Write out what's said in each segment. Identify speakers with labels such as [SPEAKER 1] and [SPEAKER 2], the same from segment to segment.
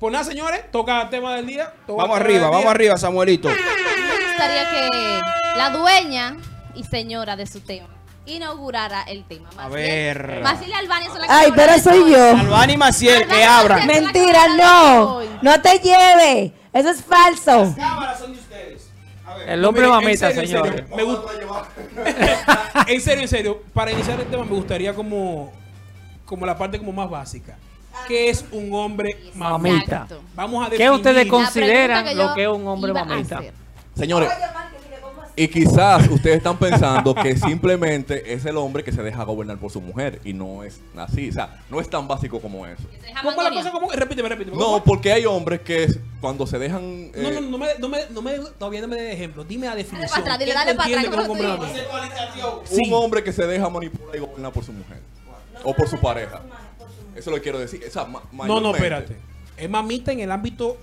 [SPEAKER 1] Pues nada, señores, toca tema del día. toca
[SPEAKER 2] Vamos
[SPEAKER 1] tema
[SPEAKER 2] arriba,
[SPEAKER 1] del
[SPEAKER 2] vamos
[SPEAKER 1] día.
[SPEAKER 2] arriba, Samuelito.
[SPEAKER 3] Me gustaría que la dueña y señora de su tema inaugurara el tema.
[SPEAKER 2] A
[SPEAKER 3] bien,
[SPEAKER 2] ver.
[SPEAKER 3] Maciel Albani es la que
[SPEAKER 4] Ay,
[SPEAKER 3] habla
[SPEAKER 4] pero
[SPEAKER 3] de
[SPEAKER 4] soy
[SPEAKER 3] todo.
[SPEAKER 4] yo.
[SPEAKER 2] Albani Maciel, que
[SPEAKER 3] Albani
[SPEAKER 2] abran.
[SPEAKER 3] Maciel.
[SPEAKER 4] Mentira, no. No te lleve. Eso es falso.
[SPEAKER 5] El hombre
[SPEAKER 1] Miren, en
[SPEAKER 5] mamita,
[SPEAKER 1] serio, en serio,
[SPEAKER 5] señor.
[SPEAKER 1] Me gusta. en serio, en serio, para iniciar el tema me gustaría como, como la parte como más básica. ¿Qué es un hombre mamita?
[SPEAKER 5] Mamita.
[SPEAKER 3] Exacto.
[SPEAKER 1] Vamos a
[SPEAKER 5] ¿Qué
[SPEAKER 1] definir.
[SPEAKER 5] ustedes
[SPEAKER 3] La pregunta
[SPEAKER 5] consideran lo
[SPEAKER 3] yo
[SPEAKER 5] que es un hombre
[SPEAKER 3] iba a
[SPEAKER 5] mamita?
[SPEAKER 3] hacer.
[SPEAKER 6] Señores, y quizás ustedes están pensando que simplemente es el hombre que se deja gobernar por su mujer y no es así, o sea, no es tan básico como eso.
[SPEAKER 3] Se deja
[SPEAKER 1] ¿Cómo la
[SPEAKER 3] mangonear.
[SPEAKER 1] cosa? ¿Cómo? Repíteme, repíteme.
[SPEAKER 6] No, eh, porque hay hombres que es- cuando se dejan
[SPEAKER 1] No, no,
[SPEAKER 6] eh,
[SPEAKER 1] no me, no me, no me, todavía no me dé ejemplo. Dime la definición.
[SPEAKER 3] para atrás, dile,
[SPEAKER 1] ¿Qué
[SPEAKER 3] dale
[SPEAKER 1] tú
[SPEAKER 3] para atrás,
[SPEAKER 1] entiendes
[SPEAKER 3] ¿cómo
[SPEAKER 1] que es
[SPEAKER 3] lo
[SPEAKER 1] un hombre mamita?
[SPEAKER 6] un hombre que se deja manipular y gobernar por su mujer o por su pareja. Eso lo quiero decir. O sea, ma-
[SPEAKER 1] No, no,
[SPEAKER 6] mayormente.
[SPEAKER 1] espérate. Es mamita en el ámbito,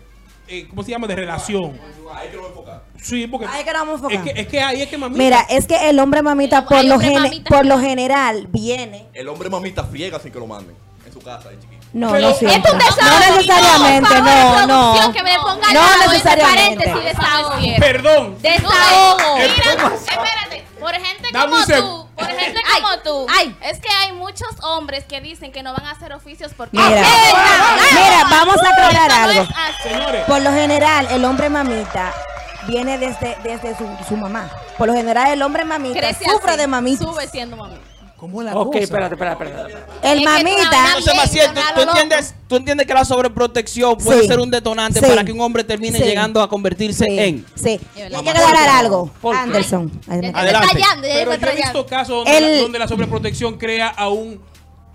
[SPEAKER 1] eh, ¿cómo se llama? De relación.
[SPEAKER 6] Ahí quiero enfocar.
[SPEAKER 1] Sí, porque
[SPEAKER 4] Ahí que nos vamos a
[SPEAKER 1] es
[SPEAKER 4] enfocar.
[SPEAKER 1] que, es que ahí es que mamita.
[SPEAKER 4] Mira, es que el hombre mamita
[SPEAKER 3] El-
[SPEAKER 4] por
[SPEAKER 3] hay
[SPEAKER 4] lo,
[SPEAKER 3] hombre
[SPEAKER 4] gene-
[SPEAKER 3] mamita.
[SPEAKER 4] por lo general viene.
[SPEAKER 6] El hombre mamita friega sin que lo manden en su casa, de chiquito.
[SPEAKER 4] No,
[SPEAKER 1] Pero-
[SPEAKER 4] no
[SPEAKER 1] Esto es
[SPEAKER 4] siempre.
[SPEAKER 3] un desahogo,
[SPEAKER 4] No necesariamente,
[SPEAKER 3] por favor,
[SPEAKER 4] no, no.
[SPEAKER 3] producción, que me ponga al
[SPEAKER 4] No
[SPEAKER 3] lado entre
[SPEAKER 4] necesariamente.
[SPEAKER 3] paréntesis,
[SPEAKER 2] Ah,
[SPEAKER 3] desahogo.
[SPEAKER 1] Perdón.
[SPEAKER 3] Desahogo.
[SPEAKER 7] Mira, espérate, por gente
[SPEAKER 1] Dame un
[SPEAKER 7] como
[SPEAKER 1] seg-
[SPEAKER 7] tú, por gente
[SPEAKER 3] Ay,
[SPEAKER 7] como tú,
[SPEAKER 3] ay.
[SPEAKER 7] es que hay muchos hombres que dicen que no van a hacer oficios porque
[SPEAKER 4] Mira, mira, vamos a aclarar algo.
[SPEAKER 1] Señores,
[SPEAKER 4] Por lo general, el hombre mamita viene desde, desde su, su mamá. Por lo general, el hombre mamita
[SPEAKER 3] Crece
[SPEAKER 4] sufre
[SPEAKER 3] así,
[SPEAKER 4] de mamita.
[SPEAKER 3] Sube siendo mamita.
[SPEAKER 1] ¿cómo la
[SPEAKER 5] Ok,
[SPEAKER 1] cosa?
[SPEAKER 5] espérate, espérate,
[SPEAKER 4] El
[SPEAKER 5] espérate.
[SPEAKER 3] Es que tú
[SPEAKER 4] mamita.
[SPEAKER 3] hablas
[SPEAKER 2] Entonces, Maciel,
[SPEAKER 3] Bien,
[SPEAKER 2] ¿tú,
[SPEAKER 3] a
[SPEAKER 2] tú
[SPEAKER 3] lo loco.
[SPEAKER 2] entiendes, tú entiendes que la sobreprotección puede
[SPEAKER 4] Sí.
[SPEAKER 2] ser un detonante
[SPEAKER 4] Sí.
[SPEAKER 2] para que un hombre termine
[SPEAKER 4] Sí.
[SPEAKER 2] llegando a convertirse en.
[SPEAKER 4] Sí.
[SPEAKER 3] Es
[SPEAKER 4] Y
[SPEAKER 3] verdad.
[SPEAKER 4] Hay que aclarar algo.
[SPEAKER 5] ¿Por qué?
[SPEAKER 4] Anderson.
[SPEAKER 3] Ya
[SPEAKER 4] Adelante.
[SPEAKER 3] está detallando, ya
[SPEAKER 1] Pero
[SPEAKER 3] está
[SPEAKER 1] yo he
[SPEAKER 3] detallando.
[SPEAKER 1] visto casos donde,
[SPEAKER 4] El-
[SPEAKER 1] la, donde la sobreprotección crea a un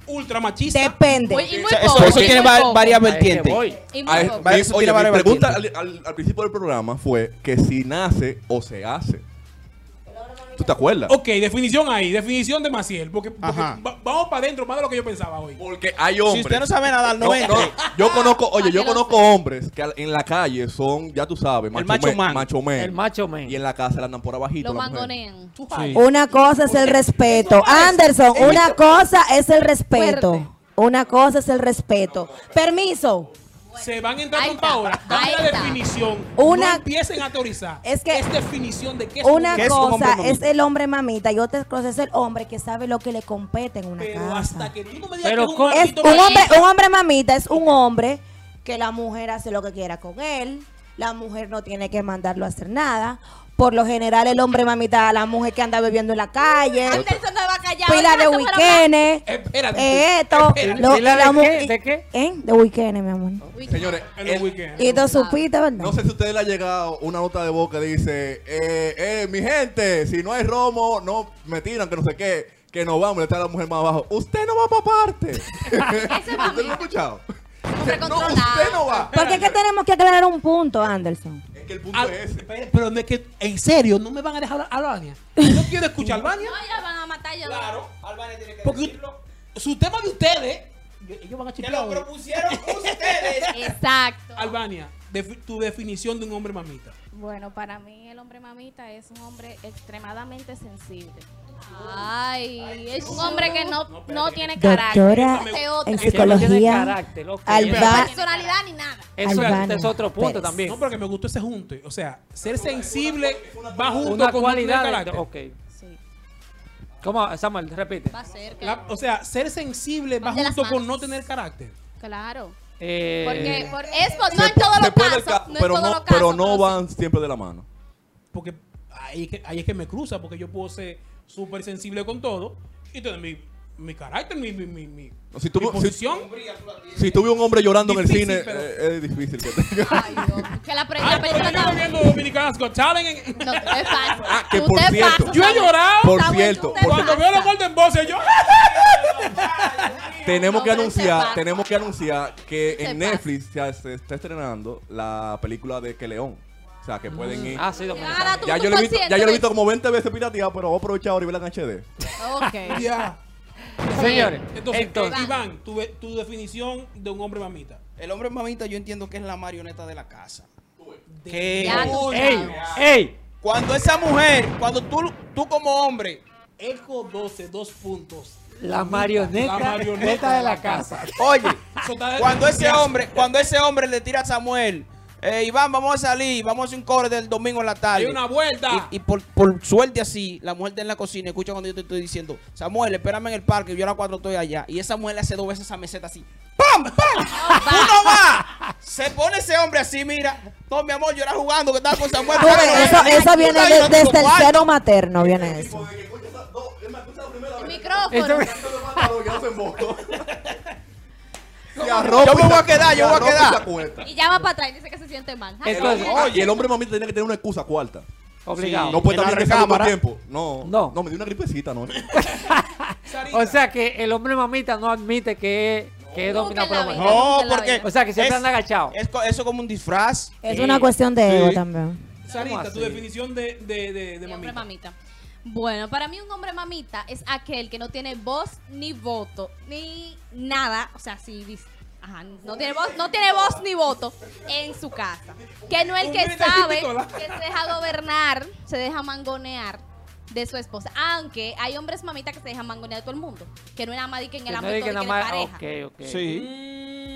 [SPEAKER 1] ultramachista.
[SPEAKER 3] Muy-
[SPEAKER 4] Depende.
[SPEAKER 3] y muy
[SPEAKER 2] O sea, eso,
[SPEAKER 3] poco,
[SPEAKER 2] eso
[SPEAKER 3] y
[SPEAKER 2] tiene
[SPEAKER 3] muy
[SPEAKER 2] va-
[SPEAKER 3] poco.
[SPEAKER 2] varias
[SPEAKER 5] Ahí que
[SPEAKER 2] vertientes.
[SPEAKER 5] voy.
[SPEAKER 3] Y muy
[SPEAKER 6] Ah, es-
[SPEAKER 3] poco.
[SPEAKER 2] Vale,
[SPEAKER 6] mi-
[SPEAKER 2] eso
[SPEAKER 6] oye,
[SPEAKER 2] tiene
[SPEAKER 6] mi
[SPEAKER 2] varias
[SPEAKER 6] pregunta al, al- al principio del programa fue que si nace o se hace. ¿Tú te acuerdas?
[SPEAKER 1] Ok, definición ahí, definición de Maciel. Porque, porque
[SPEAKER 2] Ajá.
[SPEAKER 1] va- vamos para adentro más de lo que yo pensaba hoy.
[SPEAKER 6] Porque hay hombres.
[SPEAKER 2] Si usted no sabe nadar, no,
[SPEAKER 6] No,
[SPEAKER 2] entre.
[SPEAKER 6] no, yo conozco, oye, yo
[SPEAKER 3] que lo
[SPEAKER 6] conozco hombres que al- en la calle son, ya tú sabes, macho,
[SPEAKER 2] macho
[SPEAKER 6] men,
[SPEAKER 2] man.
[SPEAKER 6] macho men.
[SPEAKER 5] El macho man.
[SPEAKER 6] Y en la casa la andan por abajito.
[SPEAKER 3] Lo
[SPEAKER 6] la mujer.
[SPEAKER 3] mangonean.
[SPEAKER 1] Tú sabes.
[SPEAKER 4] Una cosa es el respeto. Anderson, una cosa es el respeto. Una cosa es el respeto. Permiso.
[SPEAKER 1] Se van a entrar
[SPEAKER 3] Ahí
[SPEAKER 1] con
[SPEAKER 3] está,
[SPEAKER 1] ahora. Dame
[SPEAKER 3] ahí
[SPEAKER 1] la
[SPEAKER 3] está.
[SPEAKER 1] definición.
[SPEAKER 4] Una-
[SPEAKER 1] no empiecen a teorizar.
[SPEAKER 4] Es que-
[SPEAKER 1] es definición de qué es
[SPEAKER 4] Una
[SPEAKER 1] un-
[SPEAKER 2] ¿Qué es un hombre
[SPEAKER 4] cosa
[SPEAKER 2] mamita?
[SPEAKER 4] es el hombre mamita y otra cosa es el hombre que sabe lo que le compete en una
[SPEAKER 1] Pero
[SPEAKER 4] casa.
[SPEAKER 1] hasta que tú no me digas
[SPEAKER 5] Pero
[SPEAKER 1] que es
[SPEAKER 5] con-
[SPEAKER 1] un
[SPEAKER 4] Es
[SPEAKER 1] maldito
[SPEAKER 4] un
[SPEAKER 1] machista,
[SPEAKER 4] hombre, un hombre mamita es un hombre que la mujer hace lo que quiera con él. La mujer no tiene que mandarlo a hacer nada. Por lo general, el hombre mamita a la mujer que anda bebiendo en la calle.
[SPEAKER 3] Anderson no va a callar.
[SPEAKER 4] pila
[SPEAKER 3] Oye,
[SPEAKER 4] de
[SPEAKER 3] no se fueron
[SPEAKER 4] weekendes.
[SPEAKER 1] Espérate.
[SPEAKER 4] eh, esto.
[SPEAKER 1] Espérate.
[SPEAKER 4] lo-
[SPEAKER 5] ¿Pila de
[SPEAKER 4] la mu-
[SPEAKER 5] qué?
[SPEAKER 4] y-
[SPEAKER 5] ¿De qué?
[SPEAKER 4] ¿Eh? De weekendes, mi amor.
[SPEAKER 3] más.
[SPEAKER 6] Señores,
[SPEAKER 1] En el
[SPEAKER 6] el-
[SPEAKER 1] weekend.
[SPEAKER 4] Y tú supiste, ¿verdad?
[SPEAKER 6] no sé si a ustedes le ha llegado una nota de voz que dice, eh, eh, mi gente, si no hay romo, no me tiran, que no sé qué, que nos vamos, le está la mujer más abajo. Usted no va para parte. ¿Usted
[SPEAKER 3] mamita.
[SPEAKER 6] lo ha escuchado?
[SPEAKER 3] Hombre
[SPEAKER 6] No,
[SPEAKER 3] controlado.
[SPEAKER 6] usted no va.
[SPEAKER 4] Porque es que tenemos que aclarar un punto, Anderson.
[SPEAKER 6] Es que el punto
[SPEAKER 1] Ah,
[SPEAKER 6] es ese.
[SPEAKER 1] espera, Pero no es que, en serio, no me van a dejar hablar a Albania. Yo quiero escuchar a Albania.
[SPEAKER 3] No, ya van a matar ya.
[SPEAKER 8] Claro, Albania tiene que
[SPEAKER 1] Porque
[SPEAKER 8] decirlo.
[SPEAKER 1] su tema de ustedes, ellos van a
[SPEAKER 8] Que
[SPEAKER 1] chipear.
[SPEAKER 8] lo propusieron ustedes.
[SPEAKER 3] Exacto.
[SPEAKER 1] Albania, defi- tu definición de un hombre mamita.
[SPEAKER 7] Bueno, para mí el hombre mamita es un hombre extremadamente sensible.
[SPEAKER 3] Ay, es
[SPEAKER 7] Un hombre que no, no, tiene carácter.
[SPEAKER 4] Doctora
[SPEAKER 3] Esa otra.
[SPEAKER 4] en
[SPEAKER 3] Que no
[SPEAKER 5] Que no tiene
[SPEAKER 4] psicología.
[SPEAKER 5] carácter, ok.
[SPEAKER 4] Alba-
[SPEAKER 3] No personalidad ni nada.
[SPEAKER 5] Eso
[SPEAKER 4] Albano
[SPEAKER 5] es otro punto
[SPEAKER 4] Pérez.
[SPEAKER 5] también.
[SPEAKER 1] No, porque me gustó ese junte. O sea, ser sensible va junto
[SPEAKER 5] Una
[SPEAKER 1] con
[SPEAKER 5] cualidad.
[SPEAKER 1] un
[SPEAKER 5] de-
[SPEAKER 1] carácter.
[SPEAKER 5] ok.
[SPEAKER 3] Sí.
[SPEAKER 5] ¿Cómo, Samuel? Repite.
[SPEAKER 3] Va a ser. que-
[SPEAKER 1] La- o sea, ser sensible va
[SPEAKER 3] Van de las
[SPEAKER 1] junto con no
[SPEAKER 3] manos.
[SPEAKER 1] tener carácter.
[SPEAKER 7] Claro.
[SPEAKER 5] Eh,
[SPEAKER 3] Porque por- es por- no
[SPEAKER 6] Se
[SPEAKER 3] en todos
[SPEAKER 6] pu-
[SPEAKER 3] los
[SPEAKER 6] se puede el
[SPEAKER 3] casos.
[SPEAKER 6] ca-
[SPEAKER 3] No en
[SPEAKER 6] pero
[SPEAKER 3] todos
[SPEAKER 6] no,
[SPEAKER 3] los
[SPEAKER 6] pero
[SPEAKER 3] casos,
[SPEAKER 6] no
[SPEAKER 3] sí.
[SPEAKER 6] van siempre de la mano.
[SPEAKER 1] Porque ahí es que, ahí es que me cruza, porque yo puedo ser súper sensible con todo y tener mi, mi carácter, mi, mi, mi, mi-
[SPEAKER 6] Si tú-
[SPEAKER 1] mi
[SPEAKER 6] si-
[SPEAKER 1] posición.
[SPEAKER 6] Si tuve un hombre llorando
[SPEAKER 1] Difícil,
[SPEAKER 6] en el cine,
[SPEAKER 1] pero-
[SPEAKER 6] eh, es difícil que tenga.
[SPEAKER 3] Ay, Dios. Que la pre-
[SPEAKER 1] Ay,
[SPEAKER 3] la
[SPEAKER 1] pero yo
[SPEAKER 3] película
[SPEAKER 1] no
[SPEAKER 3] está-
[SPEAKER 1] viendo Dominicanas Got Talent. en-
[SPEAKER 3] No, es fácil.
[SPEAKER 6] Ah, que
[SPEAKER 3] Tú
[SPEAKER 6] por
[SPEAKER 3] te
[SPEAKER 6] cierto,
[SPEAKER 3] pasas,
[SPEAKER 1] Yo he
[SPEAKER 3] Samuel.
[SPEAKER 1] llorado.
[SPEAKER 6] Por
[SPEAKER 3] Samuel,
[SPEAKER 6] cierto,
[SPEAKER 3] tú te
[SPEAKER 6] por-
[SPEAKER 1] Cuando veo los
[SPEAKER 3] pasas.
[SPEAKER 1] Golden Bosses, yo. ¡ah!
[SPEAKER 6] tenemos que
[SPEAKER 3] no, pero se
[SPEAKER 6] anunciar,
[SPEAKER 3] pasa.
[SPEAKER 6] tenemos que anunciar que en
[SPEAKER 3] pasa.
[SPEAKER 6] Netflix se, se está estrenando la película de Que León. O sea, que pueden ir.
[SPEAKER 5] ah, sí,
[SPEAKER 3] Ahora
[SPEAKER 5] dominicano.
[SPEAKER 3] tú
[SPEAKER 6] ya
[SPEAKER 3] tú
[SPEAKER 6] yo lo he visto,
[SPEAKER 3] consciente
[SPEAKER 6] ya yo lo he
[SPEAKER 3] de
[SPEAKER 6] visto como 20 veces pirateado, pero voy a aprovechar ahora y verla en HD.
[SPEAKER 3] Ok.
[SPEAKER 1] Ya.
[SPEAKER 5] Señores,
[SPEAKER 1] Entonces,
[SPEAKER 5] entonces,
[SPEAKER 1] eh, Iván, tu, tu definición de un hombre mamita.
[SPEAKER 8] El hombre mamita yo entiendo que es la marioneta de la casa.
[SPEAKER 2] Que-
[SPEAKER 3] Ya tú
[SPEAKER 5] ¡Ey!
[SPEAKER 3] sabes.
[SPEAKER 5] ¡Ey!
[SPEAKER 8] Cuando esa mujer, cuando tú, tú como hombre,
[SPEAKER 1] Eco 12, dos puntos.
[SPEAKER 5] La
[SPEAKER 1] La
[SPEAKER 5] marioneta,
[SPEAKER 1] marioneta
[SPEAKER 5] de la casa.
[SPEAKER 8] Oye,
[SPEAKER 1] Eso está de-
[SPEAKER 8] cuando ese hombre, cuando ese hombre le tira a Samuel, eh, Iván, vamos a salir, vamos a hacer un cobre del domingo en la
[SPEAKER 1] Hay
[SPEAKER 8] tarde.
[SPEAKER 1] una vuelta.
[SPEAKER 8] Y, y por, por suerte así, la mujer está en la cocina, escucha cuando yo te estoy diciendo, Samuel, espérame en el parque, yo a las 4 estoy allá. Y esa mujer le hace dos veces esa meseta así. ¡Pam! ¡Pam! ¡Uno va! Se pone ese hombre así, mira. No, mi amor, yo era jugando que estaba con Samuel.
[SPEAKER 4] Bueno, eso, eso viene
[SPEAKER 8] Yo
[SPEAKER 4] de-
[SPEAKER 8] no
[SPEAKER 4] desde el
[SPEAKER 8] tengo cuarto.
[SPEAKER 4] seno materno, viene eso.
[SPEAKER 3] El micrófono.
[SPEAKER 8] Yo me voy a quedar, yo me voy a quedar.
[SPEAKER 3] Y llama para atrás y dice que se siente mal. Ay,
[SPEAKER 5] Entonces,
[SPEAKER 3] no,
[SPEAKER 6] Oye, el hombre mamita tenía que tener una excusa cuarta.
[SPEAKER 5] Obligado.
[SPEAKER 6] No puede
[SPEAKER 8] En la
[SPEAKER 6] estar bien segundo
[SPEAKER 8] recámara.
[SPEAKER 6] tiempo. No,
[SPEAKER 5] No.
[SPEAKER 6] no. me dio una gripecita, ¿no?
[SPEAKER 1] Sarita.
[SPEAKER 5] O sea que el hombre mamita no admite que, que es
[SPEAKER 3] Nunca
[SPEAKER 5] dominado
[SPEAKER 3] en la
[SPEAKER 5] por la
[SPEAKER 3] vida.
[SPEAKER 5] mujer.
[SPEAKER 8] No,
[SPEAKER 3] Nunca en la
[SPEAKER 8] porque.
[SPEAKER 3] vida.
[SPEAKER 5] O sea, que siempre
[SPEAKER 8] es-
[SPEAKER 5] anda agachado.
[SPEAKER 8] es co- eso como un disfraz.
[SPEAKER 4] Es
[SPEAKER 5] Sí.
[SPEAKER 4] una cuestión de ego también.
[SPEAKER 1] Sarita, tu
[SPEAKER 5] así?
[SPEAKER 1] definición de, de, de, de
[SPEAKER 3] de hombre
[SPEAKER 1] mamita.
[SPEAKER 3] mamita. Bueno, para mí un hombre mamita es aquel que no tiene voz ni voto, ni nada, o sea, si dice, ajá, no tiene voz, no tiene voz ni voto en su casa. Que no es el que
[SPEAKER 1] Humilde
[SPEAKER 3] sabe,
[SPEAKER 1] típico,
[SPEAKER 3] que se deja gobernar, se deja mangonear de su esposa. Aunque hay hombres mamita que se dejan mangonear de todo el mundo, que no es nada más de que en el
[SPEAKER 5] Que no
[SPEAKER 3] ámbito de
[SPEAKER 5] diga
[SPEAKER 3] que
[SPEAKER 5] nada
[SPEAKER 3] de
[SPEAKER 5] más-
[SPEAKER 3] pareja.
[SPEAKER 5] Ok, ok.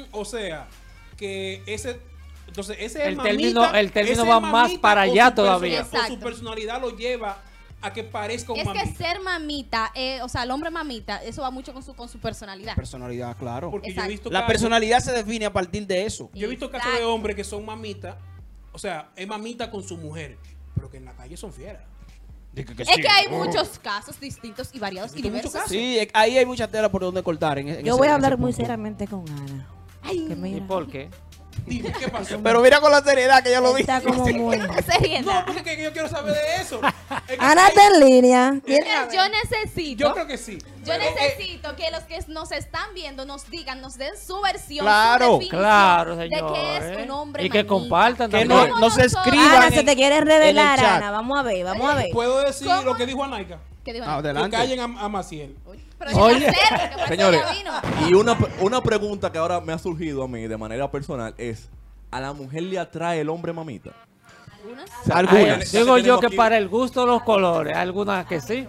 [SPEAKER 1] Mm, o sea, que ese. Entonces, ese
[SPEAKER 5] El
[SPEAKER 1] mamita-
[SPEAKER 5] término- el término
[SPEAKER 1] ese
[SPEAKER 5] va más
[SPEAKER 1] mamita
[SPEAKER 5] para
[SPEAKER 1] con su
[SPEAKER 5] allá
[SPEAKER 1] persona-
[SPEAKER 5] todavía.
[SPEAKER 1] con su
[SPEAKER 3] Exacto.
[SPEAKER 1] personalidad lo lleva a que parezca un
[SPEAKER 3] Es que
[SPEAKER 1] mamita.
[SPEAKER 3] ser mamita, eh, o sea, el hombre mamita, eso va mucho con su con su personalidad.
[SPEAKER 8] Personalidad, claro.
[SPEAKER 1] Porque yo he
[SPEAKER 3] Exacto.
[SPEAKER 1] visto
[SPEAKER 8] La
[SPEAKER 1] casos-
[SPEAKER 8] personalidad se define a partir de eso.
[SPEAKER 1] Yo he visto casos de
[SPEAKER 3] Exacto.
[SPEAKER 1] hombres que son mamitas. O sea, es mamita con su mujer. Pero que en la calle son fieras.
[SPEAKER 3] Es que hay muchos casos distintos y variados y
[SPEAKER 1] Muchos
[SPEAKER 3] diversos.
[SPEAKER 1] casos.
[SPEAKER 8] Sí, eh, ahí hay mucha tela por donde cortar. en- en ese-
[SPEAKER 4] Yo voy a
[SPEAKER 8] en
[SPEAKER 4] hablar
[SPEAKER 8] ese
[SPEAKER 4] muy
[SPEAKER 8] punto.
[SPEAKER 4] seriamente con Ana. Que mira,
[SPEAKER 5] ¿Y por qué?
[SPEAKER 1] Dime, ¿qué pasó?
[SPEAKER 8] Pero mira con la seriedad que yo lo dije.
[SPEAKER 4] está como muy...
[SPEAKER 3] Seriedad.
[SPEAKER 1] No, porque es que yo quiero saber de eso. Es
[SPEAKER 3] Ah,
[SPEAKER 1] que-
[SPEAKER 4] Ana está en línea.
[SPEAKER 3] Es que Yo necesito.
[SPEAKER 1] Yo creo que sí.
[SPEAKER 3] yo
[SPEAKER 1] Pero, eh,
[SPEAKER 3] necesito que los que nos están viendo nos digan, nos den su versión,
[SPEAKER 8] Claro,
[SPEAKER 3] su definición
[SPEAKER 5] Claro,
[SPEAKER 3] de
[SPEAKER 5] señor.
[SPEAKER 3] qué es
[SPEAKER 5] ¿eh?
[SPEAKER 3] un hombre
[SPEAKER 5] Y que
[SPEAKER 3] mamita.
[SPEAKER 5] compartan
[SPEAKER 8] Que
[SPEAKER 5] también.
[SPEAKER 8] no,
[SPEAKER 3] ¿Cómo
[SPEAKER 8] no se
[SPEAKER 3] nosotros?
[SPEAKER 8] escriban.
[SPEAKER 4] Ana,
[SPEAKER 8] en-
[SPEAKER 4] se te quiere
[SPEAKER 8] en
[SPEAKER 4] revelar,
[SPEAKER 8] el chat.
[SPEAKER 4] Ana. Vamos a ver, vamos a ver.
[SPEAKER 1] Puedo decir
[SPEAKER 3] ¿Cómo?
[SPEAKER 1] lo que dijo Anaica.
[SPEAKER 3] ¿Qué digo?
[SPEAKER 8] Ah,
[SPEAKER 1] Que
[SPEAKER 8] Adelante.
[SPEAKER 1] callen a, a Maciel.
[SPEAKER 3] Uy, pero yo
[SPEAKER 5] Oye.
[SPEAKER 3] la sé, porque por eso
[SPEAKER 6] Señores,
[SPEAKER 3] ya vino.
[SPEAKER 6] y una, una pregunta que ahora me ha surgido a mí de manera personal es: ¿a la mujer le atrae el hombre mamita?
[SPEAKER 3] Algunos-
[SPEAKER 6] O sea,
[SPEAKER 8] Algunas.
[SPEAKER 6] ya- ya
[SPEAKER 8] Algunas.
[SPEAKER 5] Digo yo
[SPEAKER 6] tenemos
[SPEAKER 5] que
[SPEAKER 6] aquí-
[SPEAKER 5] para el gusto los colores, algunas que sí.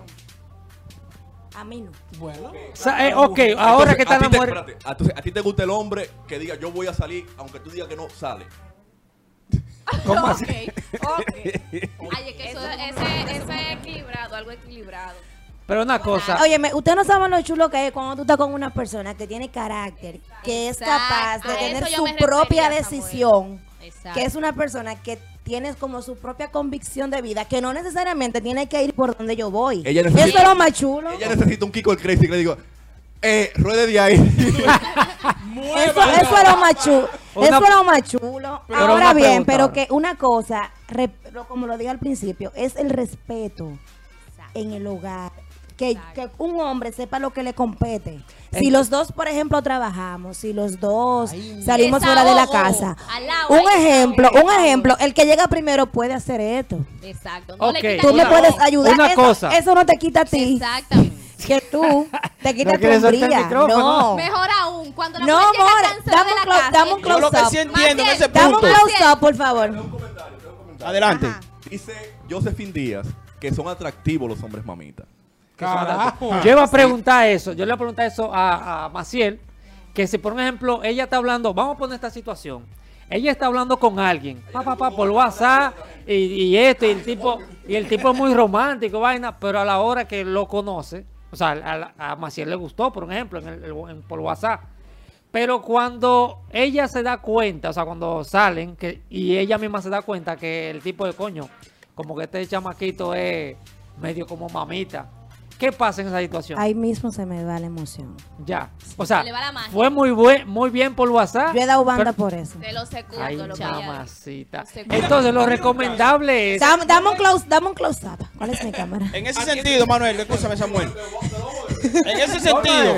[SPEAKER 4] A mí no.
[SPEAKER 1] Bueno.
[SPEAKER 5] O sea, eh, ok, ahora
[SPEAKER 6] Entonces,
[SPEAKER 5] que
[SPEAKER 6] a
[SPEAKER 5] están
[SPEAKER 6] ti
[SPEAKER 5] las
[SPEAKER 6] te-
[SPEAKER 5] mujeres.
[SPEAKER 6] espérate, a, tu- a ti te gusta el hombre que diga yo voy a salir, aunque tú digas que no sale.
[SPEAKER 5] ¿Cómo así?
[SPEAKER 3] Ok, ok. Ay, es que eso, ese,
[SPEAKER 7] Eso es equilibrado, algo equilibrado.
[SPEAKER 5] Pero una cosa,
[SPEAKER 4] Oye, ustedes no saben lo chulo que es cuando tú estás con una persona que tiene carácter, que es
[SPEAKER 3] Exacto.
[SPEAKER 4] capaz de
[SPEAKER 3] A
[SPEAKER 4] tener
[SPEAKER 3] eso yo
[SPEAKER 4] su
[SPEAKER 3] me
[SPEAKER 4] propia
[SPEAKER 3] refería, Samuel.
[SPEAKER 4] decisión,
[SPEAKER 3] Exacto.
[SPEAKER 4] que es una persona que tiene como su propia convicción de vida, que no necesariamente tiene que ir por donde yo voy.
[SPEAKER 6] Ella
[SPEAKER 4] Eso
[SPEAKER 6] necesita-
[SPEAKER 4] es lo más chulo.
[SPEAKER 6] Ella necesita un Kiko el Crazy que le digo, eh, ruede de ahí.
[SPEAKER 4] Eso, eso es lo más chulo.
[SPEAKER 5] Una-
[SPEAKER 4] Eso es lo más chulo.
[SPEAKER 5] Pero una
[SPEAKER 4] ahora bien,
[SPEAKER 5] pregunta
[SPEAKER 4] pero
[SPEAKER 5] ahora.
[SPEAKER 4] que una cosa, re- lo- como lo dije al principio, es el respeto en el hogar. Que, que un hombre sepa lo que le compete. Si los dos, por ejemplo, trabajamos, si los dos salimos fuera de la
[SPEAKER 3] Desahogo.
[SPEAKER 4] casa.
[SPEAKER 3] Al lado,
[SPEAKER 4] Un
[SPEAKER 3] ahí,
[SPEAKER 4] ejemplo,
[SPEAKER 3] desahogo.
[SPEAKER 4] un ejemplo, el que llega primero puede hacer esto.
[SPEAKER 3] Exacto. No
[SPEAKER 5] Ok.
[SPEAKER 3] le quitas
[SPEAKER 4] Tú me
[SPEAKER 5] Una-
[SPEAKER 3] nada.
[SPEAKER 4] puedes ayudar.
[SPEAKER 5] una
[SPEAKER 4] eso,
[SPEAKER 5] cosa.
[SPEAKER 4] eso no te quita a ti.
[SPEAKER 3] Exactamente.
[SPEAKER 4] Que tú te quitas tu
[SPEAKER 5] quieres soltar el
[SPEAKER 4] hombría.
[SPEAKER 5] micrófono.
[SPEAKER 4] No.
[SPEAKER 3] Mejor aún, cuando la
[SPEAKER 4] No,
[SPEAKER 3] mujer llega
[SPEAKER 4] more,
[SPEAKER 3] cansada
[SPEAKER 4] dame
[SPEAKER 3] de
[SPEAKER 4] un
[SPEAKER 3] la
[SPEAKER 4] clo-
[SPEAKER 3] casa,
[SPEAKER 4] dame un
[SPEAKER 8] Yo lo que
[SPEAKER 4] close
[SPEAKER 8] sí
[SPEAKER 4] up.
[SPEAKER 8] entiendo en ese
[SPEAKER 3] Maciel,
[SPEAKER 4] Dame un
[SPEAKER 8] punto.
[SPEAKER 4] close up, por favor.
[SPEAKER 8] Adelante.
[SPEAKER 3] Ajá.
[SPEAKER 6] Dice Josephine Díaz que son atractivos los hombres mamita.
[SPEAKER 1] Carajo.
[SPEAKER 5] yo iba a preguntar eso, yo le voy a preguntar eso a, a Maciel, que si por un ejemplo ella está hablando, vamos a poner esta situación, ella está hablando con alguien, pa, pa, pa, por WhatsApp y, y esto, y el tipo y el tipo es muy romántico, vaina, pero a la hora que lo conoce, o sea, a, la- a Maciel le gustó, por ejemplo, en el- en- por WhatsApp, pero cuando ella se da cuenta, o sea, cuando salen que, y ella misma se da cuenta que el tipo de coño, como que este chamaquito es medio como mamita. ¿Qué pasa en esa situación?
[SPEAKER 4] Ahí mismo se me va la emoción.
[SPEAKER 5] Ya. O sea,
[SPEAKER 3] Se le va la magia.
[SPEAKER 5] fue muy, buen, muy bien por WhatsApp.
[SPEAKER 4] Yo he dado banda
[SPEAKER 5] pero-
[SPEAKER 4] por eso.
[SPEAKER 7] Te lo secundo,
[SPEAKER 5] Ay,
[SPEAKER 7] lo que hay ahí.
[SPEAKER 5] mamacita.
[SPEAKER 7] Se-
[SPEAKER 5] Entonces, lo recomendable es.
[SPEAKER 4] Dame, dame un close, dame un close up. ¿Cuál es mi cámara?
[SPEAKER 8] En ese sentido, Manuel, escúchame, Samuel. En ese sentido,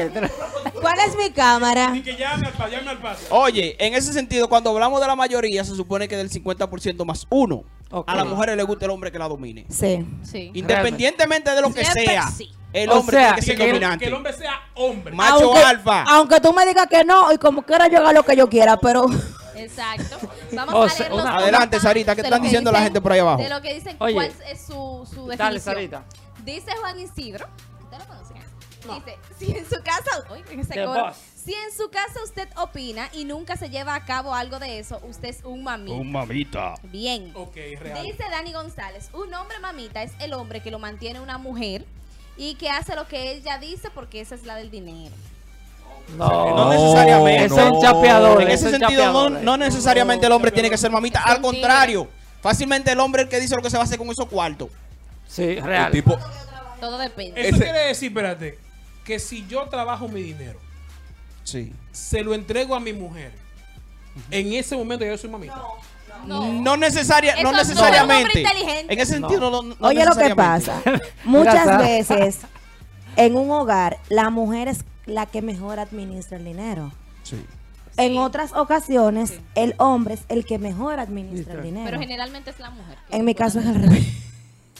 [SPEAKER 4] ¿Cuál es mi cámara?
[SPEAKER 1] Y que llame al paso, llame al paso.
[SPEAKER 8] oye, en ese sentido, cuando hablamos de la mayoría, se supone que del 50% más uno.
[SPEAKER 5] Ok.
[SPEAKER 8] A las mujeres les gusta el hombre que la domine.
[SPEAKER 4] Sí.
[SPEAKER 3] Sí.
[SPEAKER 8] Independientemente de lo que
[SPEAKER 3] Siempre
[SPEAKER 8] sea,
[SPEAKER 3] sí.
[SPEAKER 8] el
[SPEAKER 5] O
[SPEAKER 8] hombre
[SPEAKER 5] sea,
[SPEAKER 8] tiene que ser
[SPEAKER 5] que el-
[SPEAKER 1] Que
[SPEAKER 8] dominante.
[SPEAKER 1] el hombre sea hombre.
[SPEAKER 8] Ma- Macho alfa.
[SPEAKER 4] Aunque tú me digas que no y como quiera yo haga lo que yo quiera, pero
[SPEAKER 3] Exacto. Vamos
[SPEAKER 5] O
[SPEAKER 3] a
[SPEAKER 5] sea,
[SPEAKER 3] leer los
[SPEAKER 5] una-
[SPEAKER 3] comentarios
[SPEAKER 8] Adelante, Sarita, ¿qué
[SPEAKER 3] de
[SPEAKER 8] están
[SPEAKER 3] lo que
[SPEAKER 8] diciendo la gente por ahí abajo?
[SPEAKER 3] De lo que dicen,
[SPEAKER 5] Oye.
[SPEAKER 3] ¿cuál es su, su definición?
[SPEAKER 5] Dale, Sarita.
[SPEAKER 3] Dice Juan Isidro, ¿usted lo conoce? Dice, si en su casa, uy, en ese
[SPEAKER 5] The
[SPEAKER 3] coro.
[SPEAKER 5] boss.
[SPEAKER 3] si en su casa usted opina y nunca se lleva a cabo algo de eso, usted es un mamita.
[SPEAKER 8] Un Oh, mamita.
[SPEAKER 3] Bien.
[SPEAKER 1] Ok, real.
[SPEAKER 3] Dice Dani González, un hombre mamita es el hombre que lo mantiene una mujer y que hace lo que ella dice porque esa es la del dinero.
[SPEAKER 5] No,
[SPEAKER 8] No necesariamente.
[SPEAKER 5] Ese es
[SPEAKER 6] no.
[SPEAKER 5] un chapeador.
[SPEAKER 8] En ese
[SPEAKER 5] es un
[SPEAKER 8] sentido, no,
[SPEAKER 5] chapeador.
[SPEAKER 8] no necesariamente el hombre tiene que ser mamita.
[SPEAKER 7] Es un
[SPEAKER 8] Al contrario, fácilmente el hombre es el que dice lo que se va a hacer con esos cuartos.
[SPEAKER 5] Sí,
[SPEAKER 6] El
[SPEAKER 5] real.
[SPEAKER 6] tipo,
[SPEAKER 3] Todo depende.
[SPEAKER 1] Eso
[SPEAKER 6] Ese-
[SPEAKER 1] quiere decir, espérate, que si yo trabajo mi dinero,
[SPEAKER 8] Sí.
[SPEAKER 1] se lo entrego a mi mujer, en ese momento yo soy mamita.
[SPEAKER 3] No.
[SPEAKER 8] No, necesaria,
[SPEAKER 3] Eso
[SPEAKER 8] no
[SPEAKER 3] no es un hombre
[SPEAKER 8] necesariamente.
[SPEAKER 3] inteligente.
[SPEAKER 8] en ese sentido, no, no
[SPEAKER 4] Oye lo que
[SPEAKER 8] necesariamente.
[SPEAKER 4] pasa. Muchas
[SPEAKER 5] Grasa.
[SPEAKER 4] veces en un hogar la mujer es la que mejor administra el dinero.
[SPEAKER 8] Sí.
[SPEAKER 4] En otras ocasiones el hombre es el que mejor administra el
[SPEAKER 3] Pero
[SPEAKER 4] dinero.
[SPEAKER 3] generalmente es la mujer.
[SPEAKER 8] Eh.
[SPEAKER 3] que
[SPEAKER 4] En mi
[SPEAKER 3] lo
[SPEAKER 4] caso es
[SPEAKER 3] manda.
[SPEAKER 4] al revés.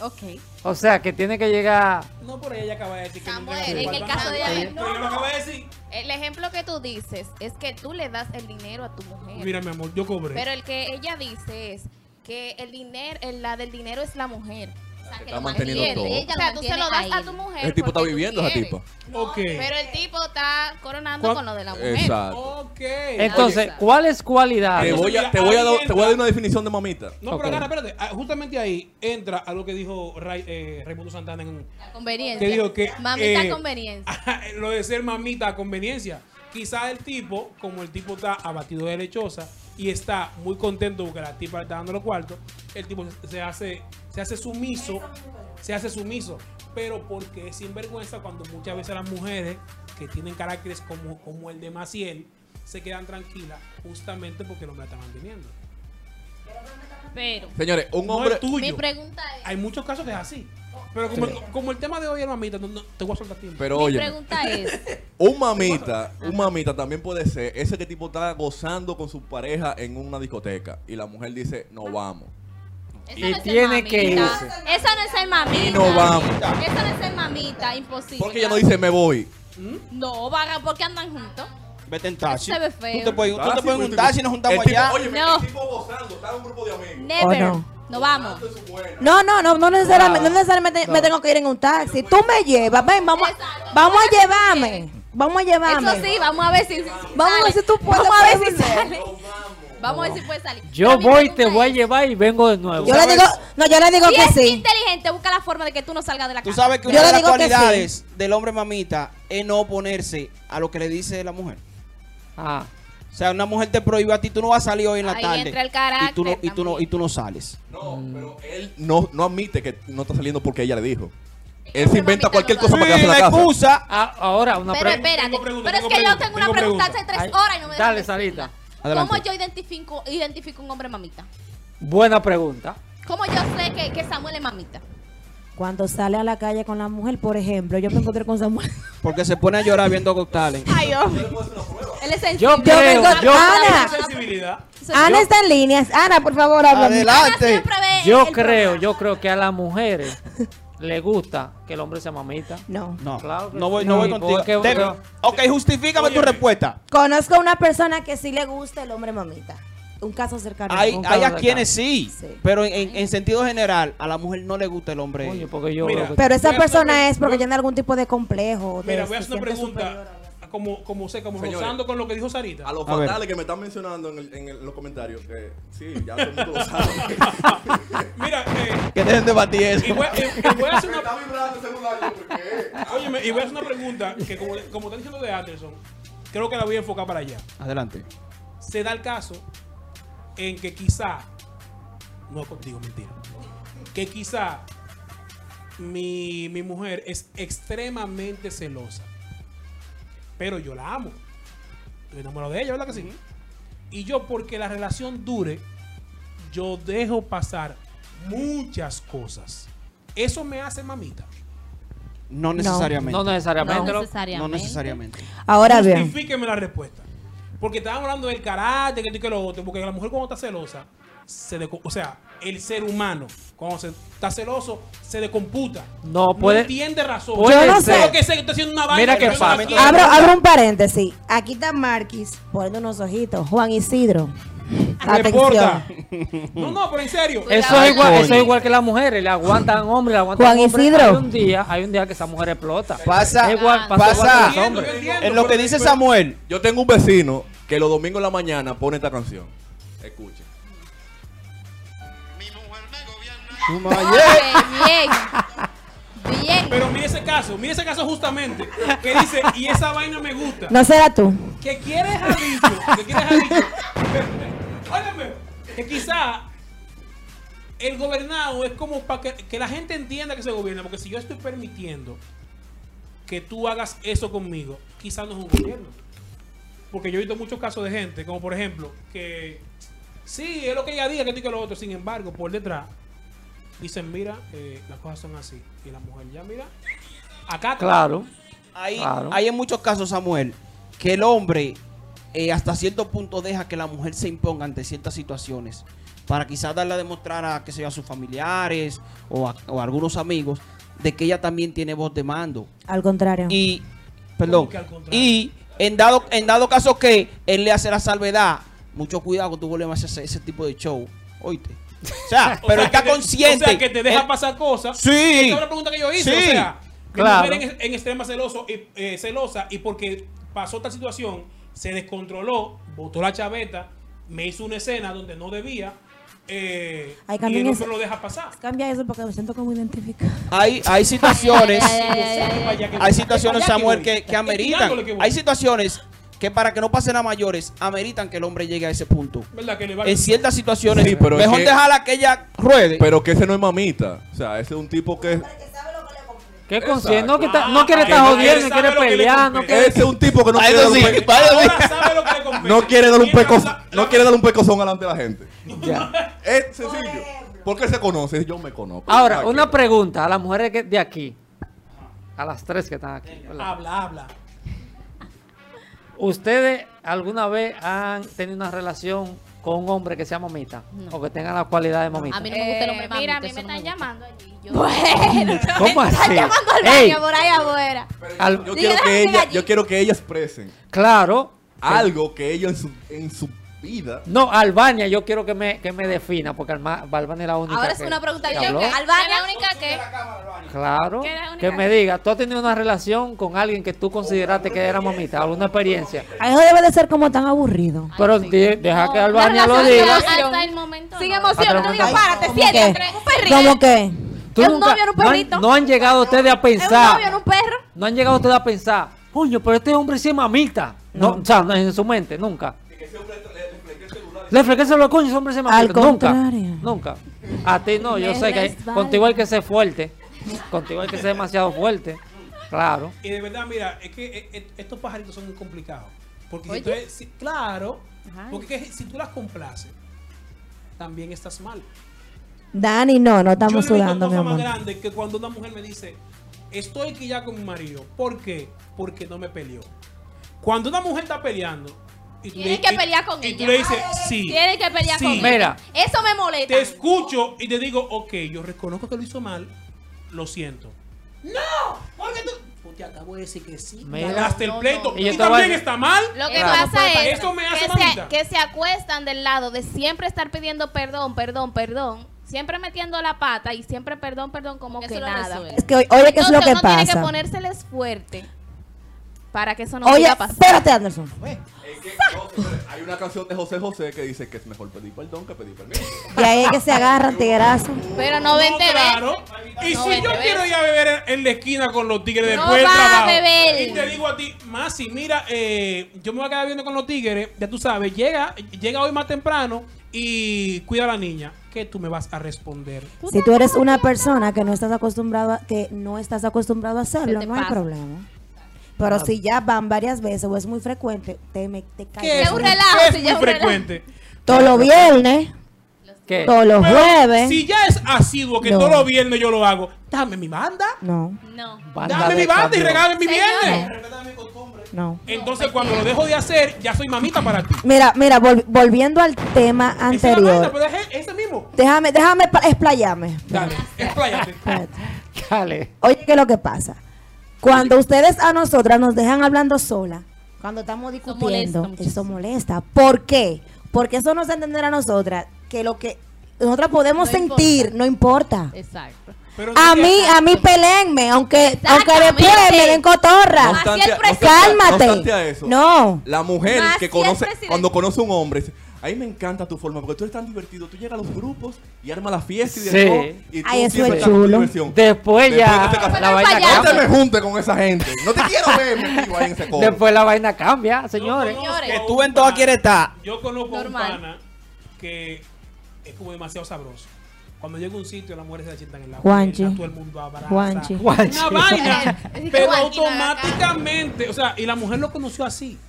[SPEAKER 3] Ok.
[SPEAKER 5] O sea, que tiene que llegar.
[SPEAKER 1] No, por ella acaba de decir que
[SPEAKER 7] Samuel,
[SPEAKER 1] nunca-
[SPEAKER 7] en el caso de ella,
[SPEAKER 1] Pero yo lo acabo de decir.
[SPEAKER 7] El ejemplo que tú dices es que tú le das el dinero a tu mujer.
[SPEAKER 1] Mira, mi amor, yo cobré.
[SPEAKER 7] Pero el que ella dice es que el dinero, el- la del dinero es la mujer.
[SPEAKER 3] O sea, que
[SPEAKER 6] está
[SPEAKER 3] lo
[SPEAKER 6] manteniendo
[SPEAKER 3] mantiene, ella
[SPEAKER 6] todo.
[SPEAKER 7] o sea, tú se
[SPEAKER 3] mantiene
[SPEAKER 7] lo das a,
[SPEAKER 3] él.
[SPEAKER 7] tu mujer.
[SPEAKER 6] el tipo está
[SPEAKER 7] porque tú
[SPEAKER 6] viviendo esa
[SPEAKER 7] quieres.
[SPEAKER 6] tipa.
[SPEAKER 1] ok.
[SPEAKER 7] Pero el tipo está coronando
[SPEAKER 1] ¿Cuán-
[SPEAKER 7] con lo de la mujer.
[SPEAKER 6] Exacto.
[SPEAKER 1] Ok.
[SPEAKER 5] Entonces,
[SPEAKER 7] Oye.
[SPEAKER 5] ¿cuál es cualidad?
[SPEAKER 6] Te voy, a, te, voy a, dar- te voy a dar una definición de mamita.
[SPEAKER 1] No,
[SPEAKER 5] Ok.
[SPEAKER 1] pero gana, espérate. ah, Justamente ahí entra algo que dijo Ray- eh, Raimundo Santana en,
[SPEAKER 3] La conveniencia.
[SPEAKER 1] que dijo que
[SPEAKER 3] Mamita
[SPEAKER 1] eh,
[SPEAKER 3] conveniencia.
[SPEAKER 1] lo de ser mamita a conveniencia. Quizás el tipo, como el tipo está abatido de lechosa y está muy contento porque la tipa le está dando los cuartos, el tipo se hace, se hace sumiso, se hace sumiso, pero porque es sinvergüenza cuando muchas veces las mujeres que tienen caracteres como, como el de Maciel se quedan tranquilas justamente porque el hombre la está manteniendo.
[SPEAKER 3] Pero
[SPEAKER 6] Señores, un
[SPEAKER 1] No
[SPEAKER 6] hombre.
[SPEAKER 1] es tuyo.
[SPEAKER 3] mi pregunta es.
[SPEAKER 1] Hay muchos casos que es así. Pero como, el, como el tema de hoy es mamita, no, no, te voy a soltar tiempo.
[SPEAKER 6] Pero
[SPEAKER 3] mi
[SPEAKER 6] oye,
[SPEAKER 3] pregunta es.
[SPEAKER 6] un mamita, un mamita también puede ser ese que tipo está gozando con su pareja en una discoteca y la mujer dice, no vamos.
[SPEAKER 3] Eso
[SPEAKER 5] Y
[SPEAKER 3] no es ser
[SPEAKER 5] tiene que
[SPEAKER 3] mamita.
[SPEAKER 5] irse.
[SPEAKER 3] Eso no es ser mamita.
[SPEAKER 6] Y no vamos.
[SPEAKER 3] Eso no es ser mamita, imposible.
[SPEAKER 6] Porque ella no dice, me voy.
[SPEAKER 3] No, vaga, porque andan juntos.
[SPEAKER 8] Vete en taxi.
[SPEAKER 3] Eso se ve feo.
[SPEAKER 8] Tú te puedes, tú te
[SPEAKER 6] Taxi,
[SPEAKER 8] puedes
[SPEAKER 6] pues,
[SPEAKER 8] juntar
[SPEAKER 6] tipo-
[SPEAKER 8] si nos juntamos
[SPEAKER 6] el tipo,
[SPEAKER 8] allá.
[SPEAKER 6] Oye,
[SPEAKER 3] No.
[SPEAKER 6] el tipo gozando, está en un grupo de amigos.
[SPEAKER 3] Never.
[SPEAKER 4] no.
[SPEAKER 3] no vamos.
[SPEAKER 6] Eso es buena.
[SPEAKER 4] No, no, no, no necesariamente,
[SPEAKER 5] Wow.
[SPEAKER 4] no necesariamente me tengo que ir en un taxi. Tú me llevas, ven, vamos,
[SPEAKER 3] Exacto.
[SPEAKER 4] a, vamos a llevarme. Vamos a llevarme.
[SPEAKER 3] Eso sí, vamos a ver si.
[SPEAKER 4] Vamos a ver
[SPEAKER 3] sale.
[SPEAKER 4] si tú puedes
[SPEAKER 3] Vamos a ver si
[SPEAKER 4] volver.
[SPEAKER 3] sale. Vamos a ver si puede salir.
[SPEAKER 5] Yo
[SPEAKER 3] Pero mi
[SPEAKER 5] voy, te
[SPEAKER 3] pregunta
[SPEAKER 5] voy a
[SPEAKER 3] es,
[SPEAKER 5] llevar y vengo de nuevo.
[SPEAKER 4] yo le digo, no, yo le digo
[SPEAKER 3] Si
[SPEAKER 4] que
[SPEAKER 3] es
[SPEAKER 4] sí.
[SPEAKER 3] inteligente, busca la forma de que tú no salgas de la
[SPEAKER 8] Tú
[SPEAKER 3] casa.
[SPEAKER 8] sabes que
[SPEAKER 4] Yo
[SPEAKER 8] una
[SPEAKER 4] le
[SPEAKER 8] de las
[SPEAKER 4] digo que
[SPEAKER 8] cualidades del hombre mamita es no oponerse a lo que le dice la mujer.
[SPEAKER 5] Ah,
[SPEAKER 8] O sea, una mujer te prohíbe a ti, tú no vas a salir hoy en la
[SPEAKER 7] Ahí
[SPEAKER 8] tarde.
[SPEAKER 7] entra el
[SPEAKER 8] y tú no, y tú no,
[SPEAKER 7] carácter
[SPEAKER 8] y tú no sales.
[SPEAKER 6] No, pero él no, no admite que no está saliendo porque ella le dijo. Él se
[SPEAKER 3] Pero
[SPEAKER 6] inventa
[SPEAKER 3] mamita
[SPEAKER 6] cualquier
[SPEAKER 3] no
[SPEAKER 6] cosa para quedarse en
[SPEAKER 8] la
[SPEAKER 6] la casa.
[SPEAKER 8] excusa.
[SPEAKER 5] ah, ahora una
[SPEAKER 3] Pero
[SPEAKER 5] pregunta.
[SPEAKER 3] espérate,
[SPEAKER 1] Tengo pregunta,
[SPEAKER 3] pero es
[SPEAKER 1] tengo
[SPEAKER 3] que yo
[SPEAKER 1] pregunta,
[SPEAKER 3] tengo una
[SPEAKER 1] tengo
[SPEAKER 3] pregunta
[SPEAKER 1] pregunta.
[SPEAKER 3] hace
[SPEAKER 5] Ay,
[SPEAKER 3] tres horas y no me dejan
[SPEAKER 5] dale,
[SPEAKER 3] decirla.
[SPEAKER 5] Sarita.
[SPEAKER 8] Adelante.
[SPEAKER 3] ¿Cómo yo identifico, identifico un hombre mamita?
[SPEAKER 5] Buena pregunta.
[SPEAKER 3] ¿Cómo yo sé que, que Samuel es mamita?
[SPEAKER 4] Cuando sale a la calle con la mujer, por ejemplo, yo me encontré con Samuel.
[SPEAKER 8] Porque se pone a llorar viendo costales.
[SPEAKER 3] Ay, hombre. Él es sensible.
[SPEAKER 5] Yo creo,
[SPEAKER 4] vengo-
[SPEAKER 5] yo-
[SPEAKER 4] Ana.
[SPEAKER 1] sensibilidad.
[SPEAKER 4] Ana está en líneas. Ana, por favor, háblame.
[SPEAKER 8] Adelante.
[SPEAKER 3] Siempre ve
[SPEAKER 5] Yo
[SPEAKER 3] Eh, el
[SPEAKER 5] creo,
[SPEAKER 3] programa.
[SPEAKER 5] yo creo que a las mujeres le gusta que el hombre sea mamita.
[SPEAKER 4] No.
[SPEAKER 8] No,
[SPEAKER 5] Claro que
[SPEAKER 8] no voy,
[SPEAKER 5] sí.
[SPEAKER 8] no voy
[SPEAKER 5] No,
[SPEAKER 8] contigo.
[SPEAKER 5] porque-
[SPEAKER 8] Te-
[SPEAKER 5] porque-
[SPEAKER 8] ok, justifícame tu
[SPEAKER 1] Óyeme.
[SPEAKER 8] respuesta.
[SPEAKER 4] Conozco a una persona que sí le gusta el hombre mamita. Un caso cercano.
[SPEAKER 8] Hay,
[SPEAKER 5] nunca
[SPEAKER 8] hay
[SPEAKER 5] lo
[SPEAKER 8] a
[SPEAKER 5] recabo.
[SPEAKER 8] quienes sí,
[SPEAKER 4] Sí.
[SPEAKER 8] pero en, en sentido general, a la mujer no le gusta el hombre.
[SPEAKER 5] Coño, porque yo
[SPEAKER 1] Mira,
[SPEAKER 5] creo que-
[SPEAKER 4] Pero esa
[SPEAKER 1] Voy a hacer una-
[SPEAKER 4] persona es porque
[SPEAKER 1] voy-
[SPEAKER 4] tiene algún tipo de complejo. de-
[SPEAKER 1] Mira, voy a
[SPEAKER 4] se
[SPEAKER 1] hacer una
[SPEAKER 4] siente
[SPEAKER 1] pregunta. Ah,
[SPEAKER 4] superior a-
[SPEAKER 1] Como, como sé, como
[SPEAKER 6] Señores.
[SPEAKER 1] rozando con lo que dijo Sarita.
[SPEAKER 6] A los
[SPEAKER 8] A ver.
[SPEAKER 6] fatales que me están mencionando en, el- en el- los comentarios, que sí, ya todo el mundo lo sabe.
[SPEAKER 1] Mira, eh,
[SPEAKER 8] Que dejen de batir
[SPEAKER 1] y,
[SPEAKER 8] eso.
[SPEAKER 1] voy, y- y voy a hacer una,
[SPEAKER 6] Está vibrando el celular, yo, porque-
[SPEAKER 1] óyeme, y voy a hacer una pregunta que, como, como está diciendo de Anderson, creo que la voy a enfocar para allá.
[SPEAKER 8] Adelante.
[SPEAKER 1] Se da el caso en que quizá, no contigo, mentira, que quizá mi, mi mujer es extremadamente celosa, pero yo la amo. Estoy enamorado de ella, ¿verdad que sí? Y yo, porque la relación dure, yo dejo pasar muchas cosas. Eso me hace mamita.
[SPEAKER 8] No necesariamente.
[SPEAKER 5] no
[SPEAKER 8] No,
[SPEAKER 5] necesariamente.
[SPEAKER 3] No
[SPEAKER 5] lo-
[SPEAKER 3] necesariamente.
[SPEAKER 8] necesariamente.
[SPEAKER 4] Ahora bien,
[SPEAKER 1] Justifíqueme la respuesta. Porque estábamos hablando del carácter, que esto y que lo otro. Porque la mujer cuando está celosa, se deco- o sea, el ser humano, cuando se- está celoso, se decomputa.
[SPEAKER 5] No, puede-
[SPEAKER 1] entiende razón.
[SPEAKER 5] puede
[SPEAKER 4] Yo no ser. sé.
[SPEAKER 1] Yo que sé que está haciendo una vaina.
[SPEAKER 5] Mira
[SPEAKER 1] que
[SPEAKER 5] qué
[SPEAKER 1] yo no la
[SPEAKER 5] fácil.
[SPEAKER 1] quiero.
[SPEAKER 4] abro, abro un paréntesis. Aquí está Marquis poniendo unos ojitos. Juan Isidro.
[SPEAKER 1] Reporta. No, no, pero en serio.
[SPEAKER 5] Eso es, igual, eso es igual que las mujeres, le
[SPEAKER 1] Mm.
[SPEAKER 5] aguantan hombres, le aguantan
[SPEAKER 4] Juan
[SPEAKER 5] hombres.
[SPEAKER 4] Isidro.
[SPEAKER 5] Hay un día, hay un día que esa mujer explota.
[SPEAKER 8] Pasa,
[SPEAKER 5] Es igual- pasa
[SPEAKER 8] pasa.
[SPEAKER 5] igual que los
[SPEAKER 1] Yo entiendo,
[SPEAKER 5] hombres.
[SPEAKER 1] yo entiendo,
[SPEAKER 8] En lo que
[SPEAKER 1] pero-
[SPEAKER 8] dice
[SPEAKER 1] pero-
[SPEAKER 8] Samuel,
[SPEAKER 6] Yo tengo un vecino que los domingos en la mañana pone esta canción. Escuchen.
[SPEAKER 3] Bien. Bien.
[SPEAKER 1] Pero mire ese caso, mire ese caso justamente. Que dice, y esa vaina me gusta.
[SPEAKER 4] No será tú.
[SPEAKER 1] que quiere dejar dicho, que quiere dejar dicho, óyeme, que quizá el gobernado es como para que, que la gente entienda que se gobierna, porque si yo estoy permitiendo que tú hagas eso conmigo, quizá no es un gobierno. Porque yo he visto muchos casos de gente, como por ejemplo, que sí, es lo que ella diga, que esto y que lo otro, sin embargo, por detrás, dicen, mira, eh, las cosas son así. Y la mujer ya, mira, acá.
[SPEAKER 5] Claro.
[SPEAKER 8] hay,
[SPEAKER 5] Claro.
[SPEAKER 8] hay en muchos casos, Samuel, que el hombre eh, hasta cierto punto deja que la mujer se imponga ante ciertas situaciones para quizás darle a demostrar a, que sea a sus familiares o a, o a algunos amigos de que ella también tiene voz de mando.
[SPEAKER 4] Al contrario.
[SPEAKER 8] Y, perdón,
[SPEAKER 1] Como que al contrario.
[SPEAKER 8] y en dado, en dado caso que él le hace la salvedad, mucho cuidado cuando tú vuelves a hacer ese, ese tipo de show, oíste. O sea,
[SPEAKER 1] O
[SPEAKER 8] pero
[SPEAKER 1] sea,
[SPEAKER 8] está
[SPEAKER 1] que te-
[SPEAKER 8] consciente. Eh,
[SPEAKER 1] O sea, que te deja
[SPEAKER 8] Él-
[SPEAKER 1] pasar cosas.
[SPEAKER 8] Sí.
[SPEAKER 1] Esa es la pregunta que yo hice.
[SPEAKER 8] Sí.
[SPEAKER 1] O sea, que
[SPEAKER 5] Claro.
[SPEAKER 1] mujer en, en extrema celoso y, eh, celosa y porque pasó esta situación, se descontroló, botó la chaveta, me hizo una escena donde no debía. Eh,
[SPEAKER 4] Ay,
[SPEAKER 1] y
[SPEAKER 4] cambien
[SPEAKER 1] el
[SPEAKER 4] eso.
[SPEAKER 1] hombre lo deja pasar.
[SPEAKER 4] Cambia eso porque me siento como identificada.
[SPEAKER 8] hay, hay situaciones.
[SPEAKER 3] Ay, ay, ay, ay, ay.
[SPEAKER 8] Hay situaciones,
[SPEAKER 1] Allá que
[SPEAKER 8] Samuel,
[SPEAKER 1] voy.
[SPEAKER 8] que, que
[SPEAKER 1] Es
[SPEAKER 8] ameritan.
[SPEAKER 1] tirándole que voy.
[SPEAKER 8] Hay situaciones que para que no pasen a mayores, ameritan que el hombre llegue a ese punto.
[SPEAKER 1] ¿Verdad? Que le va
[SPEAKER 8] En ciertas situaciones,
[SPEAKER 6] Sí, pero es
[SPEAKER 8] mejor
[SPEAKER 6] que-
[SPEAKER 8] dejarla que ella ruede.
[SPEAKER 6] Pero que ese no es mamita. O sea, ese es un tipo que.
[SPEAKER 5] Qué consciente. No, que
[SPEAKER 1] Exacto.
[SPEAKER 5] está- no quiere
[SPEAKER 1] Ah,
[SPEAKER 5] estar
[SPEAKER 1] ahí va,
[SPEAKER 5] jodiendo,
[SPEAKER 1] él
[SPEAKER 5] no quiere
[SPEAKER 1] sabe lo que le
[SPEAKER 5] pelear, no
[SPEAKER 1] compete.
[SPEAKER 5] quiere.
[SPEAKER 6] Ese es un tipo que no
[SPEAKER 8] Ah,
[SPEAKER 6] quiere,
[SPEAKER 8] eso
[SPEAKER 6] dar un
[SPEAKER 8] sí,
[SPEAKER 6] pe-
[SPEAKER 8] para-
[SPEAKER 1] Ahora sabe lo que le compete.
[SPEAKER 6] no quiere dar un
[SPEAKER 1] Mientras la-
[SPEAKER 6] peco-
[SPEAKER 1] la-
[SPEAKER 6] no quiere dar un pecozón delante de la gente.
[SPEAKER 5] Ya.
[SPEAKER 6] Es sencillo. Porque él se conoce, yo me conozco.
[SPEAKER 5] Ahora,
[SPEAKER 6] Ah,
[SPEAKER 5] una
[SPEAKER 6] que-
[SPEAKER 5] pregunta a las mujeres que- de aquí. A las tres que están aquí. ¿verdad?
[SPEAKER 1] Habla, habla.
[SPEAKER 5] ¿Ustedes alguna vez han tenido una relación con un hombre que sea mamita? O que tenga la cualidad de mamita.
[SPEAKER 3] A mí no me gusta el hombre
[SPEAKER 7] Eh, mira, a mí
[SPEAKER 3] mamita, eso
[SPEAKER 7] me
[SPEAKER 3] no
[SPEAKER 7] están
[SPEAKER 3] gusta.
[SPEAKER 7] llamando allí. Yo,
[SPEAKER 3] Bueno,
[SPEAKER 5] ¿Cómo
[SPEAKER 3] me
[SPEAKER 5] así?
[SPEAKER 3] están llamando al baño
[SPEAKER 5] Ey.
[SPEAKER 3] por ahí afuera.
[SPEAKER 5] Al-
[SPEAKER 6] Yo
[SPEAKER 3] Dígale
[SPEAKER 6] quiero,
[SPEAKER 3] a la
[SPEAKER 6] que
[SPEAKER 3] gente
[SPEAKER 6] ella,
[SPEAKER 3] allí.
[SPEAKER 6] yo quiero que ellas expresen
[SPEAKER 5] claro.
[SPEAKER 6] algo que ellos en su, en su vida.
[SPEAKER 5] No, Albania, yo quiero que me, que me defina, porque Alma- Albania es la única.
[SPEAKER 3] Ahora es
[SPEAKER 5] que-
[SPEAKER 3] una pregunta
[SPEAKER 5] que
[SPEAKER 3] que
[SPEAKER 5] habló.
[SPEAKER 3] yo que Albania
[SPEAKER 7] Albania, la única que.
[SPEAKER 5] Claro.
[SPEAKER 7] que la única
[SPEAKER 5] Que me
[SPEAKER 7] que-
[SPEAKER 5] diga, ¿tú has tenido una relación con alguien que tú consideraste que era mamita? ¿Alguna experiencia?
[SPEAKER 4] A eso debe de ser como tan aburrido.
[SPEAKER 5] Pero de- deja que
[SPEAKER 3] No, la
[SPEAKER 5] Albania lo
[SPEAKER 3] relación
[SPEAKER 5] diga.
[SPEAKER 3] que hace-
[SPEAKER 7] Hasta el momento.
[SPEAKER 3] sin
[SPEAKER 7] no.
[SPEAKER 5] Otra
[SPEAKER 3] emoción, no digas
[SPEAKER 5] pregunta.
[SPEAKER 3] párate,
[SPEAKER 4] ¿Cómo que?
[SPEAKER 3] siéntate, un perrito.
[SPEAKER 4] ¿Cómo que?
[SPEAKER 5] Tú
[SPEAKER 3] Es un
[SPEAKER 5] nunca-
[SPEAKER 3] novio, era un
[SPEAKER 5] no han-
[SPEAKER 3] perrito.
[SPEAKER 5] No han llegado ustedes a
[SPEAKER 3] Es un novio,
[SPEAKER 5] pensar.
[SPEAKER 3] era un perro.
[SPEAKER 5] No han llegado ustedes a pensar, coño, pero este hombre sí es mamita. No, o sea, no, en su mente, nunca. Le flequé el celular, coño, ese hombre sí es mamita.
[SPEAKER 4] Al
[SPEAKER 5] nunca.
[SPEAKER 4] contrario.
[SPEAKER 5] Nunca. A ti no, yo
[SPEAKER 3] Me
[SPEAKER 5] sé que
[SPEAKER 3] resbala.
[SPEAKER 5] contigo hay que ser fuerte. Contigo hay que ser demasiado fuerte. Claro.
[SPEAKER 1] Y de verdad, mira, es que eh, eh, estos pajaritos son muy complicados. Porque si
[SPEAKER 3] Oye.
[SPEAKER 1] tú eres- si- claro,
[SPEAKER 3] Ajá.
[SPEAKER 1] porque es que si tú las complaces, también estás mal.
[SPEAKER 4] Dani, no, no
[SPEAKER 1] Yo
[SPEAKER 4] estamos
[SPEAKER 1] no he visto
[SPEAKER 4] sudando, mi
[SPEAKER 1] cosa más
[SPEAKER 4] amor.
[SPEAKER 1] grande que cuando una mujer me dice, estoy aquí ya con mi marido. ¿Por qué? Porque no me peleó. Cuando una mujer está peleando, y tú
[SPEAKER 3] Tienes
[SPEAKER 1] le-
[SPEAKER 3] que pelear con
[SPEAKER 1] y
[SPEAKER 3] ella.
[SPEAKER 1] tú le dices, sí.
[SPEAKER 3] Tienes que pelear
[SPEAKER 1] sí,
[SPEAKER 3] con él.
[SPEAKER 5] Mira.
[SPEAKER 3] Eso me molesta.
[SPEAKER 1] Te escucho y te digo, ok, yo reconozco que lo hizo mal, lo siento. ¡No! Porque tú. Pues te acabo de decir que sí.
[SPEAKER 5] Mira.
[SPEAKER 1] Ganaste
[SPEAKER 3] No,
[SPEAKER 1] el pleito.
[SPEAKER 5] no. Y yo
[SPEAKER 1] Y,
[SPEAKER 5] te voy a
[SPEAKER 1] también
[SPEAKER 5] decir-
[SPEAKER 1] está mal.
[SPEAKER 7] Lo que
[SPEAKER 5] Claro.
[SPEAKER 7] pasa es
[SPEAKER 1] Eso me hace
[SPEAKER 7] que,
[SPEAKER 1] mamita.
[SPEAKER 7] se, que se acuestan del lado de siempre estar pidiendo perdón, perdón, perdón, siempre metiendo la pata y siempre perdón, perdón, como
[SPEAKER 3] Eso
[SPEAKER 7] que
[SPEAKER 3] lo
[SPEAKER 7] nada.
[SPEAKER 3] resuelve.
[SPEAKER 4] Es que, oye, ¿qué es lo
[SPEAKER 7] Entonces,
[SPEAKER 4] que
[SPEAKER 7] uno tiene que
[SPEAKER 4] pasa?
[SPEAKER 7] ponérseles fuerte para que eso no
[SPEAKER 4] Oye,
[SPEAKER 7] siga pasando.
[SPEAKER 4] espérate, Anderson.
[SPEAKER 6] Es que, no, señores, hay una canción de José José que dice que es mejor pedir perdón que pedir permiso.
[SPEAKER 4] Y ahí es que se agarran, tiguerazo.
[SPEAKER 7] Pero no
[SPEAKER 1] No,
[SPEAKER 7] vente,
[SPEAKER 1] claro. Y
[SPEAKER 7] No,
[SPEAKER 1] si yo
[SPEAKER 7] vente,
[SPEAKER 1] quiero
[SPEAKER 7] ven.
[SPEAKER 1] ir a beber en la esquina con los tigres
[SPEAKER 7] No
[SPEAKER 1] después del
[SPEAKER 7] va a
[SPEAKER 1] trabajo.
[SPEAKER 7] beber.
[SPEAKER 1] Y te digo a ti, Masi, mira, eh, yo me voy a quedar viendo con los tigres, ya tú sabes, llega, llega hoy más temprano y cuida a la niña. ¿Qué tú me vas a responder?
[SPEAKER 4] Si tú eres una persona que no estás acostumbrado a, que no estás acostumbrado a hacerlo,
[SPEAKER 3] te
[SPEAKER 4] no hay
[SPEAKER 3] pasa.
[SPEAKER 4] problema. Pero
[SPEAKER 1] Ah.
[SPEAKER 4] si ya van varias veces o es muy frecuente, te, me, te caes
[SPEAKER 1] ¿Qué
[SPEAKER 4] en
[SPEAKER 1] es,
[SPEAKER 3] un
[SPEAKER 4] el-
[SPEAKER 3] relajo,
[SPEAKER 1] qué es
[SPEAKER 3] si ya
[SPEAKER 1] muy
[SPEAKER 3] es un relajo.
[SPEAKER 1] frecuente?
[SPEAKER 4] Todos los viernes,
[SPEAKER 5] ¿Qué?
[SPEAKER 4] todos los
[SPEAKER 1] Eh. Pero
[SPEAKER 4] jueves.
[SPEAKER 1] Si ya es asiduo que
[SPEAKER 4] ¿Eh? No.
[SPEAKER 1] todos los viernes yo lo hago, dame mi banda.
[SPEAKER 4] No,
[SPEAKER 3] No.
[SPEAKER 5] Banda
[SPEAKER 1] dame
[SPEAKER 5] de
[SPEAKER 1] mi banda y
[SPEAKER 5] cambio.
[SPEAKER 1] regálame mi
[SPEAKER 3] Señores.
[SPEAKER 1] viernes.
[SPEAKER 4] no.
[SPEAKER 1] Entonces, cuando lo dejo de hacer, ya soy mamita para ti.
[SPEAKER 4] Mira, mira, vol- volviendo al tema
[SPEAKER 1] Esa es la vaina,
[SPEAKER 4] anterior.
[SPEAKER 1] pero es ese mismo.
[SPEAKER 4] Déjame, déjame pa- explayarme.
[SPEAKER 1] Dale, expláyate.
[SPEAKER 4] Espérate.
[SPEAKER 5] Dale.
[SPEAKER 4] Oye, ¿qué es lo que pasa? Cuando ustedes a nosotras nos dejan hablando sola, cuando estamos discutiendo,
[SPEAKER 3] molesta muchísimo.
[SPEAKER 4] eso molesta. ¿Por qué? Porque eso nos hace entender a nosotras que lo que nosotras podemos
[SPEAKER 3] No importa.
[SPEAKER 4] sentir no importa.
[SPEAKER 3] Exacto.
[SPEAKER 1] Pero
[SPEAKER 4] A mí, a mí peleenme, aunque, aunque
[SPEAKER 3] Exactamente.
[SPEAKER 4] después me den
[SPEAKER 6] No
[SPEAKER 4] cotorra.
[SPEAKER 6] obstante-
[SPEAKER 3] el
[SPEAKER 6] no obstante-
[SPEAKER 4] Cálmate.
[SPEAKER 6] No obstante a eso.
[SPEAKER 4] No.
[SPEAKER 6] La mujer
[SPEAKER 3] Más
[SPEAKER 6] que
[SPEAKER 3] si el
[SPEAKER 6] conoce,
[SPEAKER 3] presidente-
[SPEAKER 6] cuando conoce a un hombre, dice, a mí me encanta tu forma, porque tú eres tan divertido. Tú llegas a los grupos y armas la fiesta y
[SPEAKER 5] Sí.
[SPEAKER 6] de todo, y tú
[SPEAKER 4] Ay, eso es
[SPEAKER 6] siempre estás con tu
[SPEAKER 4] chulo.
[SPEAKER 6] diversión.
[SPEAKER 5] Después ya
[SPEAKER 6] Después que
[SPEAKER 5] la
[SPEAKER 6] se
[SPEAKER 3] casan.
[SPEAKER 5] vaina
[SPEAKER 3] Después
[SPEAKER 6] No te
[SPEAKER 5] cambia.
[SPEAKER 6] me juntes con esa gente. No te quiero ver metido ahí en ese coro.
[SPEAKER 5] Después la vaina cambia,
[SPEAKER 3] Señores.
[SPEAKER 5] señores.
[SPEAKER 1] conozco a
[SPEAKER 8] Tú
[SPEAKER 1] un
[SPEAKER 8] en todas
[SPEAKER 1] pana-
[SPEAKER 8] quieres estar.
[SPEAKER 1] Yo conozco
[SPEAKER 3] Normal.
[SPEAKER 1] a un pana que es como demasiado sabroso. Cuando llega a un sitio, las mujeres se sientan en la
[SPEAKER 4] Juanchi.
[SPEAKER 1] vuelta, todo el mundo abraza.
[SPEAKER 4] Juanchi.
[SPEAKER 5] Guachi.
[SPEAKER 1] Una vaina,
[SPEAKER 3] Es que
[SPEAKER 1] pero
[SPEAKER 3] Juanchi no haga
[SPEAKER 1] automáticamente, o sea, y la mujer lo conoció así.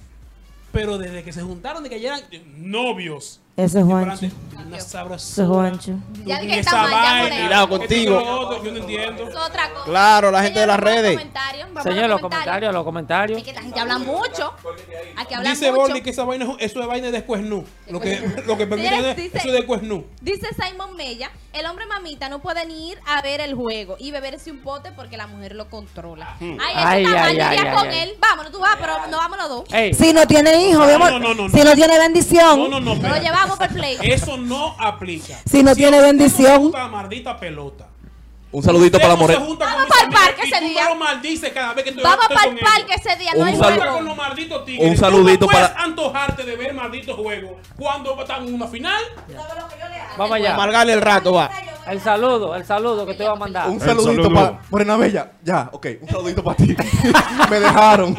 [SPEAKER 1] Pero desde que se juntaron, de que ya eran novios.
[SPEAKER 4] Eso es Juancho.
[SPEAKER 1] Adelante, Una
[SPEAKER 4] Eso es
[SPEAKER 1] sabrosura.
[SPEAKER 4] Juancho.
[SPEAKER 3] Ya
[SPEAKER 1] tú
[SPEAKER 3] dije que
[SPEAKER 1] esa
[SPEAKER 3] está mal, ya
[SPEAKER 1] vaina,
[SPEAKER 3] con
[SPEAKER 8] Cuidado
[SPEAKER 1] esto
[SPEAKER 8] contigo.
[SPEAKER 1] y lo otro, Yo no entiendo.
[SPEAKER 3] Es otra cosa.
[SPEAKER 8] Claro, la gente de las
[SPEAKER 3] vamos a los
[SPEAKER 8] redes.
[SPEAKER 3] comentarios, vamos a
[SPEAKER 5] Señores, los comentarios, los comentarios.
[SPEAKER 3] Es que la gente habla mucho. Hay que hablar
[SPEAKER 1] Dice
[SPEAKER 3] mucho.
[SPEAKER 1] Bordy que esa vaina, es un- eso es vaina de cuesnú. Lo que, lo que permite
[SPEAKER 3] Dice-
[SPEAKER 1] es-
[SPEAKER 3] dice-
[SPEAKER 1] eso es de cuesnú.
[SPEAKER 3] Dice Simon Mella, el hombre mamita no puede ni ir a ver el juego y beberse un pote porque la mujer lo controla. Ay,
[SPEAKER 5] Ah. Ay,
[SPEAKER 3] eso está mal,
[SPEAKER 5] ay,
[SPEAKER 3] yo
[SPEAKER 5] ay,
[SPEAKER 3] iría
[SPEAKER 5] ay,
[SPEAKER 3] con
[SPEAKER 5] ay. Eh.
[SPEAKER 3] él. Vámonos, tú vas, pero no vamos los dos.
[SPEAKER 5] Ey,
[SPEAKER 4] Si no tiene hijo, mi amor.
[SPEAKER 1] no, no, no,
[SPEAKER 4] si no tiene bendición.
[SPEAKER 1] No, no, no,
[SPEAKER 3] Nos lo
[SPEAKER 1] espérate.
[SPEAKER 3] llevamos para el
[SPEAKER 5] Eh,
[SPEAKER 3] play.
[SPEAKER 1] Eso no aplica.
[SPEAKER 4] Si no tiene bendición.
[SPEAKER 1] Puta maldita pelota.
[SPEAKER 6] Un saludito para la
[SPEAKER 1] Usted no
[SPEAKER 6] morena.
[SPEAKER 1] se junta con
[SPEAKER 3] Vamos
[SPEAKER 1] mis
[SPEAKER 3] pa'l
[SPEAKER 1] amigos
[SPEAKER 3] parque
[SPEAKER 1] y
[SPEAKER 3] ese
[SPEAKER 1] tú
[SPEAKER 3] día.
[SPEAKER 1] me lo maldices cada vez que tú
[SPEAKER 3] Vamos
[SPEAKER 1] estoy
[SPEAKER 3] para
[SPEAKER 1] con
[SPEAKER 3] el
[SPEAKER 1] él.
[SPEAKER 3] parque ese día, no
[SPEAKER 6] Un
[SPEAKER 3] hay
[SPEAKER 1] Tú estás
[SPEAKER 3] juego.
[SPEAKER 1] con los malditos tigres.
[SPEAKER 6] Un saludito
[SPEAKER 1] Tú no puedes
[SPEAKER 6] para-
[SPEAKER 1] antojarte de ver malditos juegos cuando están en una final.
[SPEAKER 5] vamos allá.
[SPEAKER 8] Amargarle el rato, va.
[SPEAKER 5] El saludo, el saludo que te va a mandar.
[SPEAKER 6] Un saludito
[SPEAKER 9] saludo.
[SPEAKER 6] para Morena Bella. Ya, ok. Un saludito para ti. me dejaron.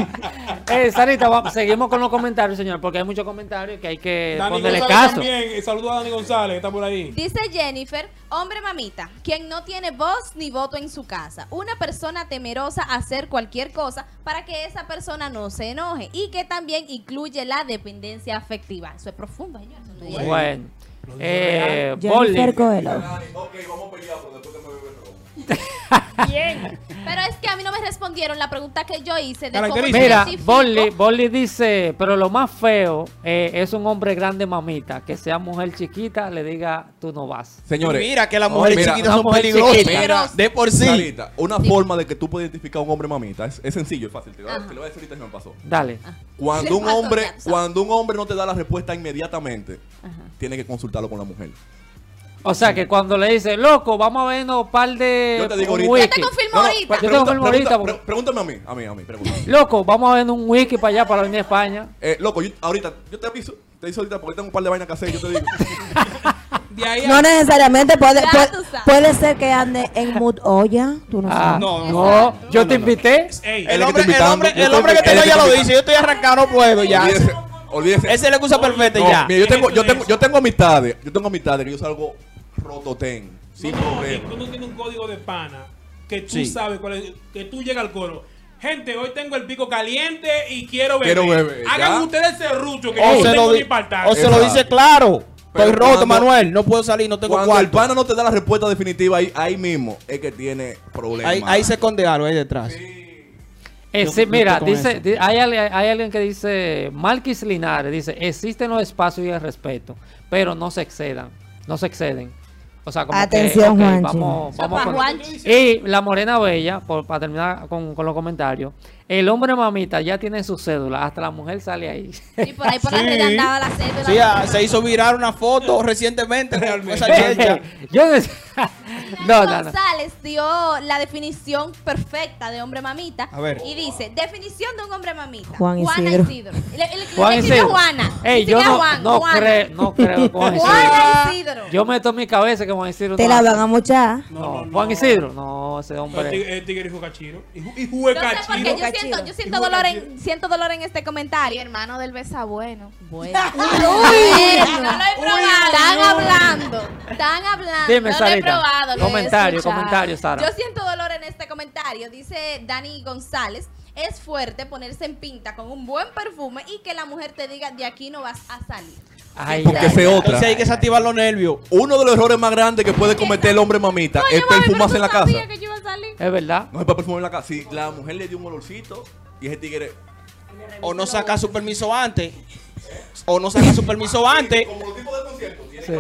[SPEAKER 5] Eh, Sarita, va- seguimos con los comentarios, señor, porque hay muchos comentarios que hay
[SPEAKER 8] Eh,
[SPEAKER 5] que
[SPEAKER 1] Dani
[SPEAKER 5] ponerle
[SPEAKER 1] González
[SPEAKER 5] caso.
[SPEAKER 1] también. Eh, Saludo a Dani González, que está por ahí.
[SPEAKER 3] Dice Jennifer, hombre mamita, quien no tiene voz ni voto en su casa, una persona temerosa a hacer cualquier cosa para que esa persona no se enoje y que también incluye la dependencia afectiva. Eso es profundo, señor. Eso no es-
[SPEAKER 5] Bueno, eh,
[SPEAKER 4] Jennifer
[SPEAKER 5] Boldi,
[SPEAKER 4] Coelho.
[SPEAKER 3] Pero es que a mí no me respondieron la pregunta que yo hice de cómo
[SPEAKER 1] Característica.
[SPEAKER 5] mira,
[SPEAKER 3] identifico-
[SPEAKER 5] Bolly, Bolly dice, pero lo más feo eh, es un hombre grande mamita, que sea mujer chiquita, le diga, tú no vas.
[SPEAKER 6] Señores.
[SPEAKER 8] Mira que las mujeres
[SPEAKER 6] mira,
[SPEAKER 8] chiquitas
[SPEAKER 5] una
[SPEAKER 8] son
[SPEAKER 5] mujer
[SPEAKER 8] peligrosas.
[SPEAKER 5] chiquita.
[SPEAKER 8] Mira, de por sí.
[SPEAKER 6] Sarita, una forma de que tú puedes identificar a un hombre mamita es, es sencillo, es fácil. Te lo, te lo voy a decir ahorita y me pasó.
[SPEAKER 5] Dale.
[SPEAKER 6] Cuando un
[SPEAKER 3] Paso,
[SPEAKER 6] hombre,
[SPEAKER 3] ya,
[SPEAKER 6] cuando un hombre no te da la respuesta inmediatamente, tiene que consultarlo con la mujer.
[SPEAKER 5] O sea, que cuando le dice, loco, vamos a vernos un par de
[SPEAKER 6] Yo te digo
[SPEAKER 5] un
[SPEAKER 6] ahorita.
[SPEAKER 3] Yo te
[SPEAKER 5] Eh, wiki".
[SPEAKER 3] confirmo. ahorita.
[SPEAKER 6] pre-
[SPEAKER 5] Yo
[SPEAKER 6] pregunta-
[SPEAKER 5] tengo que irme
[SPEAKER 6] pregunta-
[SPEAKER 5] ahorita,
[SPEAKER 6] pre- Pregúntame a mí, a mí, a mí, pregúntame.
[SPEAKER 5] Loco, vamos a vernos un wiki para allá, para venir a España.
[SPEAKER 6] Eh, loco, yo, ahorita, yo te aviso, te aviso ahorita porque tengo un par de vainas que hacer, yo te digo.
[SPEAKER 1] De ahí
[SPEAKER 4] No
[SPEAKER 1] a-
[SPEAKER 4] necesariamente puede,
[SPEAKER 3] Ya
[SPEAKER 4] puede,
[SPEAKER 3] tú sabes.
[SPEAKER 4] puede ser que ande en mood olla. Tú no
[SPEAKER 5] Ah,
[SPEAKER 4] sabes.
[SPEAKER 8] No,
[SPEAKER 5] no,
[SPEAKER 8] no, no,
[SPEAKER 5] yo te invité.
[SPEAKER 1] Ey,
[SPEAKER 8] El hombre,
[SPEAKER 6] que te
[SPEAKER 8] el hombre,
[SPEAKER 6] invitando.
[SPEAKER 8] el hombre que
[SPEAKER 6] Él
[SPEAKER 8] tengo
[SPEAKER 6] que
[SPEAKER 8] ya
[SPEAKER 6] te
[SPEAKER 8] lo
[SPEAKER 6] invitando.
[SPEAKER 8] dice. Yo estoy arrancado, no puedo ya. Esa
[SPEAKER 6] Olvídese, olvídese.
[SPEAKER 8] es la excusa perfecta
[SPEAKER 6] No,
[SPEAKER 8] ya.
[SPEAKER 6] mira, yo tengo, yo
[SPEAKER 1] Déjense de
[SPEAKER 6] tengo,
[SPEAKER 1] eso.
[SPEAKER 6] yo tengo amistades, yo tengo amistades que yo salgo rototén, sin
[SPEAKER 1] no, no, y
[SPEAKER 6] problema.
[SPEAKER 1] tú no tienes un código de pana que tú
[SPEAKER 8] Sí.
[SPEAKER 1] sabes cuál es, que tú llegas al coro. Gente, hoy tengo el pico caliente y quiero beber.
[SPEAKER 6] Quiero beber,
[SPEAKER 1] Hagan
[SPEAKER 6] ¿ya?
[SPEAKER 1] ustedes ese rucho que
[SPEAKER 8] O
[SPEAKER 1] yo no
[SPEAKER 8] se,
[SPEAKER 1] tengo
[SPEAKER 8] lo,
[SPEAKER 1] ni
[SPEAKER 8] di-
[SPEAKER 1] para estar.
[SPEAKER 8] o se lo
[SPEAKER 6] Exacto.
[SPEAKER 8] dice claro. Estoy
[SPEAKER 6] Pero
[SPEAKER 8] roto,
[SPEAKER 6] cuando-
[SPEAKER 8] Manuel. No puedo salir, no tengo
[SPEAKER 6] Cuando el
[SPEAKER 8] cuarto.
[SPEAKER 6] pana no te da la respuesta definitiva ahí, ahí mismo, es que tiene problemas.
[SPEAKER 8] Ahí, ahí se esconde algo, ahí detrás.
[SPEAKER 5] Eh,
[SPEAKER 8] Yo-
[SPEAKER 5] sí,
[SPEAKER 8] yo
[SPEAKER 5] mira,
[SPEAKER 8] estoy con
[SPEAKER 5] dice,
[SPEAKER 8] eso.
[SPEAKER 5] di- hay, al- hay alguien que dice, Marquis Linares dice, existen los espacios y el respeto, pero no se excedan, no se exceden. O sea, como
[SPEAKER 4] Atención,
[SPEAKER 5] que, ok,
[SPEAKER 4] Juanchi.
[SPEAKER 5] vamos, vamos
[SPEAKER 3] pa'
[SPEAKER 5] con-
[SPEAKER 3] Juanchi.
[SPEAKER 5] Y la morena bella, por- para terminar con, con los comentarios, el hombre mamita ya tiene su cédula, hasta la mujer sale ahí.
[SPEAKER 3] Y por ahí por la
[SPEAKER 8] Sí.
[SPEAKER 3] red andaba la cédula.
[SPEAKER 8] Sí, ah, se hizo virar una foto recientemente.
[SPEAKER 1] Realmente.
[SPEAKER 8] Esa checha.
[SPEAKER 5] Yo no- no, no, no.
[SPEAKER 3] González dio la definición perfecta de hombre mamita
[SPEAKER 8] A ver.
[SPEAKER 3] y dice definición de un hombre mamita
[SPEAKER 4] Juan
[SPEAKER 3] Juana
[SPEAKER 4] Isidro.
[SPEAKER 3] Isidro Y le, y le-
[SPEAKER 5] Juan
[SPEAKER 3] le escribió
[SPEAKER 5] Isidro.
[SPEAKER 3] Juana
[SPEAKER 5] Ey,
[SPEAKER 3] Ni
[SPEAKER 5] yo
[SPEAKER 3] siquiera
[SPEAKER 5] no,
[SPEAKER 3] Juan,
[SPEAKER 5] no
[SPEAKER 3] Juana.
[SPEAKER 5] creo, no creo, Juan Isidro.
[SPEAKER 3] Juana Isidro
[SPEAKER 5] Yo meto en mi cabeza que Juan Isidro.
[SPEAKER 4] Te
[SPEAKER 5] no
[SPEAKER 4] la
[SPEAKER 5] hace.
[SPEAKER 4] van a mochar.
[SPEAKER 1] No,
[SPEAKER 5] No,
[SPEAKER 1] no, no.
[SPEAKER 5] Juan Isidro, no, ese
[SPEAKER 1] El
[SPEAKER 5] hombre.
[SPEAKER 1] tigre, el tigre hijo cachiro. Y, ju- y
[SPEAKER 3] no
[SPEAKER 1] jue
[SPEAKER 3] sé por qué
[SPEAKER 1] cachiro.
[SPEAKER 3] yo siento, yo siento
[SPEAKER 1] Hijo de
[SPEAKER 3] dolor en
[SPEAKER 1] Cachiro.
[SPEAKER 3] siento dolor en este
[SPEAKER 7] Mi
[SPEAKER 3] comentario
[SPEAKER 7] hermano del besabueno.
[SPEAKER 3] Bueno, Bueno, no lo he probado. Están hablando. Están hablando.
[SPEAKER 5] Dime,
[SPEAKER 3] no lo he
[SPEAKER 5] Sarita.
[SPEAKER 7] probado,
[SPEAKER 3] probado. lo he
[SPEAKER 5] Comentario,
[SPEAKER 3] escuchado.
[SPEAKER 5] comentario, Sara.
[SPEAKER 3] Yo siento dolor en este comentario, dice Dani González. Es fuerte ponerse en pinta con un buen perfume y que la mujer te diga de aquí no vas a salir.
[SPEAKER 5] Ay,
[SPEAKER 6] Porque
[SPEAKER 5] ay,
[SPEAKER 6] se
[SPEAKER 5] ay.
[SPEAKER 6] otra.
[SPEAKER 8] Entonces hay que activar los nervios.
[SPEAKER 6] Uno de los errores más grandes que puede cometer el hombre mamita es
[SPEAKER 3] Coño, mami, pero
[SPEAKER 6] perfumarse
[SPEAKER 3] tú
[SPEAKER 6] en la casa.
[SPEAKER 3] sabías que yo iba a salir.
[SPEAKER 5] Es verdad.
[SPEAKER 6] No se puede perfumar en la casa. Si la mujer le dio un olorcito y ese tigre.
[SPEAKER 8] O no saca su permiso antes. O no saca su permiso antes.
[SPEAKER 6] Como los tipos de concierto, tiene
[SPEAKER 5] Sí.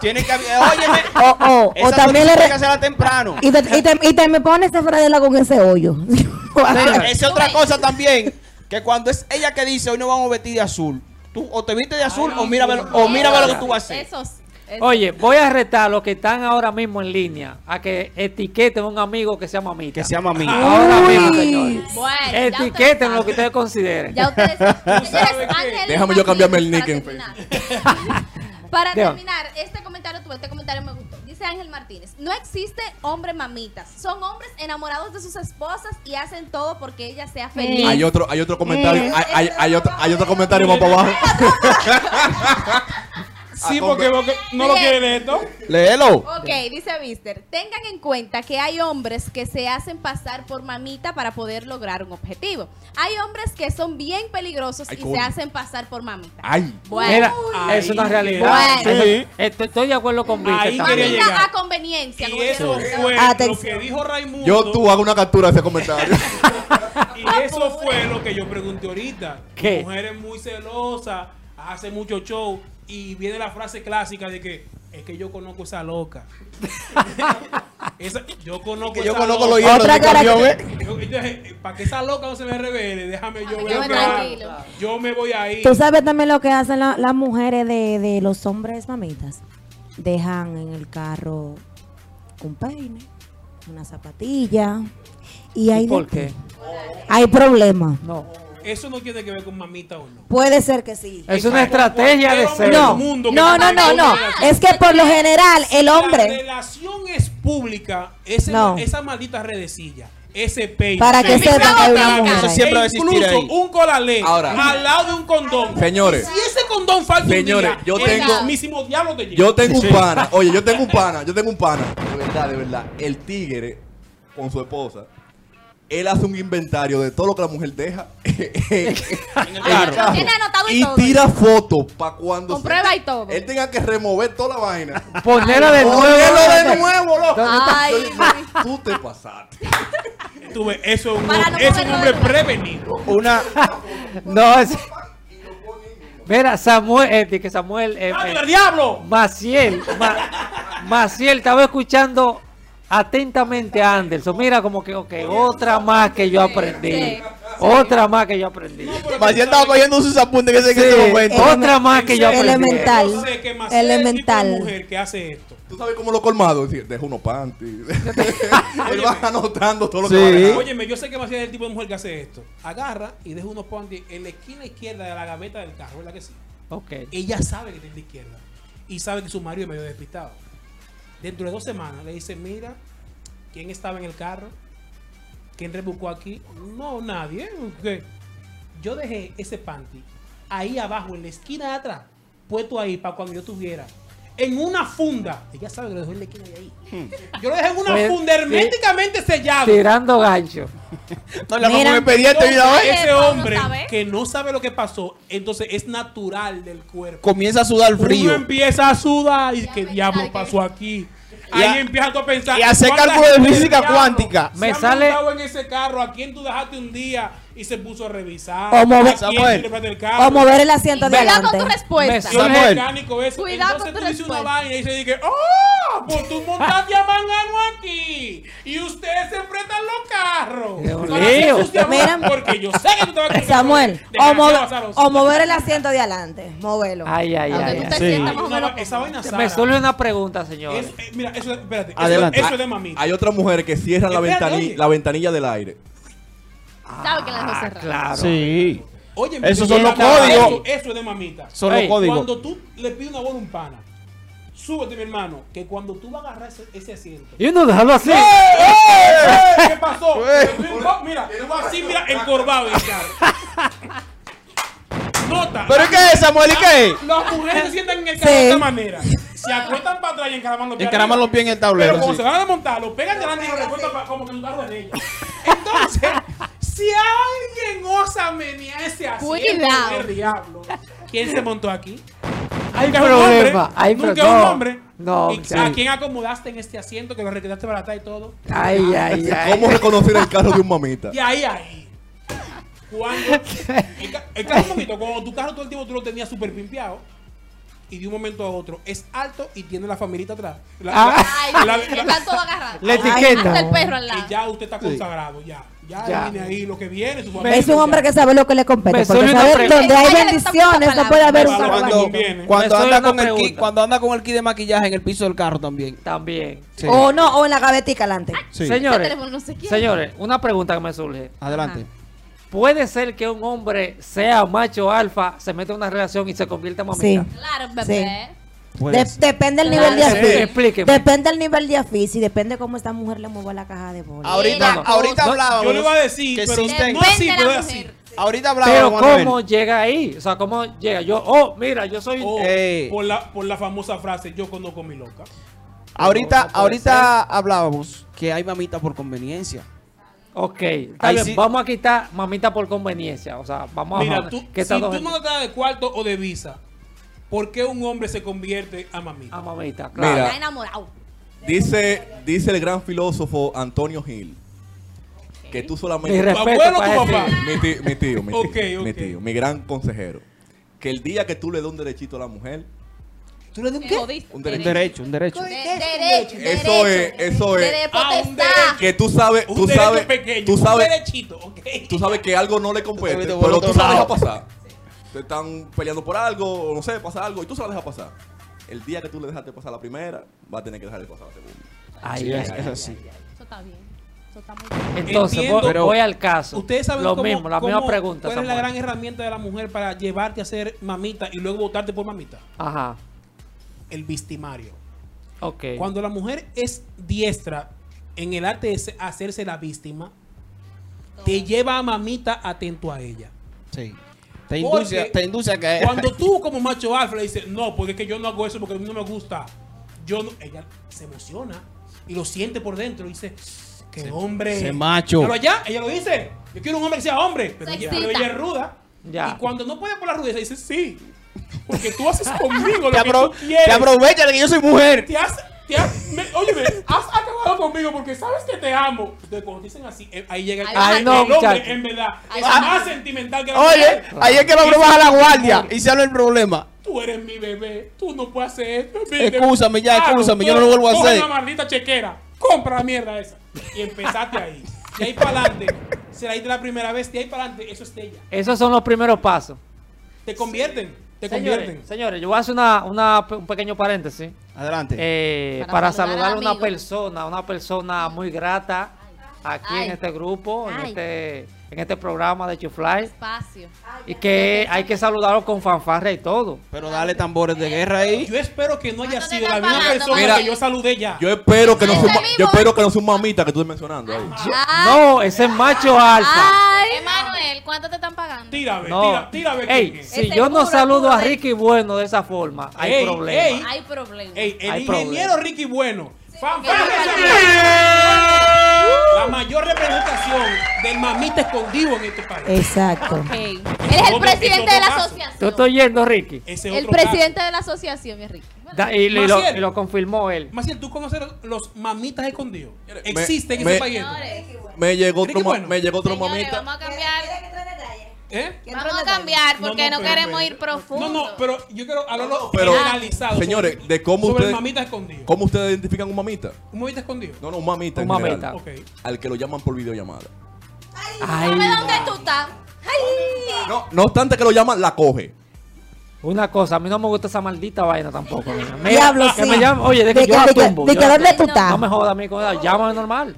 [SPEAKER 8] Tiene que. Óyeme.
[SPEAKER 4] O, o,
[SPEAKER 8] Esa
[SPEAKER 4] Oh, o también le.
[SPEAKER 8] solicitud
[SPEAKER 4] re-
[SPEAKER 8] hay que hacerla temprano.
[SPEAKER 4] y, te, y, te, y te me pones esa franela con ese hoyo.
[SPEAKER 8] Esa es otra cosa también. Que cuando es ella que dice hoy no vamos a vestir de azul. Tú o te viste de azul o mira o Pues mira lo que tú vas a hacer.
[SPEAKER 3] Esos. esos-
[SPEAKER 5] Oye, voy a retar a los que están ahora mismo en línea a que etiqueten a un amigo que sea mamita.
[SPEAKER 8] Que sea mamita.
[SPEAKER 5] Ahora
[SPEAKER 4] Uy.
[SPEAKER 5] mismo, señores.
[SPEAKER 3] Bueno, ya ustedes
[SPEAKER 5] Etiqueten lo
[SPEAKER 3] saben.
[SPEAKER 5] que ustedes consideren.
[SPEAKER 3] Ya ustedes. Señores, Ángel
[SPEAKER 6] Déjame yo cambiarme el
[SPEAKER 3] Martínez,
[SPEAKER 6] nick
[SPEAKER 3] para
[SPEAKER 6] en
[SPEAKER 3] terminar. Para
[SPEAKER 5] Diga.
[SPEAKER 3] terminar, este comentario tuve, este comentario me gustó. Dice Ángel Martínez, no existe hombre mamitas. Son hombres enamorados de sus esposas y hacen todo porque ella sea feliz.
[SPEAKER 6] Hay otro, hay otro comentario,
[SPEAKER 4] Eh.
[SPEAKER 6] hay, hay, hay otro, hay otro comentario más para abajo. Ah,
[SPEAKER 1] Sí, porque porque no lo quieren esto.
[SPEAKER 8] Léelo.
[SPEAKER 3] Ok, dice Mister, tengan en cuenta que hay hombres que se hacen pasar por mamita para poder lograr un objetivo. Hay hombres que son bien peligrosos
[SPEAKER 6] Ay,
[SPEAKER 3] y
[SPEAKER 6] coño.
[SPEAKER 3] se hacen pasar por mamita.
[SPEAKER 6] Ay.
[SPEAKER 3] Bueno,
[SPEAKER 5] Mira,
[SPEAKER 1] Ay,
[SPEAKER 5] es una realidad.
[SPEAKER 3] bueno.
[SPEAKER 5] Eso-
[SPEAKER 1] Sí.
[SPEAKER 5] Estoy, estoy de acuerdo con
[SPEAKER 1] Ahí
[SPEAKER 5] Vicente. también.
[SPEAKER 1] quería llegar.
[SPEAKER 3] mamita a conveniencia.
[SPEAKER 1] Y
[SPEAKER 3] como
[SPEAKER 1] eso
[SPEAKER 3] dicen.
[SPEAKER 1] fue lo que
[SPEAKER 4] Atención.
[SPEAKER 1] dijo Raimundo.
[SPEAKER 6] Yo tú hago una captura de ese comentario.
[SPEAKER 1] Y eso fue lo que yo pregunté ahorita.
[SPEAKER 5] ¿Qué?
[SPEAKER 1] Mujeres muy celosas, hace mucho show y viene la frase clásica de que es que yo conozco esa loca. Esa- yo conozco
[SPEAKER 6] Que yo
[SPEAKER 1] esa
[SPEAKER 6] conozco
[SPEAKER 1] loca.
[SPEAKER 6] los hierros
[SPEAKER 4] Otra
[SPEAKER 6] del camión,
[SPEAKER 4] caracter-
[SPEAKER 6] ¿eh?
[SPEAKER 1] para que esa loca no se me revele, déjame yo
[SPEAKER 3] Déjame
[SPEAKER 1] ver.
[SPEAKER 3] Ah, yo
[SPEAKER 1] qué hago.
[SPEAKER 3] tranquilo.
[SPEAKER 1] Yo me voy ahí.
[SPEAKER 4] Tú sabes también lo que hacen la- las mujeres de, de los hombres mamitas. Dejan en el carro un peine, una zapatilla. Y hay,
[SPEAKER 5] ¿Y
[SPEAKER 4] de
[SPEAKER 5] ¿Por
[SPEAKER 4] ti.
[SPEAKER 5] qué?
[SPEAKER 4] hay problemas.
[SPEAKER 5] No.
[SPEAKER 1] Eso no tiene que ver con mamita o no.
[SPEAKER 4] Puede ser que sí.
[SPEAKER 5] Es una estrategia de
[SPEAKER 1] Cualquier
[SPEAKER 5] ser.
[SPEAKER 1] hombre
[SPEAKER 4] No,
[SPEAKER 1] del mundo que
[SPEAKER 4] no,
[SPEAKER 1] se
[SPEAKER 4] no, no, no.
[SPEAKER 1] relacione-
[SPEAKER 4] Es que por lo general el
[SPEAKER 1] La
[SPEAKER 4] hombre,
[SPEAKER 1] relación es pública. Ese,
[SPEAKER 4] No.
[SPEAKER 1] Esa maldita redecilla. Ese peine.
[SPEAKER 4] para que
[SPEAKER 1] Ese
[SPEAKER 4] sepa que hay una
[SPEAKER 3] Eso
[SPEAKER 4] mujer
[SPEAKER 8] Eso
[SPEAKER 4] ahí.
[SPEAKER 8] siempre va a
[SPEAKER 1] E
[SPEAKER 8] existir
[SPEAKER 1] incluso
[SPEAKER 8] ahí.
[SPEAKER 1] un colalé
[SPEAKER 6] Ahora.
[SPEAKER 1] al lado de un condón.
[SPEAKER 6] Señores.
[SPEAKER 1] Y si ese condón falta un
[SPEAKER 6] Señores,
[SPEAKER 1] día,
[SPEAKER 6] yo
[SPEAKER 1] el
[SPEAKER 6] tengo-
[SPEAKER 1] mismísimo diablo te lleva.
[SPEAKER 6] Yo tengo un pana, oye, yo tengo un pana, yo tengo un pana. De verdad, de verdad. El tigre con su esposa, él hace un inventario de todo lo que la mujer deja en el
[SPEAKER 3] carro. Lo tiene anotado y
[SPEAKER 6] y
[SPEAKER 3] todo. ¿eh?
[SPEAKER 6] tira fotos para cuando
[SPEAKER 3] Con prueba y todo.
[SPEAKER 6] Él tenga que remover toda la vaina.
[SPEAKER 5] Ponerlo de nuevo.
[SPEAKER 6] Ponerlo de nuevo, loco.
[SPEAKER 3] Ay,
[SPEAKER 6] Yo dije,
[SPEAKER 3] Luis.
[SPEAKER 6] Tú te pasaste.
[SPEAKER 1] Tú ves, eso es un,
[SPEAKER 3] Para no
[SPEAKER 1] es un
[SPEAKER 3] comerlo
[SPEAKER 1] hombre
[SPEAKER 3] de nuevo.
[SPEAKER 1] prevenido.
[SPEAKER 8] Una
[SPEAKER 5] No, es- Mira, Samuel, eh, di que Samuel, eh, eh,
[SPEAKER 1] ¡Diablo, diablo!
[SPEAKER 5] Maciel, Ma- Maciel, estaba escuchando atentamente a Anderson. Mira, como que, ok, otra más que yo aprendí.
[SPEAKER 3] sí.
[SPEAKER 5] Otra más que yo aprendí.
[SPEAKER 8] Maciel estaba cogiendo sus apuntes que se
[SPEAKER 5] Sí, otra más que yo aprendí.
[SPEAKER 4] Elemental.
[SPEAKER 1] Yo sé que más es el tipo de
[SPEAKER 4] Elemental.
[SPEAKER 1] mujer que hace esto.
[SPEAKER 6] Tú sabes cómo lo colmado. Es decir, deja unos panties. Él va anotando todo lo que va
[SPEAKER 8] Sí.
[SPEAKER 6] dejando.
[SPEAKER 1] Óyeme, yo sé que más es el tipo de mujer que hace esto. Agarra y deja unos panties en la esquina izquierda de la gaveta del carro, ¿verdad que sí?
[SPEAKER 5] Ok.
[SPEAKER 1] Ella sabe que está en la izquierda y sabe que su marido es medio despistado. Dentro de dos semanas le dice, mira, ¿quién estaba en el carro? ¿Quién rebuscó aquí? No, nadie. ¿Qué? Yo dejé ese panty ahí abajo, en la esquina de atrás, puesto ahí para cuando yo tuviera. En una funda. Ella sabe que lo dejó en la esquina de ahí. Yo lo dejé en una
[SPEAKER 5] Pues,
[SPEAKER 1] funda
[SPEAKER 5] sí.
[SPEAKER 1] herméticamente sellado.
[SPEAKER 5] Tirando gancho.
[SPEAKER 8] No, la
[SPEAKER 4] Mira.
[SPEAKER 8] mamá expediente mira,
[SPEAKER 3] Entonces-
[SPEAKER 8] ¿eh?
[SPEAKER 1] Ese
[SPEAKER 3] Pablo
[SPEAKER 1] hombre
[SPEAKER 3] sabe.
[SPEAKER 1] que no sabe lo que pasó, entonces es natural del cuerpo.
[SPEAKER 8] Comienza a sudar
[SPEAKER 1] Uno
[SPEAKER 8] frío.
[SPEAKER 1] empieza a sudar y que
[SPEAKER 3] pensar
[SPEAKER 1] diablo
[SPEAKER 3] que-
[SPEAKER 1] pasó aquí.
[SPEAKER 8] Y a-
[SPEAKER 1] Ahí empiezas tú a pensar.
[SPEAKER 8] y a hacer
[SPEAKER 1] ¿cuánta
[SPEAKER 8] cálculo de
[SPEAKER 1] gente,
[SPEAKER 8] física
[SPEAKER 1] diablo,
[SPEAKER 8] cuántica?
[SPEAKER 1] se
[SPEAKER 5] Me
[SPEAKER 1] ha
[SPEAKER 5] sale-
[SPEAKER 1] montado en ese carro, a quién tú dejaste un día y se puso a revisar.
[SPEAKER 4] O
[SPEAKER 1] ¿A quién
[SPEAKER 4] mover-
[SPEAKER 1] tú
[SPEAKER 8] Samuel.
[SPEAKER 1] le prestaste el
[SPEAKER 4] O
[SPEAKER 1] carro?
[SPEAKER 4] mover el asiento de
[SPEAKER 3] Cuidado
[SPEAKER 4] adelante.
[SPEAKER 3] con tu respuesta.
[SPEAKER 5] Me-
[SPEAKER 1] Yo
[SPEAKER 8] Samuel.
[SPEAKER 1] el mecánico eso.
[SPEAKER 3] Cuidado
[SPEAKER 1] Entonces
[SPEAKER 3] con
[SPEAKER 1] tú
[SPEAKER 3] tu
[SPEAKER 1] dices una
[SPEAKER 3] respuesta.
[SPEAKER 1] vaina y se dice, ¡Oh! Pues tú montaste a Mangano aquí. Y ustedes se prestan los carros.
[SPEAKER 5] Qué
[SPEAKER 1] Para hacer
[SPEAKER 5] lío.
[SPEAKER 1] sus diablos,
[SPEAKER 4] Mira.
[SPEAKER 1] Porque yo sé que tú te vas a cruzar.
[SPEAKER 4] Samuel, o,
[SPEAKER 1] Demasiado
[SPEAKER 4] mover-
[SPEAKER 1] azaroso.
[SPEAKER 4] o mover el asiento de adelante. Móvelo.
[SPEAKER 5] Ay, ay,
[SPEAKER 3] Aunque
[SPEAKER 5] ay.
[SPEAKER 3] tú
[SPEAKER 5] ay.
[SPEAKER 3] te
[SPEAKER 8] Sí.
[SPEAKER 3] sientas
[SPEAKER 1] Ay,
[SPEAKER 3] más o
[SPEAKER 1] una
[SPEAKER 3] menos
[SPEAKER 1] va- esa vaina
[SPEAKER 5] Me
[SPEAKER 1] Sara.
[SPEAKER 5] surge una pregunta, señor.
[SPEAKER 1] Es- eh, mira, eso, espérate, eso-
[SPEAKER 8] Adelante.
[SPEAKER 1] Eso, es de mamita.
[SPEAKER 6] Hay otras mujeres que cierran la,
[SPEAKER 1] Espérate,
[SPEAKER 6] ventani-
[SPEAKER 1] oye.
[SPEAKER 6] la ventanilla del aire.
[SPEAKER 3] Sabe que la
[SPEAKER 1] Ah,
[SPEAKER 3] dejó cerrada.
[SPEAKER 5] Claro.
[SPEAKER 8] Sí.
[SPEAKER 1] Oye,
[SPEAKER 8] Esos
[SPEAKER 1] mira,
[SPEAKER 8] son los
[SPEAKER 1] nada,
[SPEAKER 8] códigos.
[SPEAKER 1] Eso, eso es de mamita.
[SPEAKER 8] Son los
[SPEAKER 5] Ey,
[SPEAKER 8] códigos.
[SPEAKER 1] Cuando tú le pides una bola a un pana, súbete, mi hermano, que cuando tú vas a agarrar ese, ese asiento.
[SPEAKER 5] Y uno déjalo así.
[SPEAKER 8] ¡Eh!
[SPEAKER 1] ¿Qué pasó? Mira, tú vas así, mira, encorvado en el carro. Nota.
[SPEAKER 8] ¿Pero
[SPEAKER 1] la-
[SPEAKER 8] qué es, Samuel? ¿Y qué es?
[SPEAKER 1] Las mujeres se sientan en el carro de esta manera. Se acuestan para atrás y encaraman los pies.
[SPEAKER 8] Encaraman los pies en el tablero,
[SPEAKER 1] Pero como
[SPEAKER 8] sí.
[SPEAKER 1] se van a montar, lo pegan delante y lo recuestan pa- como que el carro es de ellas. Entonces, si alguien osa menear ese asiento
[SPEAKER 3] Cuidado.
[SPEAKER 1] del diablo, ¿quién se montó aquí?
[SPEAKER 5] Hay
[SPEAKER 1] Nunca es un
[SPEAKER 5] problema.
[SPEAKER 1] hombre,
[SPEAKER 5] Hay
[SPEAKER 1] Nunca
[SPEAKER 5] problema.
[SPEAKER 1] es un hombre.
[SPEAKER 5] No,
[SPEAKER 1] ¿Y
[SPEAKER 5] sí.
[SPEAKER 1] ¿A quién acomodaste en este asiento que lo requetaste para atrás y todo?
[SPEAKER 5] Ay, ay, ay.
[SPEAKER 6] ¿Cómo reconocer el carro de un mamita?
[SPEAKER 1] De ahí a ahí. Cuando. El, ca- el carro es bonito, cuando tu carro todo el tiempo tú lo tenías súper pimpeado. y de un momento a otro es alto y tiene la familita atrás. La-
[SPEAKER 5] Ah.
[SPEAKER 1] la- la-
[SPEAKER 3] Ay, sí,
[SPEAKER 1] la-
[SPEAKER 3] están todos agarrados.
[SPEAKER 5] La etiqueta.
[SPEAKER 3] Hasta el perro al lado.
[SPEAKER 1] y ya usted está consagrado, ya. Ya,
[SPEAKER 5] Ya.
[SPEAKER 1] viene ahí lo que viene. Su familia,
[SPEAKER 4] Es un hombre
[SPEAKER 1] ya.
[SPEAKER 4] que sabe lo que le compete.
[SPEAKER 5] Me
[SPEAKER 4] Porque
[SPEAKER 5] suena una
[SPEAKER 4] sabe
[SPEAKER 5] pregunta.
[SPEAKER 4] donde hay
[SPEAKER 3] Ella le gusta mucho
[SPEAKER 4] bendiciones,
[SPEAKER 3] la
[SPEAKER 4] no puede haber un
[SPEAKER 1] palabra.
[SPEAKER 8] Cuando,
[SPEAKER 4] trabajo.
[SPEAKER 1] Conviene.
[SPEAKER 5] Me
[SPEAKER 8] cuando,
[SPEAKER 5] suena
[SPEAKER 8] anda
[SPEAKER 5] una
[SPEAKER 8] con el kit,
[SPEAKER 5] pregunta.
[SPEAKER 8] cuando anda con el kit de maquillaje en el piso del carro también.
[SPEAKER 5] También.
[SPEAKER 8] Sí.
[SPEAKER 4] O no, o en la gavetica adelante.
[SPEAKER 8] Sí.
[SPEAKER 3] Ese
[SPEAKER 5] Señores,
[SPEAKER 3] teléfono no se quiere.
[SPEAKER 5] señores, una pregunta que me surge.
[SPEAKER 8] Adelante.
[SPEAKER 5] ¿Puede ser que un hombre sea macho alfa, se meta en una relación y se convierta en mamita?
[SPEAKER 4] Sí.
[SPEAKER 3] Claro, bebé.
[SPEAKER 4] De-
[SPEAKER 8] Pues,
[SPEAKER 4] depende del
[SPEAKER 3] Claro.
[SPEAKER 4] nivel de
[SPEAKER 5] Sí,
[SPEAKER 4] afición.
[SPEAKER 5] explíqueme.
[SPEAKER 4] Depende del nivel de afición y depende cómo esta mujer le mueva la caja de bola.
[SPEAKER 8] Ahorita,
[SPEAKER 5] no, no.
[SPEAKER 8] ahorita
[SPEAKER 5] No,
[SPEAKER 8] hablábamos.
[SPEAKER 1] Yo le iba a decir,
[SPEAKER 8] que
[SPEAKER 1] pero
[SPEAKER 8] existen-
[SPEAKER 1] no así,
[SPEAKER 3] Depende de
[SPEAKER 1] pero
[SPEAKER 3] la
[SPEAKER 1] es así.
[SPEAKER 3] mujer.
[SPEAKER 8] Ahorita
[SPEAKER 5] Pero
[SPEAKER 8] hablábamos. Manuel.
[SPEAKER 5] ¿cómo llega ahí? O sea, ¿cómo llega? Yo, oh, mira, yo soy...
[SPEAKER 1] O
[SPEAKER 8] Ey.
[SPEAKER 1] por, la, por la famosa frase, yo conozco a mi loca.
[SPEAKER 8] Ahorita,
[SPEAKER 5] No puede
[SPEAKER 8] ahorita hablábamos que hay mamita por conveniencia.
[SPEAKER 5] Ok, está
[SPEAKER 8] Ahí
[SPEAKER 5] bien,
[SPEAKER 8] sí.
[SPEAKER 5] vamos a quitar mamita por conveniencia. O sea, vamos a...
[SPEAKER 1] Mira,
[SPEAKER 5] joder,
[SPEAKER 1] tú, si
[SPEAKER 5] que estas dos
[SPEAKER 1] tú
[SPEAKER 5] gente-
[SPEAKER 1] no estás de cuarto o de visa, ¿por qué un hombre se convierte a mamita?
[SPEAKER 5] A mamita, claro.
[SPEAKER 6] Mira.
[SPEAKER 3] Está enamorado.
[SPEAKER 6] Dice, dice el gran filósofo Antonio Gil que tú
[SPEAKER 5] Mi
[SPEAKER 6] solamente
[SPEAKER 1] re-
[SPEAKER 5] respeto
[SPEAKER 1] abuelo,
[SPEAKER 5] para este-
[SPEAKER 1] tu
[SPEAKER 5] ese
[SPEAKER 1] papá.
[SPEAKER 5] tío.
[SPEAKER 6] mi tío, mi tío, mi tío,
[SPEAKER 1] Ok, ok.
[SPEAKER 6] mi tío, mi gran consejero, que el día que tú le das un derechito a la mujer,
[SPEAKER 8] ¿Tú le
[SPEAKER 3] Me jodiste.
[SPEAKER 6] Un
[SPEAKER 8] Un
[SPEAKER 6] derecho.
[SPEAKER 8] derecho, un derecho.
[SPEAKER 3] De- derecho,
[SPEAKER 6] Eso
[SPEAKER 3] derecho.
[SPEAKER 6] es, eso es.
[SPEAKER 3] De
[SPEAKER 1] Ah, un
[SPEAKER 3] potestad.
[SPEAKER 6] que tú sabes,
[SPEAKER 1] Un
[SPEAKER 6] tú
[SPEAKER 1] derecho
[SPEAKER 6] sabes,
[SPEAKER 1] pequeño,
[SPEAKER 6] tú sabes,
[SPEAKER 1] un derechito, ok.
[SPEAKER 6] tú sabes que algo no le compete,
[SPEAKER 8] Tú te metes por
[SPEAKER 6] pero
[SPEAKER 8] otro
[SPEAKER 6] tú se la dejas
[SPEAKER 8] lado.
[SPEAKER 6] pasar. Te están peleando por algo, o no sé, pasa algo, y tú se la dejas pasar. El día que tú le dejaste pasar la primera, va a tener que dejar de pasar la segunda.
[SPEAKER 5] Ahí
[SPEAKER 8] Sí,
[SPEAKER 5] es.
[SPEAKER 8] es así.
[SPEAKER 1] eh.
[SPEAKER 3] Eso está bien. Eso está muy bien.
[SPEAKER 5] Entonces,
[SPEAKER 1] Entiendo,
[SPEAKER 5] voy,
[SPEAKER 1] pero-
[SPEAKER 5] voy al caso.
[SPEAKER 1] Ustedes saben
[SPEAKER 5] Lo
[SPEAKER 1] cómo-
[SPEAKER 5] mismo, la misma
[SPEAKER 1] cómo-
[SPEAKER 5] pregunta.
[SPEAKER 1] ¿Cuál es la
[SPEAKER 5] Samuel.
[SPEAKER 1] gran herramienta de la mujer para llevarte a ser mamita y luego votarte por mamita?
[SPEAKER 5] Ajá,
[SPEAKER 1] El vistimario.
[SPEAKER 5] ok.
[SPEAKER 1] Cuando la mujer es diestra en el arte de se- hacerse la víctima, te lleva a mamita atento a ella.
[SPEAKER 8] Sí.
[SPEAKER 1] Porque
[SPEAKER 8] Te induce, te induce a caer.
[SPEAKER 1] Cuando tú como macho alfa le dices, no, porque es que yo no hago eso porque a mí no me gusta. Yo no-". Ella se emociona y lo siente por dentro y dice, qué hombre.
[SPEAKER 8] se macho.
[SPEAKER 1] Pero allá, ella lo dice, yo quiero un hombre que sea hombre. Pero,
[SPEAKER 3] Se
[SPEAKER 1] ella,
[SPEAKER 3] excita.
[SPEAKER 1] pero ella es ruda.
[SPEAKER 5] Ya.
[SPEAKER 1] Y cuando no puede por la rudeza, dice, sí. Porque tú haces conmigo lo que
[SPEAKER 8] Te,
[SPEAKER 1] tú
[SPEAKER 8] apro
[SPEAKER 1] quieres.
[SPEAKER 8] te aprovecha de que yo soy mujer.
[SPEAKER 1] Te has, te has, me, óyeme, has acabado conmigo porque sabes que te amo. Entonces, cuando dicen así, eh, ahí llega el,
[SPEAKER 3] Ay,
[SPEAKER 5] no,
[SPEAKER 1] el hombre,
[SPEAKER 5] muchacho.
[SPEAKER 1] en verdad,
[SPEAKER 3] Ay,
[SPEAKER 1] es
[SPEAKER 3] no.
[SPEAKER 1] más sentimental que la
[SPEAKER 8] Oye,
[SPEAKER 1] mujer.
[SPEAKER 8] ahí es que el hombre
[SPEAKER 1] Eso
[SPEAKER 8] baja
[SPEAKER 1] es
[SPEAKER 8] la
[SPEAKER 1] amor.
[SPEAKER 8] guardia y se habla el problema.
[SPEAKER 1] Tú eres mi bebé, tú no puedes hacer esto.
[SPEAKER 8] Excúsame ya, excúsame,
[SPEAKER 1] escúchame,
[SPEAKER 8] yo no lo vuelvo a hacer.
[SPEAKER 1] una maldita chequera, compra la mierda esa. Y empezaste ahí. Y ahí para adelante, se la diste la primera vez, y ahí para adelante, eso es de ella.
[SPEAKER 5] Esos son los primeros pasos.
[SPEAKER 1] Te convierten, te
[SPEAKER 5] Señores,
[SPEAKER 1] convierten.
[SPEAKER 5] señores, yo voy a hacer una, una- un pequeño paréntesis.
[SPEAKER 8] Adelante.
[SPEAKER 5] Eh,
[SPEAKER 3] Para
[SPEAKER 5] para,
[SPEAKER 3] saludar
[SPEAKER 5] saludar a
[SPEAKER 3] al
[SPEAKER 5] una
[SPEAKER 3] amigo.
[SPEAKER 5] persona, una persona muy grata aquí
[SPEAKER 3] Ay.
[SPEAKER 5] en este grupo, en
[SPEAKER 3] Ay.
[SPEAKER 5] este, en este programa de Chufly.
[SPEAKER 3] Espacio.
[SPEAKER 5] Y que hay que saludarlo con fanfarra y todo.
[SPEAKER 8] Pero dale tambores de guerra ahí.
[SPEAKER 1] Yo espero que no haya
[SPEAKER 3] ¿Cuánto te
[SPEAKER 1] sido la
[SPEAKER 3] estás
[SPEAKER 1] misma
[SPEAKER 3] pagando,
[SPEAKER 1] persona
[SPEAKER 6] Mira,
[SPEAKER 1] que yo saludé ya.
[SPEAKER 6] Yo espero que no
[SPEAKER 3] Ese
[SPEAKER 6] sea, un ma-
[SPEAKER 3] mismo.
[SPEAKER 6] yo espero que no sea un mamita que tú estás mencionando ahí.
[SPEAKER 3] Ay,
[SPEAKER 5] No, ese es macho alfa.
[SPEAKER 3] ay.
[SPEAKER 7] Emanuel, ¿cuánto te están pagando?
[SPEAKER 1] Tira, ve,
[SPEAKER 5] No.
[SPEAKER 1] tira, tira, ve.
[SPEAKER 5] Ey,
[SPEAKER 1] quién es.
[SPEAKER 5] si
[SPEAKER 3] Ese
[SPEAKER 5] yo no
[SPEAKER 3] puro,
[SPEAKER 5] saludo
[SPEAKER 3] puro
[SPEAKER 5] a
[SPEAKER 3] de-
[SPEAKER 5] Ricky Bueno de esa forma, hay
[SPEAKER 1] Ey,
[SPEAKER 5] problema.
[SPEAKER 1] ey.
[SPEAKER 3] Hay problema.
[SPEAKER 1] Ey, el
[SPEAKER 5] Hay
[SPEAKER 1] ingeniero
[SPEAKER 5] problema.
[SPEAKER 1] Ricky Bueno.
[SPEAKER 3] porque
[SPEAKER 1] Fanfarra
[SPEAKER 3] yo
[SPEAKER 1] esa
[SPEAKER 3] también.
[SPEAKER 1] mierda. La mayor representación del mamita escondido en este país.
[SPEAKER 4] Exacto.
[SPEAKER 3] Ok. Él es el
[SPEAKER 1] otro- es
[SPEAKER 3] presidente
[SPEAKER 1] otro
[SPEAKER 3] de la
[SPEAKER 1] caso.
[SPEAKER 3] asociación.
[SPEAKER 5] Tú estoy yendo, Ricky.
[SPEAKER 1] Ese
[SPEAKER 3] El
[SPEAKER 1] otro caso.
[SPEAKER 3] presidente de la asociación, mi rico.
[SPEAKER 5] Da- y, y lo,
[SPEAKER 1] Maciel.
[SPEAKER 5] y lo confirmó él.
[SPEAKER 1] Maciel, ¿tú conoces los mamitas escondidos? ¿Existen en
[SPEAKER 6] me-
[SPEAKER 1] ese país?
[SPEAKER 6] Me llegó otro,
[SPEAKER 1] Ricky,
[SPEAKER 6] ma-
[SPEAKER 1] bueno.
[SPEAKER 6] me llegó otro
[SPEAKER 7] Señores,
[SPEAKER 6] mamita.
[SPEAKER 7] vamos a cambiar,
[SPEAKER 1] ¿Eh?
[SPEAKER 7] vamos a cambiar porque
[SPEAKER 1] No,
[SPEAKER 7] no,
[SPEAKER 1] no, pero-
[SPEAKER 7] queremos ir profundo.
[SPEAKER 1] No, no, pero yo quiero hablarlo
[SPEAKER 6] pero,
[SPEAKER 1] generalizado. sobre-
[SPEAKER 6] señores, de cómo
[SPEAKER 1] sobre
[SPEAKER 6] ustedes-
[SPEAKER 1] el mamita escondido.
[SPEAKER 6] ¿Cómo ustedes identifican un mamita?
[SPEAKER 1] ¿Un mamita escondido?
[SPEAKER 6] No, no, un mamita.
[SPEAKER 5] Un
[SPEAKER 6] en general.
[SPEAKER 5] mamita.
[SPEAKER 1] Ok.
[SPEAKER 6] Al que lo llaman por videollamada.
[SPEAKER 5] Ay,
[SPEAKER 3] ¿Sabes dónde tú estás? ¡Ay!
[SPEAKER 6] No, no obstante que lo llaman, la coge.
[SPEAKER 5] una cosa, a mí no me gusta esa maldita vaina tampoco. niña. Mira,
[SPEAKER 4] Diablo,
[SPEAKER 5] que
[SPEAKER 4] sí.
[SPEAKER 5] me llame- oye, de que yo la
[SPEAKER 4] de que-
[SPEAKER 5] tumbo,
[SPEAKER 4] de
[SPEAKER 5] yo
[SPEAKER 4] que
[SPEAKER 5] la
[SPEAKER 4] dónde
[SPEAKER 5] tumbo.
[SPEAKER 4] tú estás.
[SPEAKER 5] No me jodas a mí con eso, llámame normal.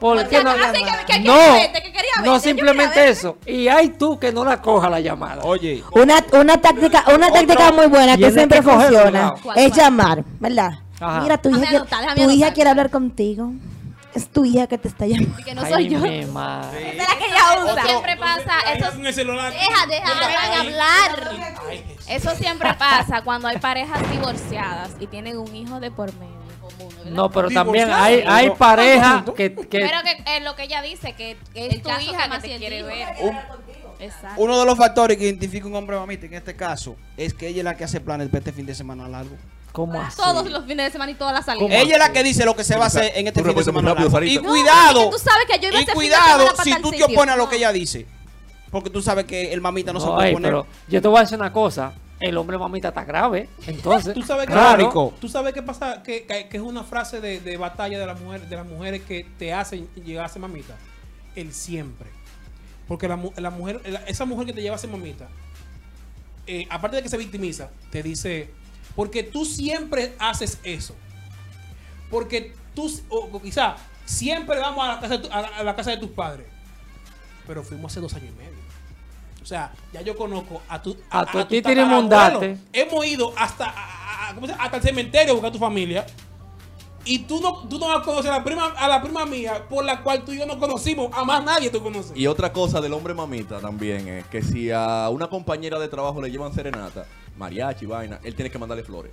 [SPEAKER 5] ¿Por qué
[SPEAKER 3] Porque
[SPEAKER 5] no?
[SPEAKER 3] así que- que quería
[SPEAKER 5] no,
[SPEAKER 3] verte, que quería
[SPEAKER 5] no
[SPEAKER 3] verte, yo
[SPEAKER 5] simplemente
[SPEAKER 3] quería
[SPEAKER 5] eso. Y hay tú que no la coja la llamada.
[SPEAKER 8] Oye,
[SPEAKER 4] Una, una táctica, una táctica muy buena que
[SPEAKER 5] Tienes
[SPEAKER 4] siempre
[SPEAKER 5] que cogerlo,
[SPEAKER 4] funciona
[SPEAKER 5] Lau.
[SPEAKER 4] es
[SPEAKER 3] ¿Cuál?
[SPEAKER 4] llamar, ¿verdad?
[SPEAKER 5] Ajá.
[SPEAKER 4] Mira, tu hija,
[SPEAKER 3] Déjame
[SPEAKER 4] quiere-
[SPEAKER 3] anotar, déjame
[SPEAKER 4] tu hija
[SPEAKER 3] anotar.
[SPEAKER 4] quiere hablar contigo. Es tu hija que te está llamando.
[SPEAKER 3] Así que no
[SPEAKER 5] Ay,
[SPEAKER 3] soy yo.
[SPEAKER 5] mi madre.
[SPEAKER 3] Esa es la que ella
[SPEAKER 7] Eso
[SPEAKER 3] usa.
[SPEAKER 7] siempre pasa, eso,
[SPEAKER 1] Con el celular.
[SPEAKER 7] deja, deja,
[SPEAKER 1] Ay,
[SPEAKER 7] dejan hablar.
[SPEAKER 1] ay, Jesús.
[SPEAKER 7] Eso siempre pasa cuando hay parejas divorciadas y tienen un hijo de por medio. común, ¿verdad?
[SPEAKER 5] No, pero también
[SPEAKER 1] Divorciado.
[SPEAKER 5] hay, hay
[SPEAKER 1] No.
[SPEAKER 5] parejas que, que-
[SPEAKER 7] Pero que es lo que ella dice, que, que es
[SPEAKER 3] El
[SPEAKER 7] tu
[SPEAKER 3] caso que
[SPEAKER 7] hija que te
[SPEAKER 3] Maciel
[SPEAKER 7] quiere
[SPEAKER 3] dijo.
[SPEAKER 7] ver.
[SPEAKER 8] un-
[SPEAKER 7] Exacto.
[SPEAKER 8] uno de los factores que identifica un hombre mamita en este caso es que ella es la que hace planes para este fin de semana largo.
[SPEAKER 5] ¿Cómo así?
[SPEAKER 3] Todos los fines de semana y todas las salidas.
[SPEAKER 8] Ella es la que dice lo que se va a hacer en este fin
[SPEAKER 6] Tú
[SPEAKER 8] de
[SPEAKER 6] repites muy
[SPEAKER 8] semana
[SPEAKER 6] rápido,
[SPEAKER 8] largo. Y
[SPEAKER 6] Sarita.
[SPEAKER 3] No,
[SPEAKER 8] cuidado,
[SPEAKER 3] porque tú sabes que yo iba a
[SPEAKER 8] y
[SPEAKER 3] ese fin de
[SPEAKER 8] cuidado
[SPEAKER 3] semana para
[SPEAKER 8] si
[SPEAKER 3] tal
[SPEAKER 8] tú te
[SPEAKER 3] sitio.
[SPEAKER 8] opones a lo que
[SPEAKER 3] No.
[SPEAKER 8] ella dice. Porque tú sabes que el mamita no, se
[SPEAKER 5] No,
[SPEAKER 8] puede
[SPEAKER 5] ey,
[SPEAKER 8] poner.
[SPEAKER 5] pero yo te voy a decir una cosa. el hombre mamita está grave. Entonces,
[SPEAKER 1] Tú sabes que,
[SPEAKER 5] claro,
[SPEAKER 1] tú sabes que pasa, que, que- que es una frase de, de batalla de las mujeres, de las mujeres que te hacen llegar a ser mamita. El siempre. Porque la, mu- la mujer, la- esa mujer que te lleva a ser mamita, eh, aparte de que se victimiza, te dice, porque tú siempre haces eso. Porque tú, s- o, o quizá, siempre vamos a la, casa de tu- a la- a la casa de tus padres. Pero fuimos hace dos años y medio. O sea, ya yo conozco a tu
[SPEAKER 5] A tu títere
[SPEAKER 1] tatarabuelo.
[SPEAKER 5] mondate.
[SPEAKER 1] Hemos ido hasta, a- a- ¿cómo se llama? hasta el cementerio a buscar a tu familia. Y tú no, tú no vas a conocer a la, prima, a la prima mía por la cual tú y yo no conocimos. A más nadie tú conoces.
[SPEAKER 6] Y otra cosa del hombre mamita también es que si a una compañera de trabajo le llevan serenata, mariachi, vaina, él tiene que mandarle flores.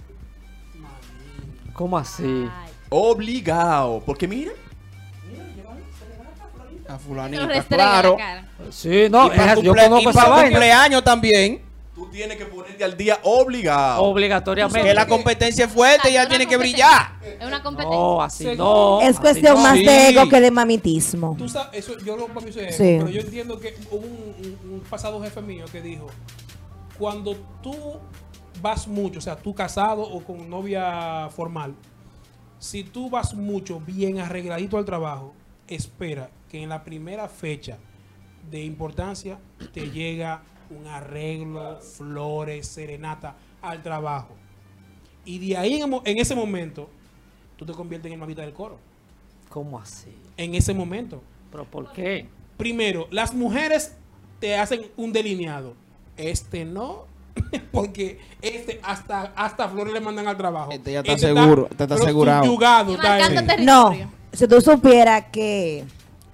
[SPEAKER 5] ¿cómo así?
[SPEAKER 3] Ay,
[SPEAKER 6] Obligado. Porque mira,
[SPEAKER 8] A
[SPEAKER 3] lo
[SPEAKER 8] fulanita,
[SPEAKER 3] restregan en
[SPEAKER 8] claro.
[SPEAKER 3] la cara.
[SPEAKER 5] Sí,
[SPEAKER 4] Oh,
[SPEAKER 8] Y
[SPEAKER 5] no,
[SPEAKER 8] para
[SPEAKER 5] es- yo
[SPEAKER 8] cumplea- y
[SPEAKER 5] conozco
[SPEAKER 8] para
[SPEAKER 5] esa vaina.
[SPEAKER 8] cumpleaños también.
[SPEAKER 6] tú tienes que ponerte al día obligado.
[SPEAKER 8] Que
[SPEAKER 5] Obligatoriamente.
[SPEAKER 8] la competencia es fuerte y
[SPEAKER 3] Exacto,
[SPEAKER 8] ya
[SPEAKER 3] una
[SPEAKER 8] tiene que
[SPEAKER 3] competencia.
[SPEAKER 8] brillar.
[SPEAKER 3] Es una competencia.
[SPEAKER 5] No, así no.
[SPEAKER 4] es
[SPEAKER 5] así
[SPEAKER 4] cuestión
[SPEAKER 5] no.
[SPEAKER 4] más
[SPEAKER 8] Sí.
[SPEAKER 4] de ego que de mamitismo.
[SPEAKER 1] Tú sabes, eso, yo lo para mí eso es
[SPEAKER 4] Sí.
[SPEAKER 1] ego, pero yo entiendo que hubo un, un- un pasado jefe mío que dijo, cuando tú vas mucho, o sea, tú casado o con novia formal, si tú vas mucho, bien arregladito al trabajo, espera que en la primera fecha de importancia te llega un arreglo, flores, serenata al trabajo. Y de ahí en el mo- en ese momento, tú te conviertes en el mamita del coro.
[SPEAKER 5] ¿Cómo así?
[SPEAKER 1] En ese momento.
[SPEAKER 5] ¿Pero por qué?
[SPEAKER 1] Primero, las mujeres te hacen un delineado. Este no, porque este hasta, hasta flores le mandan al trabajo.
[SPEAKER 8] Este ya está seguro, este está
[SPEAKER 1] pero
[SPEAKER 8] asegurado.
[SPEAKER 1] subyugado,
[SPEAKER 3] Y
[SPEAKER 1] está
[SPEAKER 3] marcando
[SPEAKER 1] ahí.
[SPEAKER 4] No,
[SPEAKER 3] territorio.
[SPEAKER 4] si tú supieras que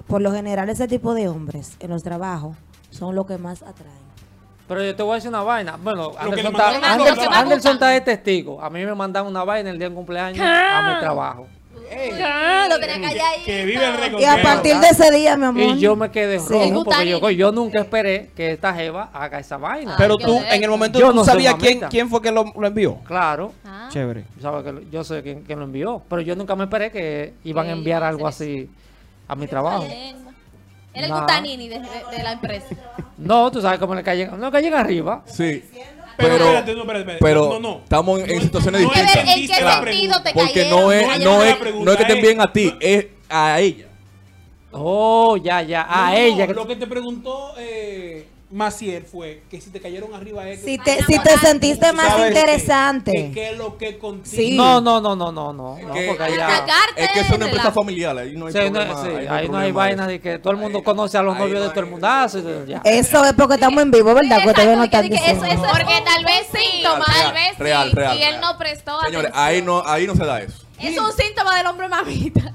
[SPEAKER 4] por lo general ese tipo de hombres en los trabajos son los que más atraen.
[SPEAKER 5] Pero yo te voy a decir una vaina. Bueno,
[SPEAKER 1] que le
[SPEAKER 5] Anderson,
[SPEAKER 1] mandaron
[SPEAKER 5] está,
[SPEAKER 1] a
[SPEAKER 5] Anderson-
[SPEAKER 1] los demás
[SPEAKER 5] Anderson está de
[SPEAKER 3] buscando.
[SPEAKER 5] testigo. A mí me mandaron una vaina el día de mi cumpleaños a mi trabajo.
[SPEAKER 1] Ey,
[SPEAKER 3] Ah, Lo tenía
[SPEAKER 1] que,
[SPEAKER 3] calladito.
[SPEAKER 1] que vive el récord.
[SPEAKER 4] Y a partir de ese día, mi amor.
[SPEAKER 5] Y yo me quedé
[SPEAKER 4] Sí.
[SPEAKER 5] rojo porque yo,
[SPEAKER 3] Gutanito.
[SPEAKER 5] yo nunca esperé que esta jeva haga esa vaina.
[SPEAKER 8] Pero
[SPEAKER 3] qué
[SPEAKER 8] tú,
[SPEAKER 3] bello.
[SPEAKER 8] en el momento,
[SPEAKER 5] Ah, Yo
[SPEAKER 8] tú
[SPEAKER 5] no soy
[SPEAKER 8] sabías quién,
[SPEAKER 5] mamita.
[SPEAKER 8] quién fue que lo, lo envió.
[SPEAKER 5] Claro,
[SPEAKER 3] Ah,
[SPEAKER 8] Chévere.
[SPEAKER 5] sabes que lo- yo sé quién, quién lo envió. Pero yo nunca me esperé que iban a
[SPEAKER 3] Que
[SPEAKER 5] enviar
[SPEAKER 3] iban a
[SPEAKER 5] algo
[SPEAKER 3] hacer
[SPEAKER 5] así a mi trabajo.
[SPEAKER 3] lengua. Era el
[SPEAKER 5] No.
[SPEAKER 3] Gutanini de, de- de la empresa.
[SPEAKER 5] No, tú sabes cómo le caen. No, caen arriba.
[SPEAKER 6] Sí.
[SPEAKER 1] Pero,
[SPEAKER 6] Pero-
[SPEAKER 1] espérate, no, espérate, espérate.
[SPEAKER 6] Pero
[SPEAKER 1] no, no.
[SPEAKER 6] estamos en, en situaciones
[SPEAKER 1] No
[SPEAKER 3] Hay que
[SPEAKER 1] es-
[SPEAKER 6] distintas.
[SPEAKER 3] ver en qué
[SPEAKER 1] entendiste la
[SPEAKER 3] sentido te
[SPEAKER 6] Porque
[SPEAKER 3] cayeron.
[SPEAKER 6] no
[SPEAKER 1] no
[SPEAKER 6] es,
[SPEAKER 1] es
[SPEAKER 6] no
[SPEAKER 1] una
[SPEAKER 6] es,
[SPEAKER 1] pregunta,
[SPEAKER 6] no es que
[SPEAKER 1] eh.
[SPEAKER 6] estén bien a ti, es a ella.
[SPEAKER 5] Oh, ya, ya.
[SPEAKER 1] No,
[SPEAKER 5] A
[SPEAKER 1] no,
[SPEAKER 5] ella. que-
[SPEAKER 1] Lo que te preguntó eh, Maciel fue que si te cayeron arriba es que-
[SPEAKER 4] Si te, si te sentiste
[SPEAKER 1] ¿Tú
[SPEAKER 4] más
[SPEAKER 1] sabes qué? Que
[SPEAKER 4] interesante.
[SPEAKER 1] qué es lo que contigo.
[SPEAKER 4] Sí.
[SPEAKER 5] No, no, no, no, no, no. no,
[SPEAKER 6] Que-
[SPEAKER 5] porque
[SPEAKER 6] Ay,
[SPEAKER 5] allá-
[SPEAKER 3] Sacarte
[SPEAKER 6] Es que es una
[SPEAKER 3] de
[SPEAKER 6] empresa
[SPEAKER 3] la-
[SPEAKER 6] familiar, ahí no hay
[SPEAKER 5] Sí, no,
[SPEAKER 6] problema.
[SPEAKER 5] sí,
[SPEAKER 6] hay
[SPEAKER 5] ahí no hay
[SPEAKER 6] problema
[SPEAKER 5] vaina
[SPEAKER 6] de-
[SPEAKER 5] de que todo el mundo
[SPEAKER 6] Ahí-
[SPEAKER 5] conoce a los
[SPEAKER 6] ahí
[SPEAKER 5] novios
[SPEAKER 6] no
[SPEAKER 5] de todo el
[SPEAKER 6] hay-
[SPEAKER 5] mundazo. y ya.
[SPEAKER 4] Eso es porque estamos en vivo, ¿verdad?
[SPEAKER 3] Sí,
[SPEAKER 4] Porque todavía no
[SPEAKER 3] exacto,
[SPEAKER 4] están
[SPEAKER 3] que- que eso- eso
[SPEAKER 4] diciendo.
[SPEAKER 3] es-
[SPEAKER 7] Porque tal vez sí,
[SPEAKER 6] Real,
[SPEAKER 7] tal
[SPEAKER 6] real,
[SPEAKER 7] vez
[SPEAKER 6] real,
[SPEAKER 7] sí.
[SPEAKER 6] real,
[SPEAKER 7] y él
[SPEAKER 6] real.
[SPEAKER 7] no prestó
[SPEAKER 6] Señores,
[SPEAKER 7] atención.
[SPEAKER 6] ahí no, ahí no se da eso.
[SPEAKER 3] Es un síntoma del hombre mamita.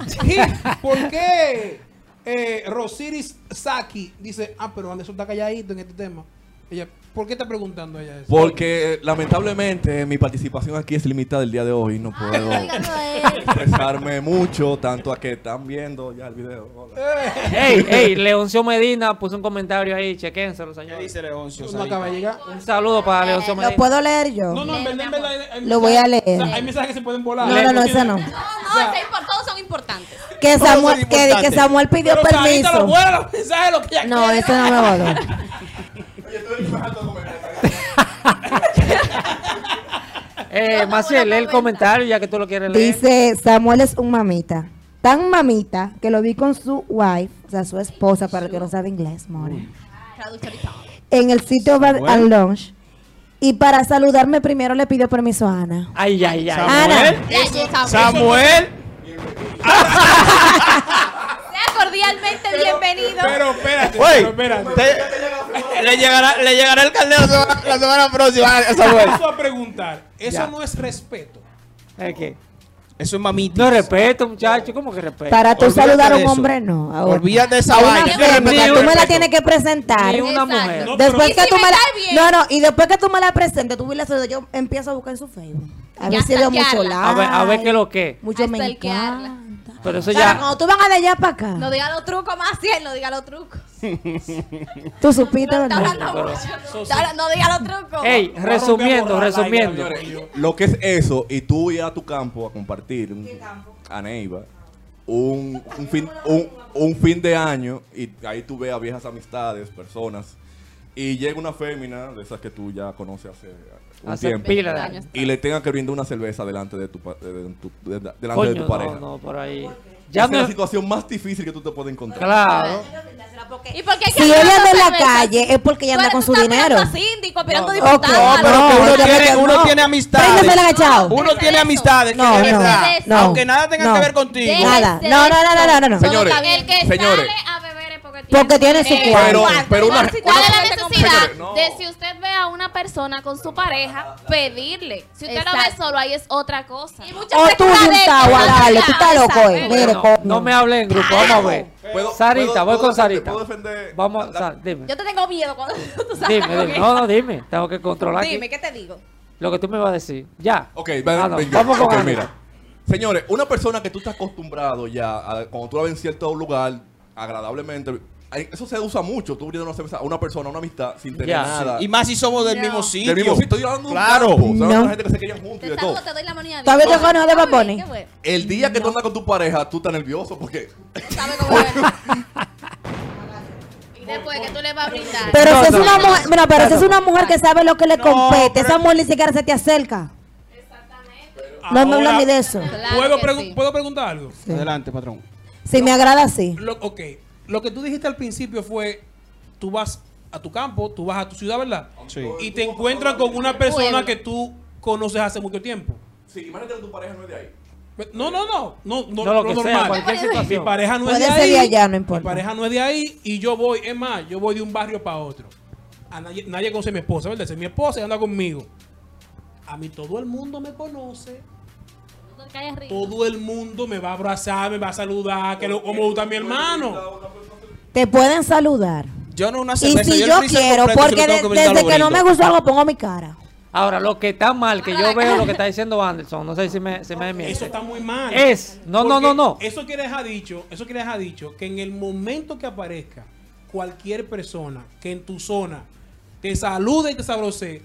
[SPEAKER 1] ¿Por qué eh, Rosiris Saki dice, ah, pero Anderson está calladito en este tema? Ella, ¿Por qué está preguntando ella eso?
[SPEAKER 6] Porque eh, lamentablemente mi participación aquí es limitada el día de hoy. No puedo expresarme mucho, tanto a que están viendo ya el video. Hola.
[SPEAKER 5] Ey, ey, Leoncio Medina puso un comentario ahí, chequénselo,
[SPEAKER 8] ¿Qué
[SPEAKER 5] señor.
[SPEAKER 8] dice Leoncio?
[SPEAKER 1] no acaba de llegar.
[SPEAKER 5] Un saludo para Leoncio Medina.
[SPEAKER 4] ¿Lo puedo leer yo?
[SPEAKER 1] No, no, en verdad, en verdad, hay- hay
[SPEAKER 4] Lo voy a
[SPEAKER 1] mensajes-
[SPEAKER 4] leer.
[SPEAKER 1] o sea, hay mensajes que se pueden volar.
[SPEAKER 4] No, no, no, ese
[SPEAKER 3] No,
[SPEAKER 4] no.
[SPEAKER 3] no, ese impor- todos son importantes.
[SPEAKER 4] Que
[SPEAKER 8] Todos son
[SPEAKER 4] Samuel, que,
[SPEAKER 8] importantes.
[SPEAKER 4] que Samuel pidió
[SPEAKER 1] Pero Sarita lo
[SPEAKER 4] permiso.
[SPEAKER 1] vuela los mensajes, lo que ella
[SPEAKER 4] No,
[SPEAKER 1] quiere.
[SPEAKER 4] ese no me voló.
[SPEAKER 5] Eh, Maciel, lee el comentario ya que tú lo quieres leer.
[SPEAKER 4] Dice, Samuel es un mamita. Tan mamita que lo vi con su wife, o sea, su esposa, para el que no sabe inglés, more.
[SPEAKER 3] Traductor y todo.
[SPEAKER 4] En el sitio Bar and Lounge. Y para saludarme primero le pidió permiso a Ana.
[SPEAKER 5] Ay, ay, ay.
[SPEAKER 4] Ana,
[SPEAKER 3] Ya, ya, Samuel.
[SPEAKER 8] Samuel.
[SPEAKER 3] Sea cordialmente bienvenido.
[SPEAKER 1] Pero espérate,
[SPEAKER 8] Güey,
[SPEAKER 1] pero espérate.
[SPEAKER 8] te- le, llegará, le llegará el carnero la semana- la semana próxima a Samuel.
[SPEAKER 1] Eso a preguntar, eso
[SPEAKER 5] Ya.
[SPEAKER 1] no es respeto.
[SPEAKER 5] Es que-
[SPEAKER 8] Eso es mamita.
[SPEAKER 5] No respeto, muchacho, ¿cómo que respeto?
[SPEAKER 4] para tú
[SPEAKER 8] Olvídate
[SPEAKER 4] saludar a
[SPEAKER 8] de
[SPEAKER 4] un
[SPEAKER 8] eso.
[SPEAKER 4] hombre, no. a otra.
[SPEAKER 8] Olvídate de esa
[SPEAKER 4] A una
[SPEAKER 8] vaina.
[SPEAKER 4] fea,
[SPEAKER 5] Ni
[SPEAKER 4] tú
[SPEAKER 5] un-
[SPEAKER 4] me la tienes que presentar.
[SPEAKER 5] Ni una
[SPEAKER 3] Exacto.
[SPEAKER 5] mujer.
[SPEAKER 1] No,
[SPEAKER 4] Después
[SPEAKER 3] Y
[SPEAKER 4] que
[SPEAKER 3] si
[SPEAKER 4] tú
[SPEAKER 3] me
[SPEAKER 4] me la...
[SPEAKER 3] cae bien.
[SPEAKER 4] No, no, y después que tú me la presentes, tú y la saludas, yo empiezo a buscar en su Facebook. A
[SPEAKER 3] Ya
[SPEAKER 4] ver si veo
[SPEAKER 3] stalkearla.
[SPEAKER 4] mucho like.
[SPEAKER 5] A ver, a ver qué es lo que.
[SPEAKER 4] Mucho
[SPEAKER 3] A
[SPEAKER 4] me
[SPEAKER 3] stalkearla.
[SPEAKER 4] encanta.
[SPEAKER 5] Pero eso
[SPEAKER 4] O sea,
[SPEAKER 5] ya.
[SPEAKER 4] cuando tú vas de allá para acá,
[SPEAKER 3] No diga los trucos, Maciel, no diga los trucos.
[SPEAKER 4] tú supiste,
[SPEAKER 3] Está
[SPEAKER 4] ¿verdad?
[SPEAKER 3] hablando mucho. Está hablando- No diga los trucos.
[SPEAKER 5] Ey, resumiendo,
[SPEAKER 1] Vamos a romper a
[SPEAKER 5] resumiendo.
[SPEAKER 1] borrar al aire, Dios mío.
[SPEAKER 6] Lo que es eso, y tú ir a tu campo a compartir un- a Neiva un, un fin, un, un fin de año, y ahí tú ves a viejas amistades, personas, y llega una fémina de esas que tú ya conoces hace un
[SPEAKER 5] Hace
[SPEAKER 6] tiempo.
[SPEAKER 5] pila de
[SPEAKER 3] años.
[SPEAKER 5] años.
[SPEAKER 6] Y le tenga que brindar una cerveza delante de tu, pa- de- de- tu- de- delante de
[SPEAKER 5] Coño,
[SPEAKER 6] tu pareja.
[SPEAKER 5] no, no, por ahí.
[SPEAKER 6] Ya
[SPEAKER 5] Ya
[SPEAKER 6] es la
[SPEAKER 5] no.
[SPEAKER 6] situación más difícil que tú te puedes encontrar.
[SPEAKER 5] Claro.
[SPEAKER 3] Ah, ¿Y por qué hay que
[SPEAKER 4] Si
[SPEAKER 3] hacer
[SPEAKER 4] ella
[SPEAKER 3] tantas
[SPEAKER 4] anda en la
[SPEAKER 3] cervezas?
[SPEAKER 4] calle es porque ella anda
[SPEAKER 3] Tú
[SPEAKER 4] con
[SPEAKER 3] eres-
[SPEAKER 4] su
[SPEAKER 3] tú estás
[SPEAKER 4] dinero.
[SPEAKER 3] mirando a síndico, mirando
[SPEAKER 4] Ok.
[SPEAKER 3] diputados.
[SPEAKER 4] No, pero
[SPEAKER 8] uno
[SPEAKER 4] Pero
[SPEAKER 8] tiene,
[SPEAKER 4] que
[SPEAKER 8] uno
[SPEAKER 4] no.
[SPEAKER 8] tiene
[SPEAKER 4] Préndesela
[SPEAKER 8] amistades.
[SPEAKER 4] agachado.
[SPEAKER 8] Uno tiene
[SPEAKER 3] Eso.
[SPEAKER 8] amistades.
[SPEAKER 4] No,
[SPEAKER 8] que es
[SPEAKER 4] no,
[SPEAKER 8] verdad.
[SPEAKER 4] no.
[SPEAKER 8] Aunque nada tenga
[SPEAKER 4] No.
[SPEAKER 8] que ver contigo.
[SPEAKER 3] Déjense
[SPEAKER 4] Nada.
[SPEAKER 3] de
[SPEAKER 4] No, no, no, no, no, no, no.
[SPEAKER 3] eso.
[SPEAKER 6] Señores,
[SPEAKER 3] Está bien.
[SPEAKER 7] El que
[SPEAKER 6] Señores.
[SPEAKER 7] sale a beber es porque tiene
[SPEAKER 4] Porque tiene su
[SPEAKER 7] Eh,
[SPEAKER 6] Pero,
[SPEAKER 4] cuarto.
[SPEAKER 6] pero una,
[SPEAKER 3] Igual si
[SPEAKER 7] ¿Cuál
[SPEAKER 6] una-
[SPEAKER 7] es la
[SPEAKER 3] Señores,
[SPEAKER 7] necesidad
[SPEAKER 6] no.
[SPEAKER 7] de si usted ve a una persona con su pareja, pedirle? Si usted lo ve
[SPEAKER 3] Exacto.
[SPEAKER 7] solo, ahí es otra cosa.
[SPEAKER 3] Y muchas
[SPEAKER 4] O tú
[SPEAKER 3] personas de-
[SPEAKER 4] juntado a darle. Tú estás loco, eh.
[SPEAKER 7] Exacto.
[SPEAKER 4] Mire,
[SPEAKER 5] No,
[SPEAKER 4] coño.
[SPEAKER 5] no me hable en grupo, vamos a ver.
[SPEAKER 6] ¿Puedo-
[SPEAKER 5] Sarita,
[SPEAKER 6] puedo-
[SPEAKER 5] voy
[SPEAKER 6] puedo
[SPEAKER 5] con Sarita.
[SPEAKER 6] defender- puedo defender-
[SPEAKER 5] Vamos,
[SPEAKER 6] la- la-
[SPEAKER 5] Sar- dime.
[SPEAKER 3] Yo te tengo miedo cuando tú sabes
[SPEAKER 5] Dime,
[SPEAKER 3] lo
[SPEAKER 5] dime.
[SPEAKER 3] que-
[SPEAKER 5] No, no, dime. Tengo que controlar aquí
[SPEAKER 3] Dime, ¿qué te digo?
[SPEAKER 5] lo que tú me vas a decir. Ya.
[SPEAKER 6] Ok, ven-
[SPEAKER 5] Ah, no.
[SPEAKER 6] ven yo.
[SPEAKER 5] Vamos con
[SPEAKER 6] Ok,
[SPEAKER 5] Ana.
[SPEAKER 6] mira. Señores, una persona que tú estás acostumbrado ya, a- cuando tú la ves en cierto lugar, agradablemente, ay, eso se usa mucho, tú brindas una cerveza a una persona, a una amistad, sin tener
[SPEAKER 5] Ya,
[SPEAKER 6] nada.
[SPEAKER 8] Y más si somos del
[SPEAKER 3] No.
[SPEAKER 8] mismo
[SPEAKER 3] Del
[SPEAKER 8] sitio.
[SPEAKER 6] Del mismo sitio, estoy hablando de
[SPEAKER 8] Claro.
[SPEAKER 6] un campo, o sea,
[SPEAKER 4] No.
[SPEAKER 6] una gente que se querían juntos y
[SPEAKER 3] Te
[SPEAKER 6] de todo.
[SPEAKER 3] saludo, te doy la moneda.
[SPEAKER 4] ¿Todavía te conoces de
[SPEAKER 3] Ay,
[SPEAKER 4] Bad Bunny?
[SPEAKER 3] qué bueno.
[SPEAKER 6] El día que tú andas con tu pareja, tú estás nervioso porque...
[SPEAKER 3] Tú sabes cómo es.
[SPEAKER 7] Y después que tú le vas a brindar.
[SPEAKER 4] Pero
[SPEAKER 5] No,
[SPEAKER 4] si es
[SPEAKER 5] no,
[SPEAKER 4] una
[SPEAKER 5] no.
[SPEAKER 4] mujer, mira, pero si es una mujer que sabe lo que le
[SPEAKER 8] No,
[SPEAKER 4] compete,
[SPEAKER 8] pero-
[SPEAKER 4] esa mujer ni siquiera se te acerca. No me
[SPEAKER 1] Ahora,
[SPEAKER 4] hablan ni de eso.
[SPEAKER 7] Claro
[SPEAKER 1] ¿puedo,
[SPEAKER 7] que
[SPEAKER 1] pregu-
[SPEAKER 7] sí.
[SPEAKER 1] ¿Puedo preguntar algo?
[SPEAKER 8] Adelante, patrón.
[SPEAKER 4] Si me agrada así.
[SPEAKER 1] Lo, ok, lo que tú dijiste al principio fue, tú vas a tu campo, tú vas a tu ciudad, ¿verdad?
[SPEAKER 8] Sí.
[SPEAKER 1] Y te encuentras con una persona
[SPEAKER 7] Pueblo.
[SPEAKER 1] que tú conoces hace mucho tiempo.
[SPEAKER 6] Sí, imagínate que tu pareja no es de ahí.
[SPEAKER 1] No, no, no, no, no,
[SPEAKER 5] No, lo que sea,
[SPEAKER 1] normal.
[SPEAKER 5] cualquier
[SPEAKER 1] mi
[SPEAKER 5] situación.
[SPEAKER 1] pareja no es
[SPEAKER 4] Puede
[SPEAKER 1] de
[SPEAKER 4] ser
[SPEAKER 1] ahí.
[SPEAKER 4] de allá, no importa.
[SPEAKER 1] Mi pareja no es de ahí y yo voy, es más, yo voy de un barrio para otro. A nadie, nadie conoce a mi esposa, ¿verdad? Esa Es mi esposa y anda conmigo. A mí todo el mundo me conoce,
[SPEAKER 7] Calle arriba.
[SPEAKER 1] todo el mundo me va a abrazar, me va a saludar, que lo, como gusta a mi hermano.
[SPEAKER 4] Te pueden saludar.
[SPEAKER 8] Yo no una
[SPEAKER 4] Y
[SPEAKER 8] cerveza.
[SPEAKER 4] si
[SPEAKER 8] el
[SPEAKER 4] yo
[SPEAKER 8] freezer
[SPEAKER 4] quiero,
[SPEAKER 8] completo, si
[SPEAKER 4] porque
[SPEAKER 8] lo tengo
[SPEAKER 4] de-
[SPEAKER 8] brindar,
[SPEAKER 4] desde
[SPEAKER 8] lo
[SPEAKER 4] que no me
[SPEAKER 8] brindo.
[SPEAKER 4] gustó algo, pongo mi cara.
[SPEAKER 5] Ahora, lo que está mal,
[SPEAKER 3] Ah,
[SPEAKER 5] que yo veo lo que está diciendo Anderson, no sé si me, si me miente.
[SPEAKER 1] Eso está muy mal.
[SPEAKER 5] Es. No, no,
[SPEAKER 1] Porque
[SPEAKER 5] no, no.
[SPEAKER 1] Eso quiere dejar dicho, eso quiere dejar dicho que en el momento que aparezca cualquier persona que en tu zona te salude y te sabrose,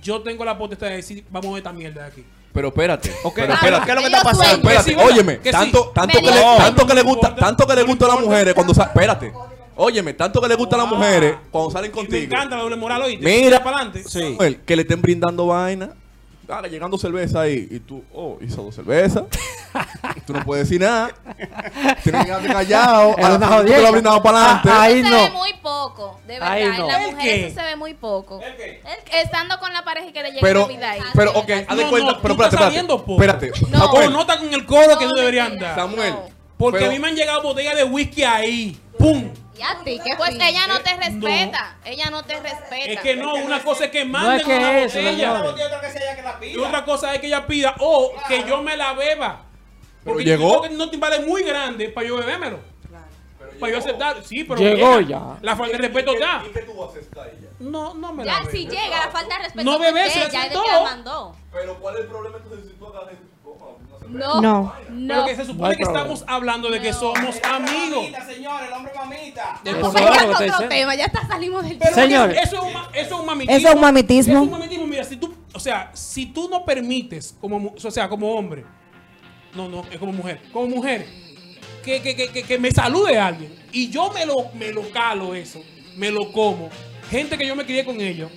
[SPEAKER 1] yo tengo la potestad de decir, vamos a ver esta mierda de aquí.
[SPEAKER 6] Pero espérate,
[SPEAKER 8] Ok,
[SPEAKER 1] Ah,
[SPEAKER 6] pero
[SPEAKER 8] pero
[SPEAKER 6] espérate.
[SPEAKER 8] ¿qué es lo que
[SPEAKER 7] Ellos
[SPEAKER 8] está pasando?
[SPEAKER 7] sueñan.
[SPEAKER 1] Que
[SPEAKER 6] Espérate,
[SPEAKER 1] sí, ¿verdad?
[SPEAKER 6] óyeme,
[SPEAKER 1] Que
[SPEAKER 6] tanto,
[SPEAKER 1] sí.
[SPEAKER 6] tanto, que
[SPEAKER 7] Me
[SPEAKER 6] le,
[SPEAKER 7] dijo.
[SPEAKER 6] tanto que le
[SPEAKER 1] No
[SPEAKER 6] gusta,
[SPEAKER 1] importa,
[SPEAKER 6] tanto que le
[SPEAKER 1] no
[SPEAKER 6] gusta a las
[SPEAKER 1] importa.
[SPEAKER 6] mujeres cuando salen, espérate, óyeme, tanto que le gusta a las
[SPEAKER 1] Ah.
[SPEAKER 6] mujeres cuando salen contigo.
[SPEAKER 1] Me encanta la doble moral hoy.
[SPEAKER 6] Mira.
[SPEAKER 1] para adelante.
[SPEAKER 8] Sí.
[SPEAKER 6] Samuel, que le estén brindando vaina. Dale, llegando cerveza ahí. Y tú, oh, hizo dos cervezas. tú no puedes decir nada. Tienes que quedarte callado.
[SPEAKER 5] Era
[SPEAKER 6] A la
[SPEAKER 5] una
[SPEAKER 6] gente tú
[SPEAKER 5] jodienda.
[SPEAKER 6] lo has brindado para adelante.
[SPEAKER 5] Ah, ahí
[SPEAKER 7] Eso se ve
[SPEAKER 5] no.
[SPEAKER 7] muy poco, de verdad.
[SPEAKER 5] Ahí no.
[SPEAKER 7] En la
[SPEAKER 1] ¿El
[SPEAKER 7] mujer
[SPEAKER 1] qué?
[SPEAKER 7] eso se ve muy poco. El que- Estando con la pareja y que le llegue
[SPEAKER 6] Pero,
[SPEAKER 7] la vida ahí.
[SPEAKER 6] pero, ok, haz de
[SPEAKER 1] No,
[SPEAKER 6] cuenta.
[SPEAKER 1] no,
[SPEAKER 6] pero
[SPEAKER 1] tú estás
[SPEAKER 6] espérate, espérate.
[SPEAKER 1] sabiendo, po.
[SPEAKER 6] Espérate.
[SPEAKER 7] ah, No.
[SPEAKER 1] O
[SPEAKER 6] Samuel,
[SPEAKER 1] nota con el coro que no
[SPEAKER 7] No,
[SPEAKER 1] debería
[SPEAKER 7] mentira.
[SPEAKER 1] andar.
[SPEAKER 6] Samuel.
[SPEAKER 7] No.
[SPEAKER 1] Porque
[SPEAKER 6] pero-
[SPEAKER 1] a mí me han llegado botellas de whisky ahí. ¡Pum!
[SPEAKER 3] Y a ti, qué
[SPEAKER 7] Pues
[SPEAKER 3] fino.
[SPEAKER 7] ella no te
[SPEAKER 5] Eh,
[SPEAKER 1] No.
[SPEAKER 7] respeta. Ella no te respeta.
[SPEAKER 1] Es que no, una cosa es que manden
[SPEAKER 5] No es que
[SPEAKER 1] una
[SPEAKER 5] eso,
[SPEAKER 1] botella.
[SPEAKER 5] señores.
[SPEAKER 1] Y otra cosa es que ella pida o que yo me la beba.
[SPEAKER 6] Pero
[SPEAKER 1] Porque
[SPEAKER 6] llegó.
[SPEAKER 1] yo creo que no timbal es muy grande para yo bebérmelo. Para yo aceptar. Sí, pero.
[SPEAKER 5] Llegó
[SPEAKER 1] llega.
[SPEAKER 5] ya.
[SPEAKER 1] La falta de respeto ya.
[SPEAKER 6] ¿Y qué tú vas a aceptar ella?
[SPEAKER 1] No, no me la
[SPEAKER 3] Ya,
[SPEAKER 1] bebo.
[SPEAKER 3] si llega la falta de respeto.
[SPEAKER 1] No, bebé,
[SPEAKER 3] porque
[SPEAKER 1] se la
[SPEAKER 3] ya es de
[SPEAKER 1] sentó.
[SPEAKER 3] que la mandó.
[SPEAKER 6] Pero, ¿cuál es el problema entonces si tú agarras y tú tomas una cerveza?
[SPEAKER 7] Oh. No.
[SPEAKER 4] No.
[SPEAKER 1] Pero
[SPEAKER 7] no.
[SPEAKER 1] que se
[SPEAKER 5] No
[SPEAKER 1] supone
[SPEAKER 5] hay
[SPEAKER 1] que
[SPEAKER 5] problema.
[SPEAKER 1] estamos hablando de que somos amigos.
[SPEAKER 8] Señores, el hombre mamita.
[SPEAKER 5] Eso
[SPEAKER 3] Vamos
[SPEAKER 5] es lo
[SPEAKER 3] allá
[SPEAKER 5] que
[SPEAKER 3] con
[SPEAKER 5] estoy
[SPEAKER 3] otro
[SPEAKER 5] diciendo.
[SPEAKER 3] tema, ya está, salimos del
[SPEAKER 1] Pero
[SPEAKER 5] Señor. Señores.
[SPEAKER 1] Eso es un, ma- eso es un mamitismo.
[SPEAKER 4] Eso es un mamitismo.
[SPEAKER 1] Eso es un mamitismo. Mira, si tú, o sea, si tú no permites, como, mu- o sea, como hombre, no, no, es como mujer, como mujer, que, que, que, que, que me salude alguien y yo me lo, me lo calo eso, me lo como. Gente que yo me crié con ellos.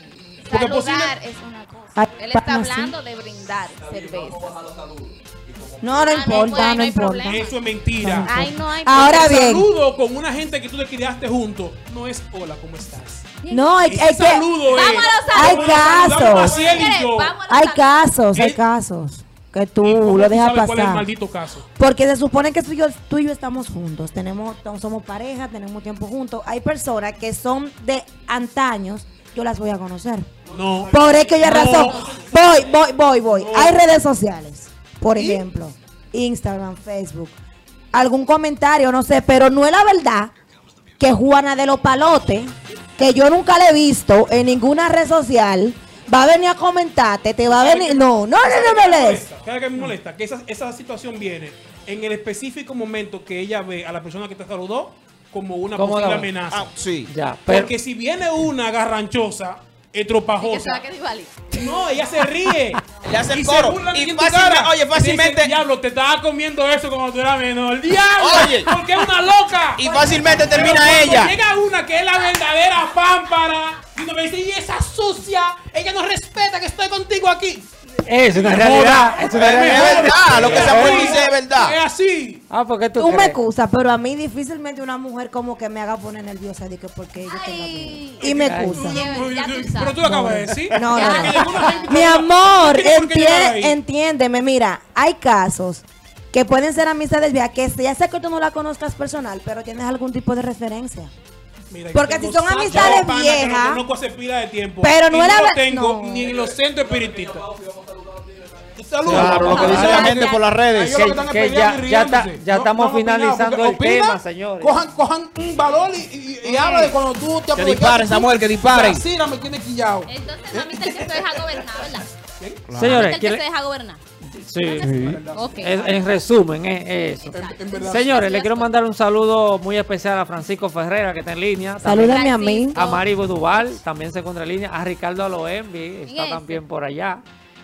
[SPEAKER 1] Porque
[SPEAKER 7] Saludar eh,
[SPEAKER 1] posible-
[SPEAKER 7] es una
[SPEAKER 4] Ay,
[SPEAKER 7] cosa. Él está
[SPEAKER 4] pana, sí.
[SPEAKER 7] hablando de brindar cerveza.
[SPEAKER 4] No, no
[SPEAKER 7] Ah, no, pues,
[SPEAKER 4] importa,
[SPEAKER 7] ahí
[SPEAKER 4] no
[SPEAKER 7] no hay
[SPEAKER 4] importa.
[SPEAKER 7] problema.
[SPEAKER 1] Eso es mentira.
[SPEAKER 7] Ay, no hay
[SPEAKER 4] Ahora
[SPEAKER 1] Porque
[SPEAKER 4] bien.
[SPEAKER 1] saludo con una gente que tú te criaste junto. No es hola, ¿cómo estás?
[SPEAKER 4] No, hay,
[SPEAKER 1] Ese
[SPEAKER 4] hay que.
[SPEAKER 1] saludo es.
[SPEAKER 3] Vamos a los
[SPEAKER 4] Hay
[SPEAKER 1] Como nos saludamos
[SPEAKER 4] casos.
[SPEAKER 1] Maciel y yo.
[SPEAKER 7] Vamos
[SPEAKER 4] Hay casos, hay
[SPEAKER 1] ¿Eh?
[SPEAKER 4] casos. Que
[SPEAKER 1] ¿Y
[SPEAKER 4] tú
[SPEAKER 1] cómo
[SPEAKER 4] lo dejas
[SPEAKER 1] sabes ¿Cuál es el
[SPEAKER 4] pasar.
[SPEAKER 1] maldito caso?
[SPEAKER 4] Porque se supone que tú y yo, tú y yo estamos juntos, tenemos, somos pareja, tenemos tiempo juntos. Hay personas que son de antaños, yo las voy a conocer.
[SPEAKER 1] No.
[SPEAKER 4] Por es que yo
[SPEAKER 1] No.
[SPEAKER 4] razón. Voy, voy, voy, voy. Hay redes sociales, por ejemplo, Instagram, Facebook. Algún comentario, no sé, pero no es la verdad que Juana de los Palotes, que yo nunca le he visto en ninguna red social, va a venir a comentarte, te va a venir. No, no, no, no me lees.
[SPEAKER 1] Cada que me molesta, que esa, esa situación viene en el específico momento que ella ve a la persona que te saludó como una
[SPEAKER 5] ¿Cómo
[SPEAKER 1] posible
[SPEAKER 5] la ve?
[SPEAKER 1] amenaza.
[SPEAKER 8] Ah, sí.
[SPEAKER 5] Ya, pero.
[SPEAKER 1] Porque si viene una garranchosa,
[SPEAKER 7] Que se va a
[SPEAKER 1] estropajosa,
[SPEAKER 7] quedar igualito.
[SPEAKER 1] no, ella se ríe.
[SPEAKER 8] le hace el
[SPEAKER 1] Y se
[SPEAKER 8] coro.
[SPEAKER 1] burlan
[SPEAKER 8] Y
[SPEAKER 1] en tu
[SPEAKER 8] fácilmente,
[SPEAKER 1] cara.
[SPEAKER 8] oye,
[SPEAKER 1] Te dicen,
[SPEAKER 8] fácilmente,
[SPEAKER 1] diablo, te estaba comiendo eso cuando tú eras menor. Diablo,
[SPEAKER 8] Oye.
[SPEAKER 1] porque es una loca.
[SPEAKER 8] y fácilmente
[SPEAKER 1] Pero
[SPEAKER 8] termina
[SPEAKER 1] cuando
[SPEAKER 8] ella.
[SPEAKER 1] Llega una que es la verdadera pámpara. Y uno me dice, y esa sucia, ella no respeta que estoy contigo aquí.
[SPEAKER 5] Es una realidad. Es una
[SPEAKER 8] Es
[SPEAKER 5] realidad.
[SPEAKER 8] verdad, lo que se
[SPEAKER 1] Oye,
[SPEAKER 8] dice es
[SPEAKER 1] Es
[SPEAKER 8] verdad.
[SPEAKER 3] Eh,
[SPEAKER 1] así.
[SPEAKER 5] Ah, porque tú.
[SPEAKER 4] Tú me
[SPEAKER 5] crees?
[SPEAKER 4] excusas, pero a mí difícilmente una mujer como que me haga poner nerviosa de que porque yo tengo
[SPEAKER 3] Ay.
[SPEAKER 4] Y me
[SPEAKER 5] Ay.
[SPEAKER 4] excusa.
[SPEAKER 3] Ya tú sabes.
[SPEAKER 1] Pero tú lo acabas de decir.
[SPEAKER 4] No, no,
[SPEAKER 1] Ya,
[SPEAKER 4] no.
[SPEAKER 1] que alguna gente-
[SPEAKER 4] Mi amor,
[SPEAKER 1] No tiene por qué
[SPEAKER 4] entie-
[SPEAKER 1] llegar ahí.
[SPEAKER 4] entiéndeme, mira, hay casos que pueden ser amistades, vía que ya sé que tú no la conozcas personal, pero tienes algún tipo de referencia.
[SPEAKER 1] Mira, yo
[SPEAKER 4] Porque
[SPEAKER 1] tengo
[SPEAKER 4] si son
[SPEAKER 1] saco
[SPEAKER 4] amistades
[SPEAKER 1] de pana que lo
[SPEAKER 4] viejas,
[SPEAKER 1] conozco hace pila de tiempo.
[SPEAKER 4] pero no
[SPEAKER 1] y
[SPEAKER 4] era
[SPEAKER 1] lo
[SPEAKER 4] ver-
[SPEAKER 1] tengo
[SPEAKER 4] no.
[SPEAKER 1] ni en los centros espiritistas. Saludos.
[SPEAKER 8] Claro, lo que dice la gente por las redes.
[SPEAKER 5] Que- que ya- ya está- ya estamos finalizando el tema, señores.
[SPEAKER 1] Cojan, cojan un valor y, y, y habla de cuando tú te
[SPEAKER 8] Que disparen, Samuel, que disparen.
[SPEAKER 1] Sí, me tiene quillado.
[SPEAKER 3] Entonces, mamita, el que se deja gobernar,
[SPEAKER 4] Eh,
[SPEAKER 3] ¿verdad? Mamita,
[SPEAKER 5] Señores,
[SPEAKER 3] el que se
[SPEAKER 5] ¿quiere-
[SPEAKER 3] deja gobernar.
[SPEAKER 5] sí.
[SPEAKER 3] Ok.
[SPEAKER 4] Eh,
[SPEAKER 5] En, en resumen, es eso.
[SPEAKER 3] Exacto.
[SPEAKER 5] Señores, le quiero mandar un saludo muy especial a Francisco Ferrera, que está en línea. También
[SPEAKER 4] Salúdame a mí.
[SPEAKER 5] A Maribo Duval, también se encuentra en línea. A Ricardo Aloenvi, está
[SPEAKER 3] ese?
[SPEAKER 5] también por allá.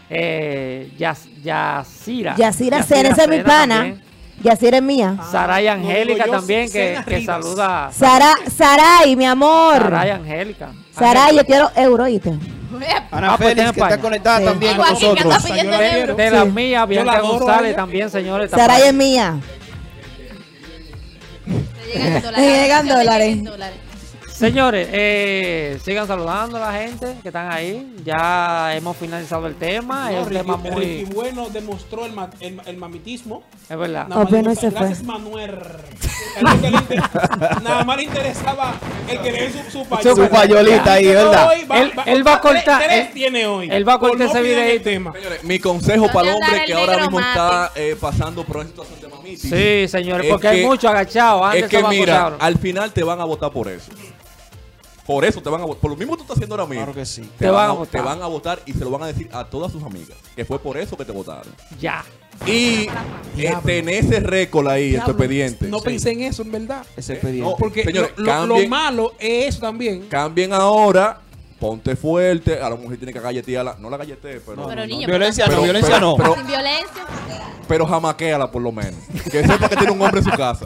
[SPEAKER 5] Eh, Yas- Ah, Yacira.
[SPEAKER 4] Yacira Cera, esa es mi
[SPEAKER 5] Cera
[SPEAKER 4] pana. Ah,
[SPEAKER 5] también. Ah,
[SPEAKER 4] Yacira es mía.
[SPEAKER 5] Saray Angélica
[SPEAKER 1] yo,
[SPEAKER 5] también, que,
[SPEAKER 1] Cena
[SPEAKER 5] que
[SPEAKER 1] Rivas.
[SPEAKER 5] saluda.
[SPEAKER 4] Sara, Saray, mi amor.
[SPEAKER 5] Saray Angélica.
[SPEAKER 4] Saray, yo quiero euro, ¿oíste?
[SPEAKER 3] Epa.
[SPEAKER 8] Ana
[SPEAKER 5] Ah, pues
[SPEAKER 8] Félix,
[SPEAKER 5] tenga
[SPEAKER 8] que está
[SPEAKER 5] para allá.
[SPEAKER 8] conectada
[SPEAKER 4] Sí.
[SPEAKER 8] también con
[SPEAKER 3] Algo aquí que
[SPEAKER 8] nosotros.
[SPEAKER 3] anda pidiendo
[SPEAKER 5] De,
[SPEAKER 3] euros.
[SPEAKER 5] de la mía, Bianca
[SPEAKER 1] adoro a
[SPEAKER 5] González
[SPEAKER 1] ella.
[SPEAKER 5] también, señores. está por
[SPEAKER 4] Saray
[SPEAKER 5] ahí.
[SPEAKER 4] es mía.
[SPEAKER 3] Le llegan dólares.
[SPEAKER 4] Le llegan
[SPEAKER 3] Le
[SPEAKER 4] dólares.
[SPEAKER 3] dólares.
[SPEAKER 5] Señores, eh, sigan saludando a la gente que están ahí. Ya hemos finalizado el tema. es un tema
[SPEAKER 1] Ricky, Ricky
[SPEAKER 5] muy.
[SPEAKER 1] Bueno demostró el, ma- el, el mamitismo.
[SPEAKER 5] Es verdad.
[SPEAKER 1] Nada más
[SPEAKER 4] Apenas
[SPEAKER 1] le gusta-
[SPEAKER 4] se fue.
[SPEAKER 1] Ah, Gracias, Manuel. Era que le inter- Nada más le interesaba el que le dé su, su payola.
[SPEAKER 8] Su payolita ahí, ¿verdad?
[SPEAKER 1] Hoy
[SPEAKER 5] Él- él va a cortar-
[SPEAKER 1] Tres, tres
[SPEAKER 5] él-
[SPEAKER 1] tiene hoy.
[SPEAKER 5] él va a
[SPEAKER 1] Por
[SPEAKER 5] cortar ese
[SPEAKER 1] opinar en
[SPEAKER 5] videíto.
[SPEAKER 1] el tema.
[SPEAKER 6] Señores, mi consejo para el
[SPEAKER 3] Voy a
[SPEAKER 6] hombre
[SPEAKER 3] dar
[SPEAKER 6] que
[SPEAKER 3] el
[SPEAKER 6] ahora
[SPEAKER 3] negro
[SPEAKER 6] mismo está
[SPEAKER 3] mate.
[SPEAKER 6] eh, pasando por una situación de mamitis.
[SPEAKER 5] Sí, señores,
[SPEAKER 6] Es
[SPEAKER 5] porque hay
[SPEAKER 6] que-
[SPEAKER 5] mucho agachado. Antes
[SPEAKER 6] Es que
[SPEAKER 5] estaba
[SPEAKER 6] mira,
[SPEAKER 5] agachado.
[SPEAKER 6] al final te van a votar por eso. Por eso te van a votar. Por lo mismo que tú estás haciendo ahora mismo.
[SPEAKER 8] Claro que sí.
[SPEAKER 6] Te, van a
[SPEAKER 5] votar.
[SPEAKER 6] Te van a votar y se lo van a decir a todas sus amigas. Que fue por eso que te votaron.
[SPEAKER 5] ya.
[SPEAKER 6] Y eh, tenés ese récord ahí en tu
[SPEAKER 1] Diablo,
[SPEAKER 6] expediente.
[SPEAKER 1] No
[SPEAKER 6] Sí.
[SPEAKER 1] pensé en eso, en verdad.
[SPEAKER 8] Ese expediente.
[SPEAKER 6] No,
[SPEAKER 1] Porque
[SPEAKER 6] señores,
[SPEAKER 1] lo, lo- lo
[SPEAKER 6] cambien-
[SPEAKER 1] malo es eso también.
[SPEAKER 6] Cambien ahora, ponte fuerte. A la mujer tiene que galletearla. No la galletee, pero.
[SPEAKER 3] Pero niño,
[SPEAKER 8] Violencia
[SPEAKER 6] Pero-
[SPEAKER 8] no, violencia
[SPEAKER 6] pero-
[SPEAKER 8] no.
[SPEAKER 6] pero-
[SPEAKER 3] sin violencia.
[SPEAKER 6] pero jamaquéala por lo menos. Que sepa que tiene un hombre en su casa.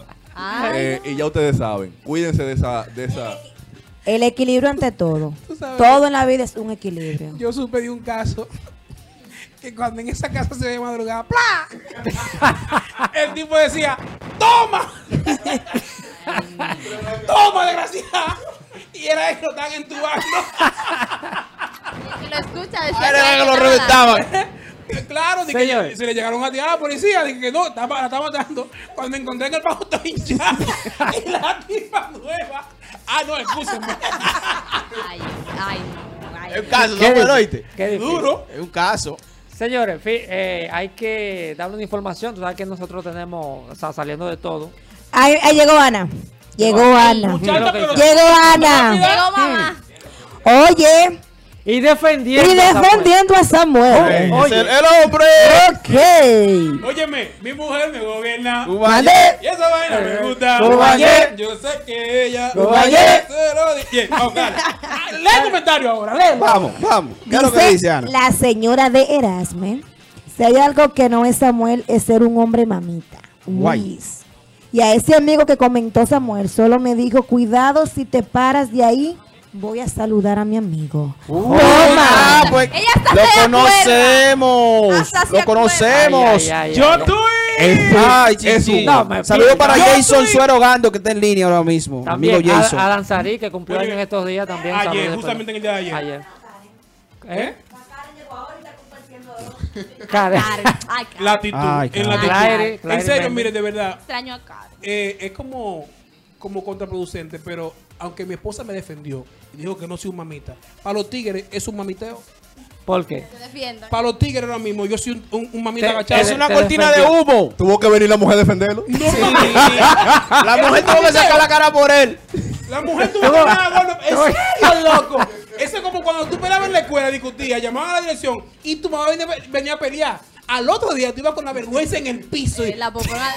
[SPEAKER 6] Eh, y ya ustedes saben. Cuídense de esa, de esa.
[SPEAKER 4] El equilibrio ante todo.
[SPEAKER 1] Tú sabes.
[SPEAKER 4] Todo en la vida es un equilibrio.
[SPEAKER 1] Yo supe de un caso que cuando en esa casa se ve madrugada, ¡plá! El tipo decía, ¡toma! ¡Toma, desgraciada! Y era eso, tan entubando.
[SPEAKER 3] Que lo escucha decía,
[SPEAKER 8] Era que lo
[SPEAKER 3] nada.
[SPEAKER 8] reventaban.
[SPEAKER 1] Eh, Claro, de que
[SPEAKER 5] Señores.
[SPEAKER 1] se le llegaron a tirar a la policía, dije que no, está- la está matando. Cuando encontré en el bajo está hinchada y la tipa nueva. Ah, no, escúchame.
[SPEAKER 3] Ay, ay, no, ay.
[SPEAKER 8] Es un caso,
[SPEAKER 5] Qué
[SPEAKER 8] Samuel,
[SPEAKER 5] difícil,
[SPEAKER 8] oíste.
[SPEAKER 5] qué difícil.
[SPEAKER 1] Duro.
[SPEAKER 8] Es un caso.
[SPEAKER 5] Señores, fi- eh, hay que darle una información. Tú sabes que nosotros tenemos, o sea, saliendo de todo.
[SPEAKER 4] Ahí, ahí llegó Ana. Llegó Ana.
[SPEAKER 1] Muchacha, pero
[SPEAKER 4] Llegó Ana.
[SPEAKER 3] Llegó mamá.
[SPEAKER 4] Oye,
[SPEAKER 5] Y
[SPEAKER 4] y
[SPEAKER 5] defendiendo. a Samuel.
[SPEAKER 4] defendiendo a Samuel.
[SPEAKER 8] Es
[SPEAKER 5] Oye.
[SPEAKER 8] el, el hombre.
[SPEAKER 4] Ok.
[SPEAKER 1] Óyeme, mi mujer me gobierna.
[SPEAKER 8] Vale.
[SPEAKER 1] Y esa vaina
[SPEAKER 8] Eh,
[SPEAKER 1] me gusta.
[SPEAKER 8] Coballé.
[SPEAKER 1] Yo sé que ella.
[SPEAKER 8] Coballé.
[SPEAKER 1] Se lo di- Bien, vamos, dale. Ah, Lee el comentario ahora, léelo.
[SPEAKER 8] Vamos, vamos. ¿Qué es lo que
[SPEAKER 4] Dice
[SPEAKER 8] dice Ana?
[SPEAKER 4] La señora de Erasme. Si hay algo que no es Samuel, es ser un hombre mamita.
[SPEAKER 8] Guay.
[SPEAKER 4] Luis. Y a ese amigo que comentó Samuel, solo me dijo, cuidado si te paras de ahí, voy a saludar a mi amigo.
[SPEAKER 8] Ah,
[SPEAKER 3] Ella
[SPEAKER 8] pues,
[SPEAKER 3] está
[SPEAKER 8] lo
[SPEAKER 3] de
[SPEAKER 8] conocemos.
[SPEAKER 3] Hasta se
[SPEAKER 8] Lo
[SPEAKER 3] acuerda.
[SPEAKER 8] conocemos.
[SPEAKER 5] Ay, ay, ay, ay.
[SPEAKER 1] Yo tuve.
[SPEAKER 6] Es,
[SPEAKER 8] Ay,
[SPEAKER 6] es
[SPEAKER 8] chichi.
[SPEAKER 5] No, me
[SPEAKER 8] Saludos
[SPEAKER 5] pido.
[SPEAKER 8] para
[SPEAKER 5] Yo
[SPEAKER 8] Jason
[SPEAKER 1] soy-
[SPEAKER 8] Suero Gando, que está en línea ahora mismo.
[SPEAKER 5] También
[SPEAKER 8] Amigo Jason.
[SPEAKER 5] a, Adán Sarí, que cumplió
[SPEAKER 1] Oye,
[SPEAKER 5] años en estos días también.
[SPEAKER 1] ayer,
[SPEAKER 5] saludos,
[SPEAKER 1] justamente en el día de ayer.
[SPEAKER 5] ¿Eh?
[SPEAKER 3] Karen. Ay, Karen.
[SPEAKER 1] La actitud.
[SPEAKER 8] Ay,
[SPEAKER 1] en la actitud.
[SPEAKER 5] Claire, Claire
[SPEAKER 1] en serio,
[SPEAKER 5] Mendes.
[SPEAKER 1] mire, de verdad.
[SPEAKER 3] Extraño a Karen.
[SPEAKER 1] eh, es como, como contraproducente, pero aunque mi esposa me defendió y dijo que no soy un mamita, para los tigres es un mamiteo.
[SPEAKER 5] ¿Por qué?
[SPEAKER 3] Te defiendo.
[SPEAKER 1] Para los tigres ahora mismo, yo soy un, un- un mamita
[SPEAKER 5] Te-
[SPEAKER 1] agachado.
[SPEAKER 5] te-
[SPEAKER 8] Es una
[SPEAKER 5] te
[SPEAKER 8] cortina de
[SPEAKER 5] defendió.
[SPEAKER 8] humo.
[SPEAKER 6] Tuvo que venir la mujer a defenderlo.
[SPEAKER 1] No, mami.
[SPEAKER 8] La mujer tuvo que sacar la cara por él.
[SPEAKER 1] La mujer tuvo que pagar gordo. ¿En serio, loco? Eso es como cuando tú peleabas en la escuela, discutías, llamabas a la dirección y tu mamá venía, venía a pelear. Al otro día tú ibas con la vergüenza en el piso y
[SPEAKER 3] Eh, La popona.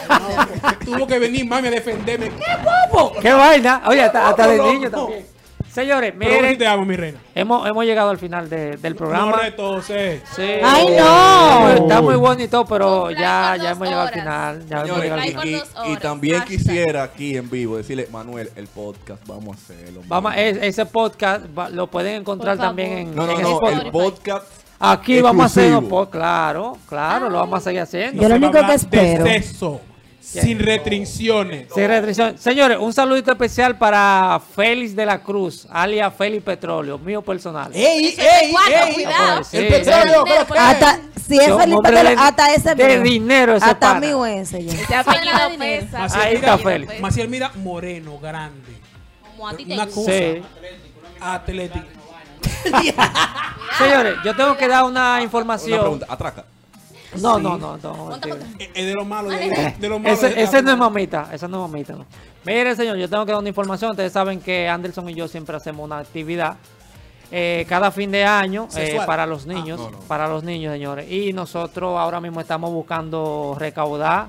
[SPEAKER 1] tuvo que venir mami a defenderme. ¡Qué bobo!
[SPEAKER 5] ¡Qué vaina! Oye, hasta, hasta de
[SPEAKER 1] Loco,
[SPEAKER 5] niño
[SPEAKER 1] loco.
[SPEAKER 5] también. Señores,
[SPEAKER 1] Pero bueno,
[SPEAKER 5] miren,
[SPEAKER 1] te amo, mi reina.
[SPEAKER 5] hemos, hemos llegado al final de- del programa.
[SPEAKER 1] No retoses.
[SPEAKER 5] Sí.
[SPEAKER 4] ¡Ay, no!
[SPEAKER 5] Está muy- Está muy bonito, pero
[SPEAKER 7] Comprar
[SPEAKER 5] ya, ya
[SPEAKER 7] por dos
[SPEAKER 5] hemos llegado al
[SPEAKER 7] horas.
[SPEAKER 5] final. Ya hemos
[SPEAKER 6] Señores,
[SPEAKER 5] llegado al
[SPEAKER 6] y-
[SPEAKER 5] final.
[SPEAKER 6] y,
[SPEAKER 7] Por dos
[SPEAKER 6] y
[SPEAKER 7] horas,
[SPEAKER 6] también
[SPEAKER 7] hashtag.
[SPEAKER 6] quisiera aquí en vivo decirle, Manuel, el podcast, vamos a hacerlo.
[SPEAKER 5] Vamos,
[SPEAKER 6] man.
[SPEAKER 5] es- ese podcast va- lo pueden encontrar
[SPEAKER 7] Por
[SPEAKER 5] también
[SPEAKER 7] favor.
[SPEAKER 5] en,
[SPEAKER 6] No, no,
[SPEAKER 5] en
[SPEAKER 6] no,
[SPEAKER 5] Spotify.
[SPEAKER 6] el podcast.
[SPEAKER 5] Aquí vamos a hacer un
[SPEAKER 6] exclusivo.
[SPEAKER 5] po- Claro, claro, lo vamos a seguir haciendo.
[SPEAKER 1] Se
[SPEAKER 4] Yo lo
[SPEAKER 1] va a
[SPEAKER 4] único que
[SPEAKER 1] hablar
[SPEAKER 4] espero-
[SPEAKER 1] De sexo, sin restricciones.
[SPEAKER 5] Sin restricción. Señores, un saludito especial para Félix de la Cruz, alias Félix Petróleo, mío personal.
[SPEAKER 6] Eh.
[SPEAKER 8] ¡Ey,
[SPEAKER 7] Eso es de
[SPEAKER 8] ey,
[SPEAKER 7] cuatro,
[SPEAKER 8] ey!
[SPEAKER 7] cuidado.
[SPEAKER 5] Sí,
[SPEAKER 8] ¡El
[SPEAKER 5] sí.
[SPEAKER 8] petróleo!
[SPEAKER 7] Dinero,
[SPEAKER 8] creo que-
[SPEAKER 4] Hasta,
[SPEAKER 3] pues,
[SPEAKER 4] si es
[SPEAKER 5] Yo,
[SPEAKER 4] Felipe,
[SPEAKER 5] hombre,
[SPEAKER 4] Pelo, hasta ese
[SPEAKER 5] de
[SPEAKER 4] mío.
[SPEAKER 5] dinero ese
[SPEAKER 4] Hasta
[SPEAKER 5] pana.
[SPEAKER 4] mi ese yo.
[SPEAKER 7] Ese apellido pesa.
[SPEAKER 1] Maciel,
[SPEAKER 5] Ahí
[SPEAKER 1] mira,
[SPEAKER 5] está Félix.
[SPEAKER 7] pesa.
[SPEAKER 1] Maciel, mira, moreno, grande,
[SPEAKER 3] Como a ti te
[SPEAKER 1] Una
[SPEAKER 3] gusta.
[SPEAKER 1] cosa.
[SPEAKER 5] Sí.
[SPEAKER 1] atlético.
[SPEAKER 5] Señores, yo tengo que dar una
[SPEAKER 6] Una
[SPEAKER 5] información.
[SPEAKER 6] pregunta, atraca.
[SPEAKER 5] No, no, no, no.
[SPEAKER 3] Ponte, ponte.
[SPEAKER 1] Es es de lo malo. De, de lo malo
[SPEAKER 5] Ese,
[SPEAKER 1] de-
[SPEAKER 5] ese no es mamita, esa no es mamita. no. Mire, señor, yo tengo que dar una información. Ustedes saben que Anderson y yo siempre hacemos una actividad eh, cada fin de año eh,
[SPEAKER 8] Sexual.
[SPEAKER 5] para
[SPEAKER 6] Ah,
[SPEAKER 5] los niños, para los niños, señores. Y nosotros ahora mismo estamos buscando recaudar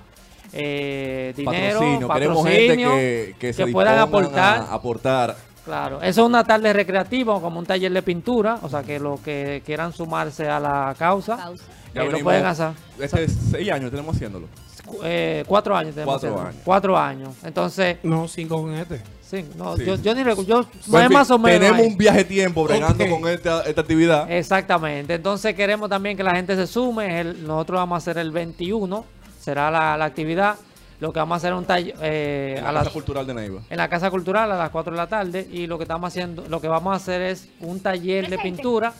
[SPEAKER 5] eh, dinero, patrocinio,
[SPEAKER 6] Queremos gente que, que se
[SPEAKER 5] puedan
[SPEAKER 6] dispongan
[SPEAKER 5] aportar.
[SPEAKER 6] a aportar.
[SPEAKER 5] Claro, eso es una tarde recreativa, como un taller de pintura, o sea que los que quieran sumarse a la causa,
[SPEAKER 3] Pausa.
[SPEAKER 6] Ya
[SPEAKER 5] eh, lo
[SPEAKER 6] venimos-
[SPEAKER 5] pueden hacer.
[SPEAKER 6] Este es seis años tenemos haciéndolo.
[SPEAKER 5] Cu- eh, cuatro años tenemos.
[SPEAKER 6] Cuatro
[SPEAKER 5] haciendo.
[SPEAKER 6] años.
[SPEAKER 5] Cuatro años. Entonces,
[SPEAKER 1] No, cinco con este.
[SPEAKER 5] Sí, no,
[SPEAKER 6] Sí.
[SPEAKER 5] Yo, yo ni recu- yo
[SPEAKER 6] Bueno, Pues en
[SPEAKER 5] más,
[SPEAKER 6] fin,
[SPEAKER 5] más o menos.
[SPEAKER 6] Tenemos
[SPEAKER 5] ahí. Eh,
[SPEAKER 6] un viaje tiempo bregando
[SPEAKER 1] Ok.
[SPEAKER 6] con esta, esta actividad.
[SPEAKER 5] Exactamente. Entonces queremos también que la gente se sume. El- nosotros vamos a hacer el 21, será la, la actividad. Lo que vamos a hacer es un taller eh,
[SPEAKER 6] en
[SPEAKER 5] a
[SPEAKER 6] la
[SPEAKER 5] las-
[SPEAKER 6] Casa Cultural de Neiva.
[SPEAKER 5] en la casa cultural a las 4 de la tarde y lo que estamos haciendo, lo que vamos a hacer es un taller de pintura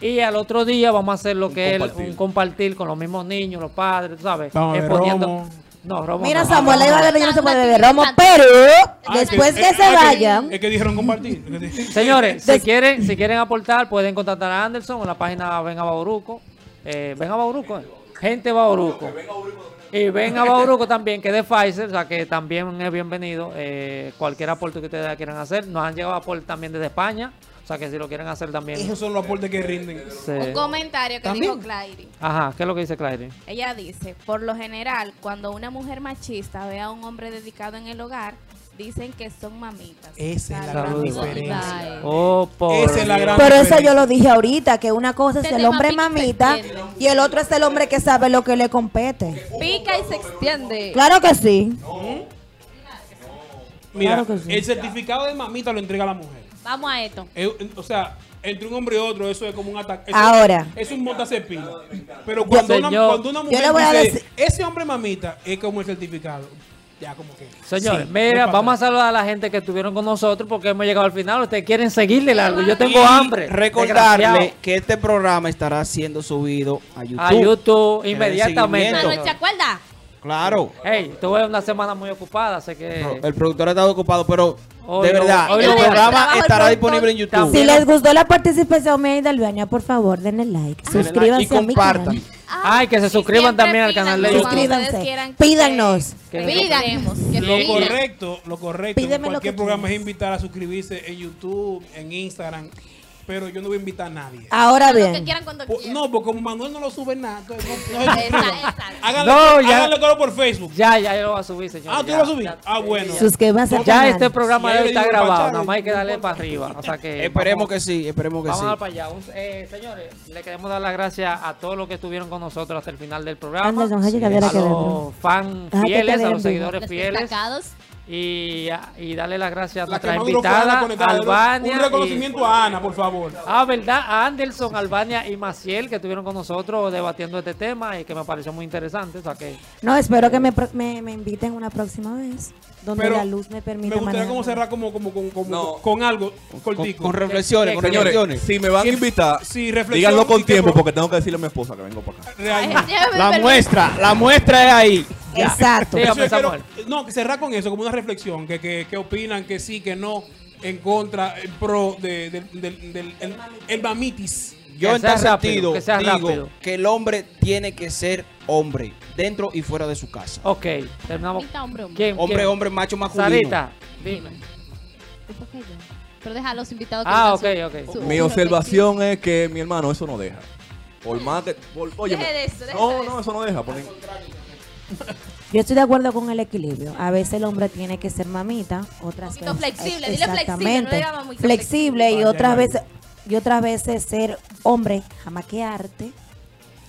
[SPEAKER 5] y al otro día vamos a hacer lo
[SPEAKER 6] Un
[SPEAKER 5] que es
[SPEAKER 6] compartir.
[SPEAKER 5] un compartir con los mismos niños, los padres, tú ¿sabes?
[SPEAKER 1] Vamos a ver,
[SPEAKER 5] Exponiendo-
[SPEAKER 1] romo.
[SPEAKER 5] No, romo
[SPEAKER 4] Mira,
[SPEAKER 5] no.
[SPEAKER 4] Samuel, ahí va a beber, yo no se puede beber romo, pero después
[SPEAKER 1] Ah,
[SPEAKER 4] que se
[SPEAKER 1] ah,
[SPEAKER 4] vayan,
[SPEAKER 1] Es que dijeron compartir.
[SPEAKER 5] Señores, si
[SPEAKER 4] Des-
[SPEAKER 5] quieren, si quieren aportar, pueden contactar a Anderson en la página Venga Bauruco. Eh, Venga Bauruco, eh. gente Bauruco. Y Venga Bauruco también, que es de Pfizer, o sea que también es bienvenido. eh, cualquier aporte que ustedes quieran hacer. Nos han llegado aportes también desde España, o sea que si lo quieren hacer también.
[SPEAKER 1] Esos son los aportes que rinden.
[SPEAKER 5] se-
[SPEAKER 7] Un comentario que
[SPEAKER 1] También.
[SPEAKER 7] dijo Clairi.
[SPEAKER 5] Ajá, ¿qué es lo que dice Claire?
[SPEAKER 7] Ella dice, por lo general, cuando una mujer machista ve a un hombre dedicado en el hogar, disten que son mamitas.
[SPEAKER 1] Esa es la
[SPEAKER 5] Saludos.
[SPEAKER 1] gran diferencia.
[SPEAKER 5] Oh, por
[SPEAKER 1] Esa es la
[SPEAKER 5] Dios.
[SPEAKER 1] gran
[SPEAKER 4] pero eso
[SPEAKER 1] diferencia.
[SPEAKER 4] yo lo dije ahorita, que una cosa es
[SPEAKER 3] Este
[SPEAKER 4] el
[SPEAKER 3] tema
[SPEAKER 4] hombre
[SPEAKER 3] pica y se
[SPEAKER 4] mamita
[SPEAKER 3] extiende.
[SPEAKER 4] y el otro es el hombre que sabe lo que le compete.
[SPEAKER 3] Pica y se extiende.
[SPEAKER 4] Claro que sí.
[SPEAKER 1] Mira,
[SPEAKER 4] Claro que sí.
[SPEAKER 1] el certificado de mamita lo entrega la mujer.
[SPEAKER 3] Vamos a esto.
[SPEAKER 1] Eh, eh, O sea, entre un hombre y otro, eso es como un ataque. eso-
[SPEAKER 4] Ahora.
[SPEAKER 1] Es un montacepillo. Pero cuando, una,
[SPEAKER 5] Señor,
[SPEAKER 1] cuando una
[SPEAKER 4] yo
[SPEAKER 1] mujer
[SPEAKER 4] le voy a
[SPEAKER 1] dice,
[SPEAKER 4] decir-
[SPEAKER 1] ese hombre mamita, es como el certificado. Ya, como que.
[SPEAKER 5] Señores,
[SPEAKER 1] Sí, voy
[SPEAKER 5] mira,
[SPEAKER 1] para
[SPEAKER 5] vamos a
[SPEAKER 1] atrás.
[SPEAKER 5] saludar a la gente que estuvieron con nosotros porque hemos llegado al final. Ustedes quieren seguirle largo. Yo tengo
[SPEAKER 8] Y
[SPEAKER 5] hambre.
[SPEAKER 8] Recordarle
[SPEAKER 5] desgraciado.
[SPEAKER 8] que este programa estará siendo subido a YouTube.
[SPEAKER 5] a YouTube
[SPEAKER 8] den
[SPEAKER 3] Manuel, ¿te
[SPEAKER 5] inmediatamente.
[SPEAKER 8] seguimiento.
[SPEAKER 3] acuerdas?
[SPEAKER 8] Claro.
[SPEAKER 5] Hey, tuve una semana muy ocupada, así que
[SPEAKER 8] El productor ha estado ocupado, pero
[SPEAKER 5] Eh. Hoy
[SPEAKER 8] de
[SPEAKER 5] lo-
[SPEAKER 8] verdad,
[SPEAKER 5] hoy
[SPEAKER 8] el
[SPEAKER 5] lo voy a-
[SPEAKER 8] programa
[SPEAKER 3] trabajo el
[SPEAKER 8] estará
[SPEAKER 3] productor
[SPEAKER 8] disponible en YouTube.
[SPEAKER 4] Si les gustó la participación mía y del baño, por favor, denle like, suscríbanse
[SPEAKER 8] y
[SPEAKER 4] a mi
[SPEAKER 8] compartan.
[SPEAKER 4] canal.
[SPEAKER 5] Ay, que se
[SPEAKER 7] y
[SPEAKER 5] suscriban
[SPEAKER 7] siempre
[SPEAKER 5] también al canal de
[SPEAKER 7] pídanos
[SPEAKER 5] YouTube.
[SPEAKER 7] cuando ustedes
[SPEAKER 4] Suscríbanse.
[SPEAKER 7] quieran que
[SPEAKER 4] Pídanos.
[SPEAKER 7] te-
[SPEAKER 5] Que-
[SPEAKER 7] Pídanos. que
[SPEAKER 1] Lo
[SPEAKER 7] te pidan.
[SPEAKER 1] correcto, lo correcto en
[SPEAKER 4] Pídeme lo
[SPEAKER 1] cualquier
[SPEAKER 4] que
[SPEAKER 1] programa es
[SPEAKER 4] quieras.
[SPEAKER 1] invitar a suscribirse en YouTube, en Instagram. Pero yo no voy a invitar a nadie.
[SPEAKER 4] Ahora
[SPEAKER 3] Lo que
[SPEAKER 4] bien,
[SPEAKER 3] quieran cuando
[SPEAKER 1] Po-
[SPEAKER 3] quieran.
[SPEAKER 1] no, porque como Manuel no lo sube nada, no, no se
[SPEAKER 3] Exacto,
[SPEAKER 1] suscriban.
[SPEAKER 3] exacto.
[SPEAKER 1] Háganle,
[SPEAKER 5] No, ya.
[SPEAKER 1] háganle coro por Facebook.
[SPEAKER 5] Ya, ya yo lo voy a subir, señor.
[SPEAKER 1] ah, tú
[SPEAKER 5] ya,
[SPEAKER 1] lo vas a subir.
[SPEAKER 5] ya.
[SPEAKER 1] ah, bueno.
[SPEAKER 4] suscríbanse al
[SPEAKER 5] Ya
[SPEAKER 4] canal.
[SPEAKER 5] este programa
[SPEAKER 1] Si
[SPEAKER 5] de
[SPEAKER 1] hay
[SPEAKER 5] hoy está
[SPEAKER 1] video
[SPEAKER 5] grabado,
[SPEAKER 1] para
[SPEAKER 5] nada más hay que
[SPEAKER 1] echarle,
[SPEAKER 5] darle
[SPEAKER 1] no
[SPEAKER 5] para arriba. O sea que
[SPEAKER 8] Eh, Esperemos
[SPEAKER 5] vamos-
[SPEAKER 8] que sí, esperemos que
[SPEAKER 5] Vamos
[SPEAKER 8] sí.
[SPEAKER 5] a dar para allá. Un- eh, señores, le queremos dar las gracias a todos los que estuvieron con nosotros hasta el final del programa.
[SPEAKER 4] Anderson, hay que darle
[SPEAKER 5] a
[SPEAKER 4] que darle.
[SPEAKER 5] los fans
[SPEAKER 4] Hay que
[SPEAKER 5] fieles, a
[SPEAKER 4] darle.
[SPEAKER 5] los seguidores
[SPEAKER 3] Los
[SPEAKER 5] fieles.
[SPEAKER 3] destacados.
[SPEAKER 5] Y, a- y darle las gracias a
[SPEAKER 1] La que
[SPEAKER 5] nuestra
[SPEAKER 1] más duró fue Ana
[SPEAKER 5] invitada,
[SPEAKER 1] conectada.
[SPEAKER 5] Albania.
[SPEAKER 1] Un
[SPEAKER 5] y-
[SPEAKER 1] reconocimiento a Ana, por favor.
[SPEAKER 5] Ah, verdad, a Anderson, Albania y Maciel que estuvieron con nosotros debatiendo este tema y que me pareció muy interesante. O sea que
[SPEAKER 4] No, espero que me, pro- me, me inviten una próxima vez, donde
[SPEAKER 1] Pero
[SPEAKER 4] la luz me permita
[SPEAKER 1] Me gustaría como
[SPEAKER 4] manejarlo.
[SPEAKER 1] cerrar como, como, como, como-
[SPEAKER 6] No.
[SPEAKER 1] con algo
[SPEAKER 8] Con,
[SPEAKER 1] cortico.
[SPEAKER 8] con reflexiones, con
[SPEAKER 5] Señores,
[SPEAKER 6] Señores,
[SPEAKER 8] reflexiones.
[SPEAKER 6] si me van a invitar,
[SPEAKER 1] sí, reflexión
[SPEAKER 6] díganlo
[SPEAKER 1] y
[SPEAKER 6] con
[SPEAKER 1] que
[SPEAKER 6] tiempo
[SPEAKER 1] pro-
[SPEAKER 6] porque tengo que decirle a mi esposa que vengo para acá.
[SPEAKER 1] Realmente.
[SPEAKER 8] La muestra, la muestra es ahí.
[SPEAKER 4] Exacto.
[SPEAKER 5] Sí,
[SPEAKER 1] Eso yo quiero-
[SPEAKER 5] Samuel.
[SPEAKER 1] no, que cerrar con eso, como una reflexión, que, que, que opinan, que sí, que no, en contra, en pro de, del- del- del- el, el mamitis.
[SPEAKER 8] Yo
[SPEAKER 5] Que
[SPEAKER 8] en
[SPEAKER 5] sea
[SPEAKER 8] tal
[SPEAKER 5] rápido,
[SPEAKER 8] sentido
[SPEAKER 5] que sea
[SPEAKER 8] digo
[SPEAKER 5] rápido.
[SPEAKER 8] que el hombre tiene que ser hombre, dentro y fuera de su casa.
[SPEAKER 5] Ok, terminamos.
[SPEAKER 3] Pinta hombre, hombre.
[SPEAKER 5] ¿Quién?
[SPEAKER 8] Hombre,
[SPEAKER 5] quién?
[SPEAKER 8] hombre, macho, masculino.
[SPEAKER 5] Sarita, dime.
[SPEAKER 3] ¿Por qué yo? Pero deja a los invitados que
[SPEAKER 5] Ah,
[SPEAKER 3] digan
[SPEAKER 5] ok,
[SPEAKER 3] su- su-
[SPEAKER 6] Mi
[SPEAKER 3] su
[SPEAKER 6] observación es que mi hermano eso no deja. Por más que. por- óyeme,
[SPEAKER 3] Deja de eso, deja
[SPEAKER 6] no,
[SPEAKER 3] de
[SPEAKER 6] no,
[SPEAKER 3] eso.
[SPEAKER 6] eso no deja. por ningún-
[SPEAKER 3] reflexión.
[SPEAKER 4] Yo estoy de acuerdo con el equilibrio. A veces el hombre tiene que ser mamita, otras
[SPEAKER 3] poquito
[SPEAKER 4] veces
[SPEAKER 3] flexible,
[SPEAKER 4] ex-
[SPEAKER 3] dile flexible, no le
[SPEAKER 4] exactamente,
[SPEAKER 3] diga mamita,
[SPEAKER 4] flexible y
[SPEAKER 5] flexible.
[SPEAKER 4] otras
[SPEAKER 5] Vale,
[SPEAKER 4] veces y otras veces ser hombre, jamaquearte.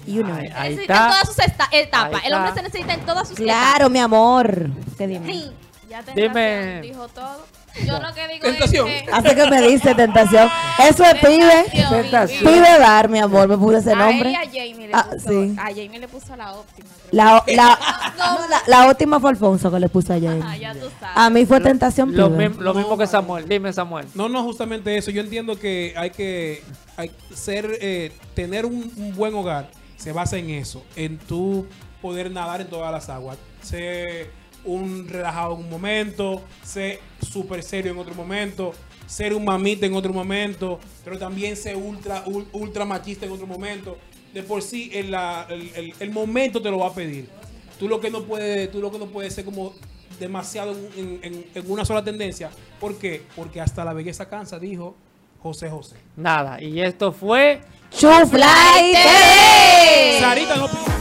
[SPEAKER 4] You know.
[SPEAKER 5] Ay,
[SPEAKER 3] Se
[SPEAKER 5] ahí
[SPEAKER 3] necesita en
[SPEAKER 5] está.
[SPEAKER 3] todas sus esta- etapas.
[SPEAKER 5] Ahí
[SPEAKER 3] El hombre
[SPEAKER 5] está.
[SPEAKER 3] se necesita en todas sus
[SPEAKER 4] Claro, mi amor. ¿Qué
[SPEAKER 3] etapas.
[SPEAKER 4] dime?
[SPEAKER 3] Sí.
[SPEAKER 7] Ya te
[SPEAKER 5] Dime.
[SPEAKER 7] dijo todo. Yo lo que digo
[SPEAKER 8] Tentación.
[SPEAKER 7] es que...
[SPEAKER 4] Así que me dice tentación. Eso es pibe.
[SPEAKER 5] Tentación.
[SPEAKER 4] Pibe dar, mi amor, me puse ese
[SPEAKER 7] A él y
[SPEAKER 4] nombre.
[SPEAKER 7] a Jamie le
[SPEAKER 4] Ah,
[SPEAKER 7] puso,
[SPEAKER 4] sí.
[SPEAKER 7] a Jamie le puso la óptima. creo.
[SPEAKER 4] La, la, no, la, la última fue Alfonso que le puso ayer.
[SPEAKER 7] Ah, ya tú sabes.
[SPEAKER 4] A mí fue tentación
[SPEAKER 5] Lo,
[SPEAKER 4] pibe.
[SPEAKER 5] mim- lo mismo que Samuel. Dime, Samuel.
[SPEAKER 1] No, no, justamente eso. Yo entiendo que hay que hay que ser, eh, tener un, un buen hogar se basa en eso, en tú poder nadar en todas las aguas. Ser un relajado en un momento, ser súper serio en otro momento, ser un mamita en otro momento, pero también ser ultra, ul- ultra machista en otro momento. De por sí, el, la- el- el- el momento te lo va a pedir. Tú lo que no puedes, tú lo que no puedes ser como demasiado en, en- en una sola tendencia. ¿Por qué? Porque hasta la belleza cansa, dijo José José.
[SPEAKER 5] Nada. Y esto fue.
[SPEAKER 4] Chuflaite.
[SPEAKER 1] Sarita no.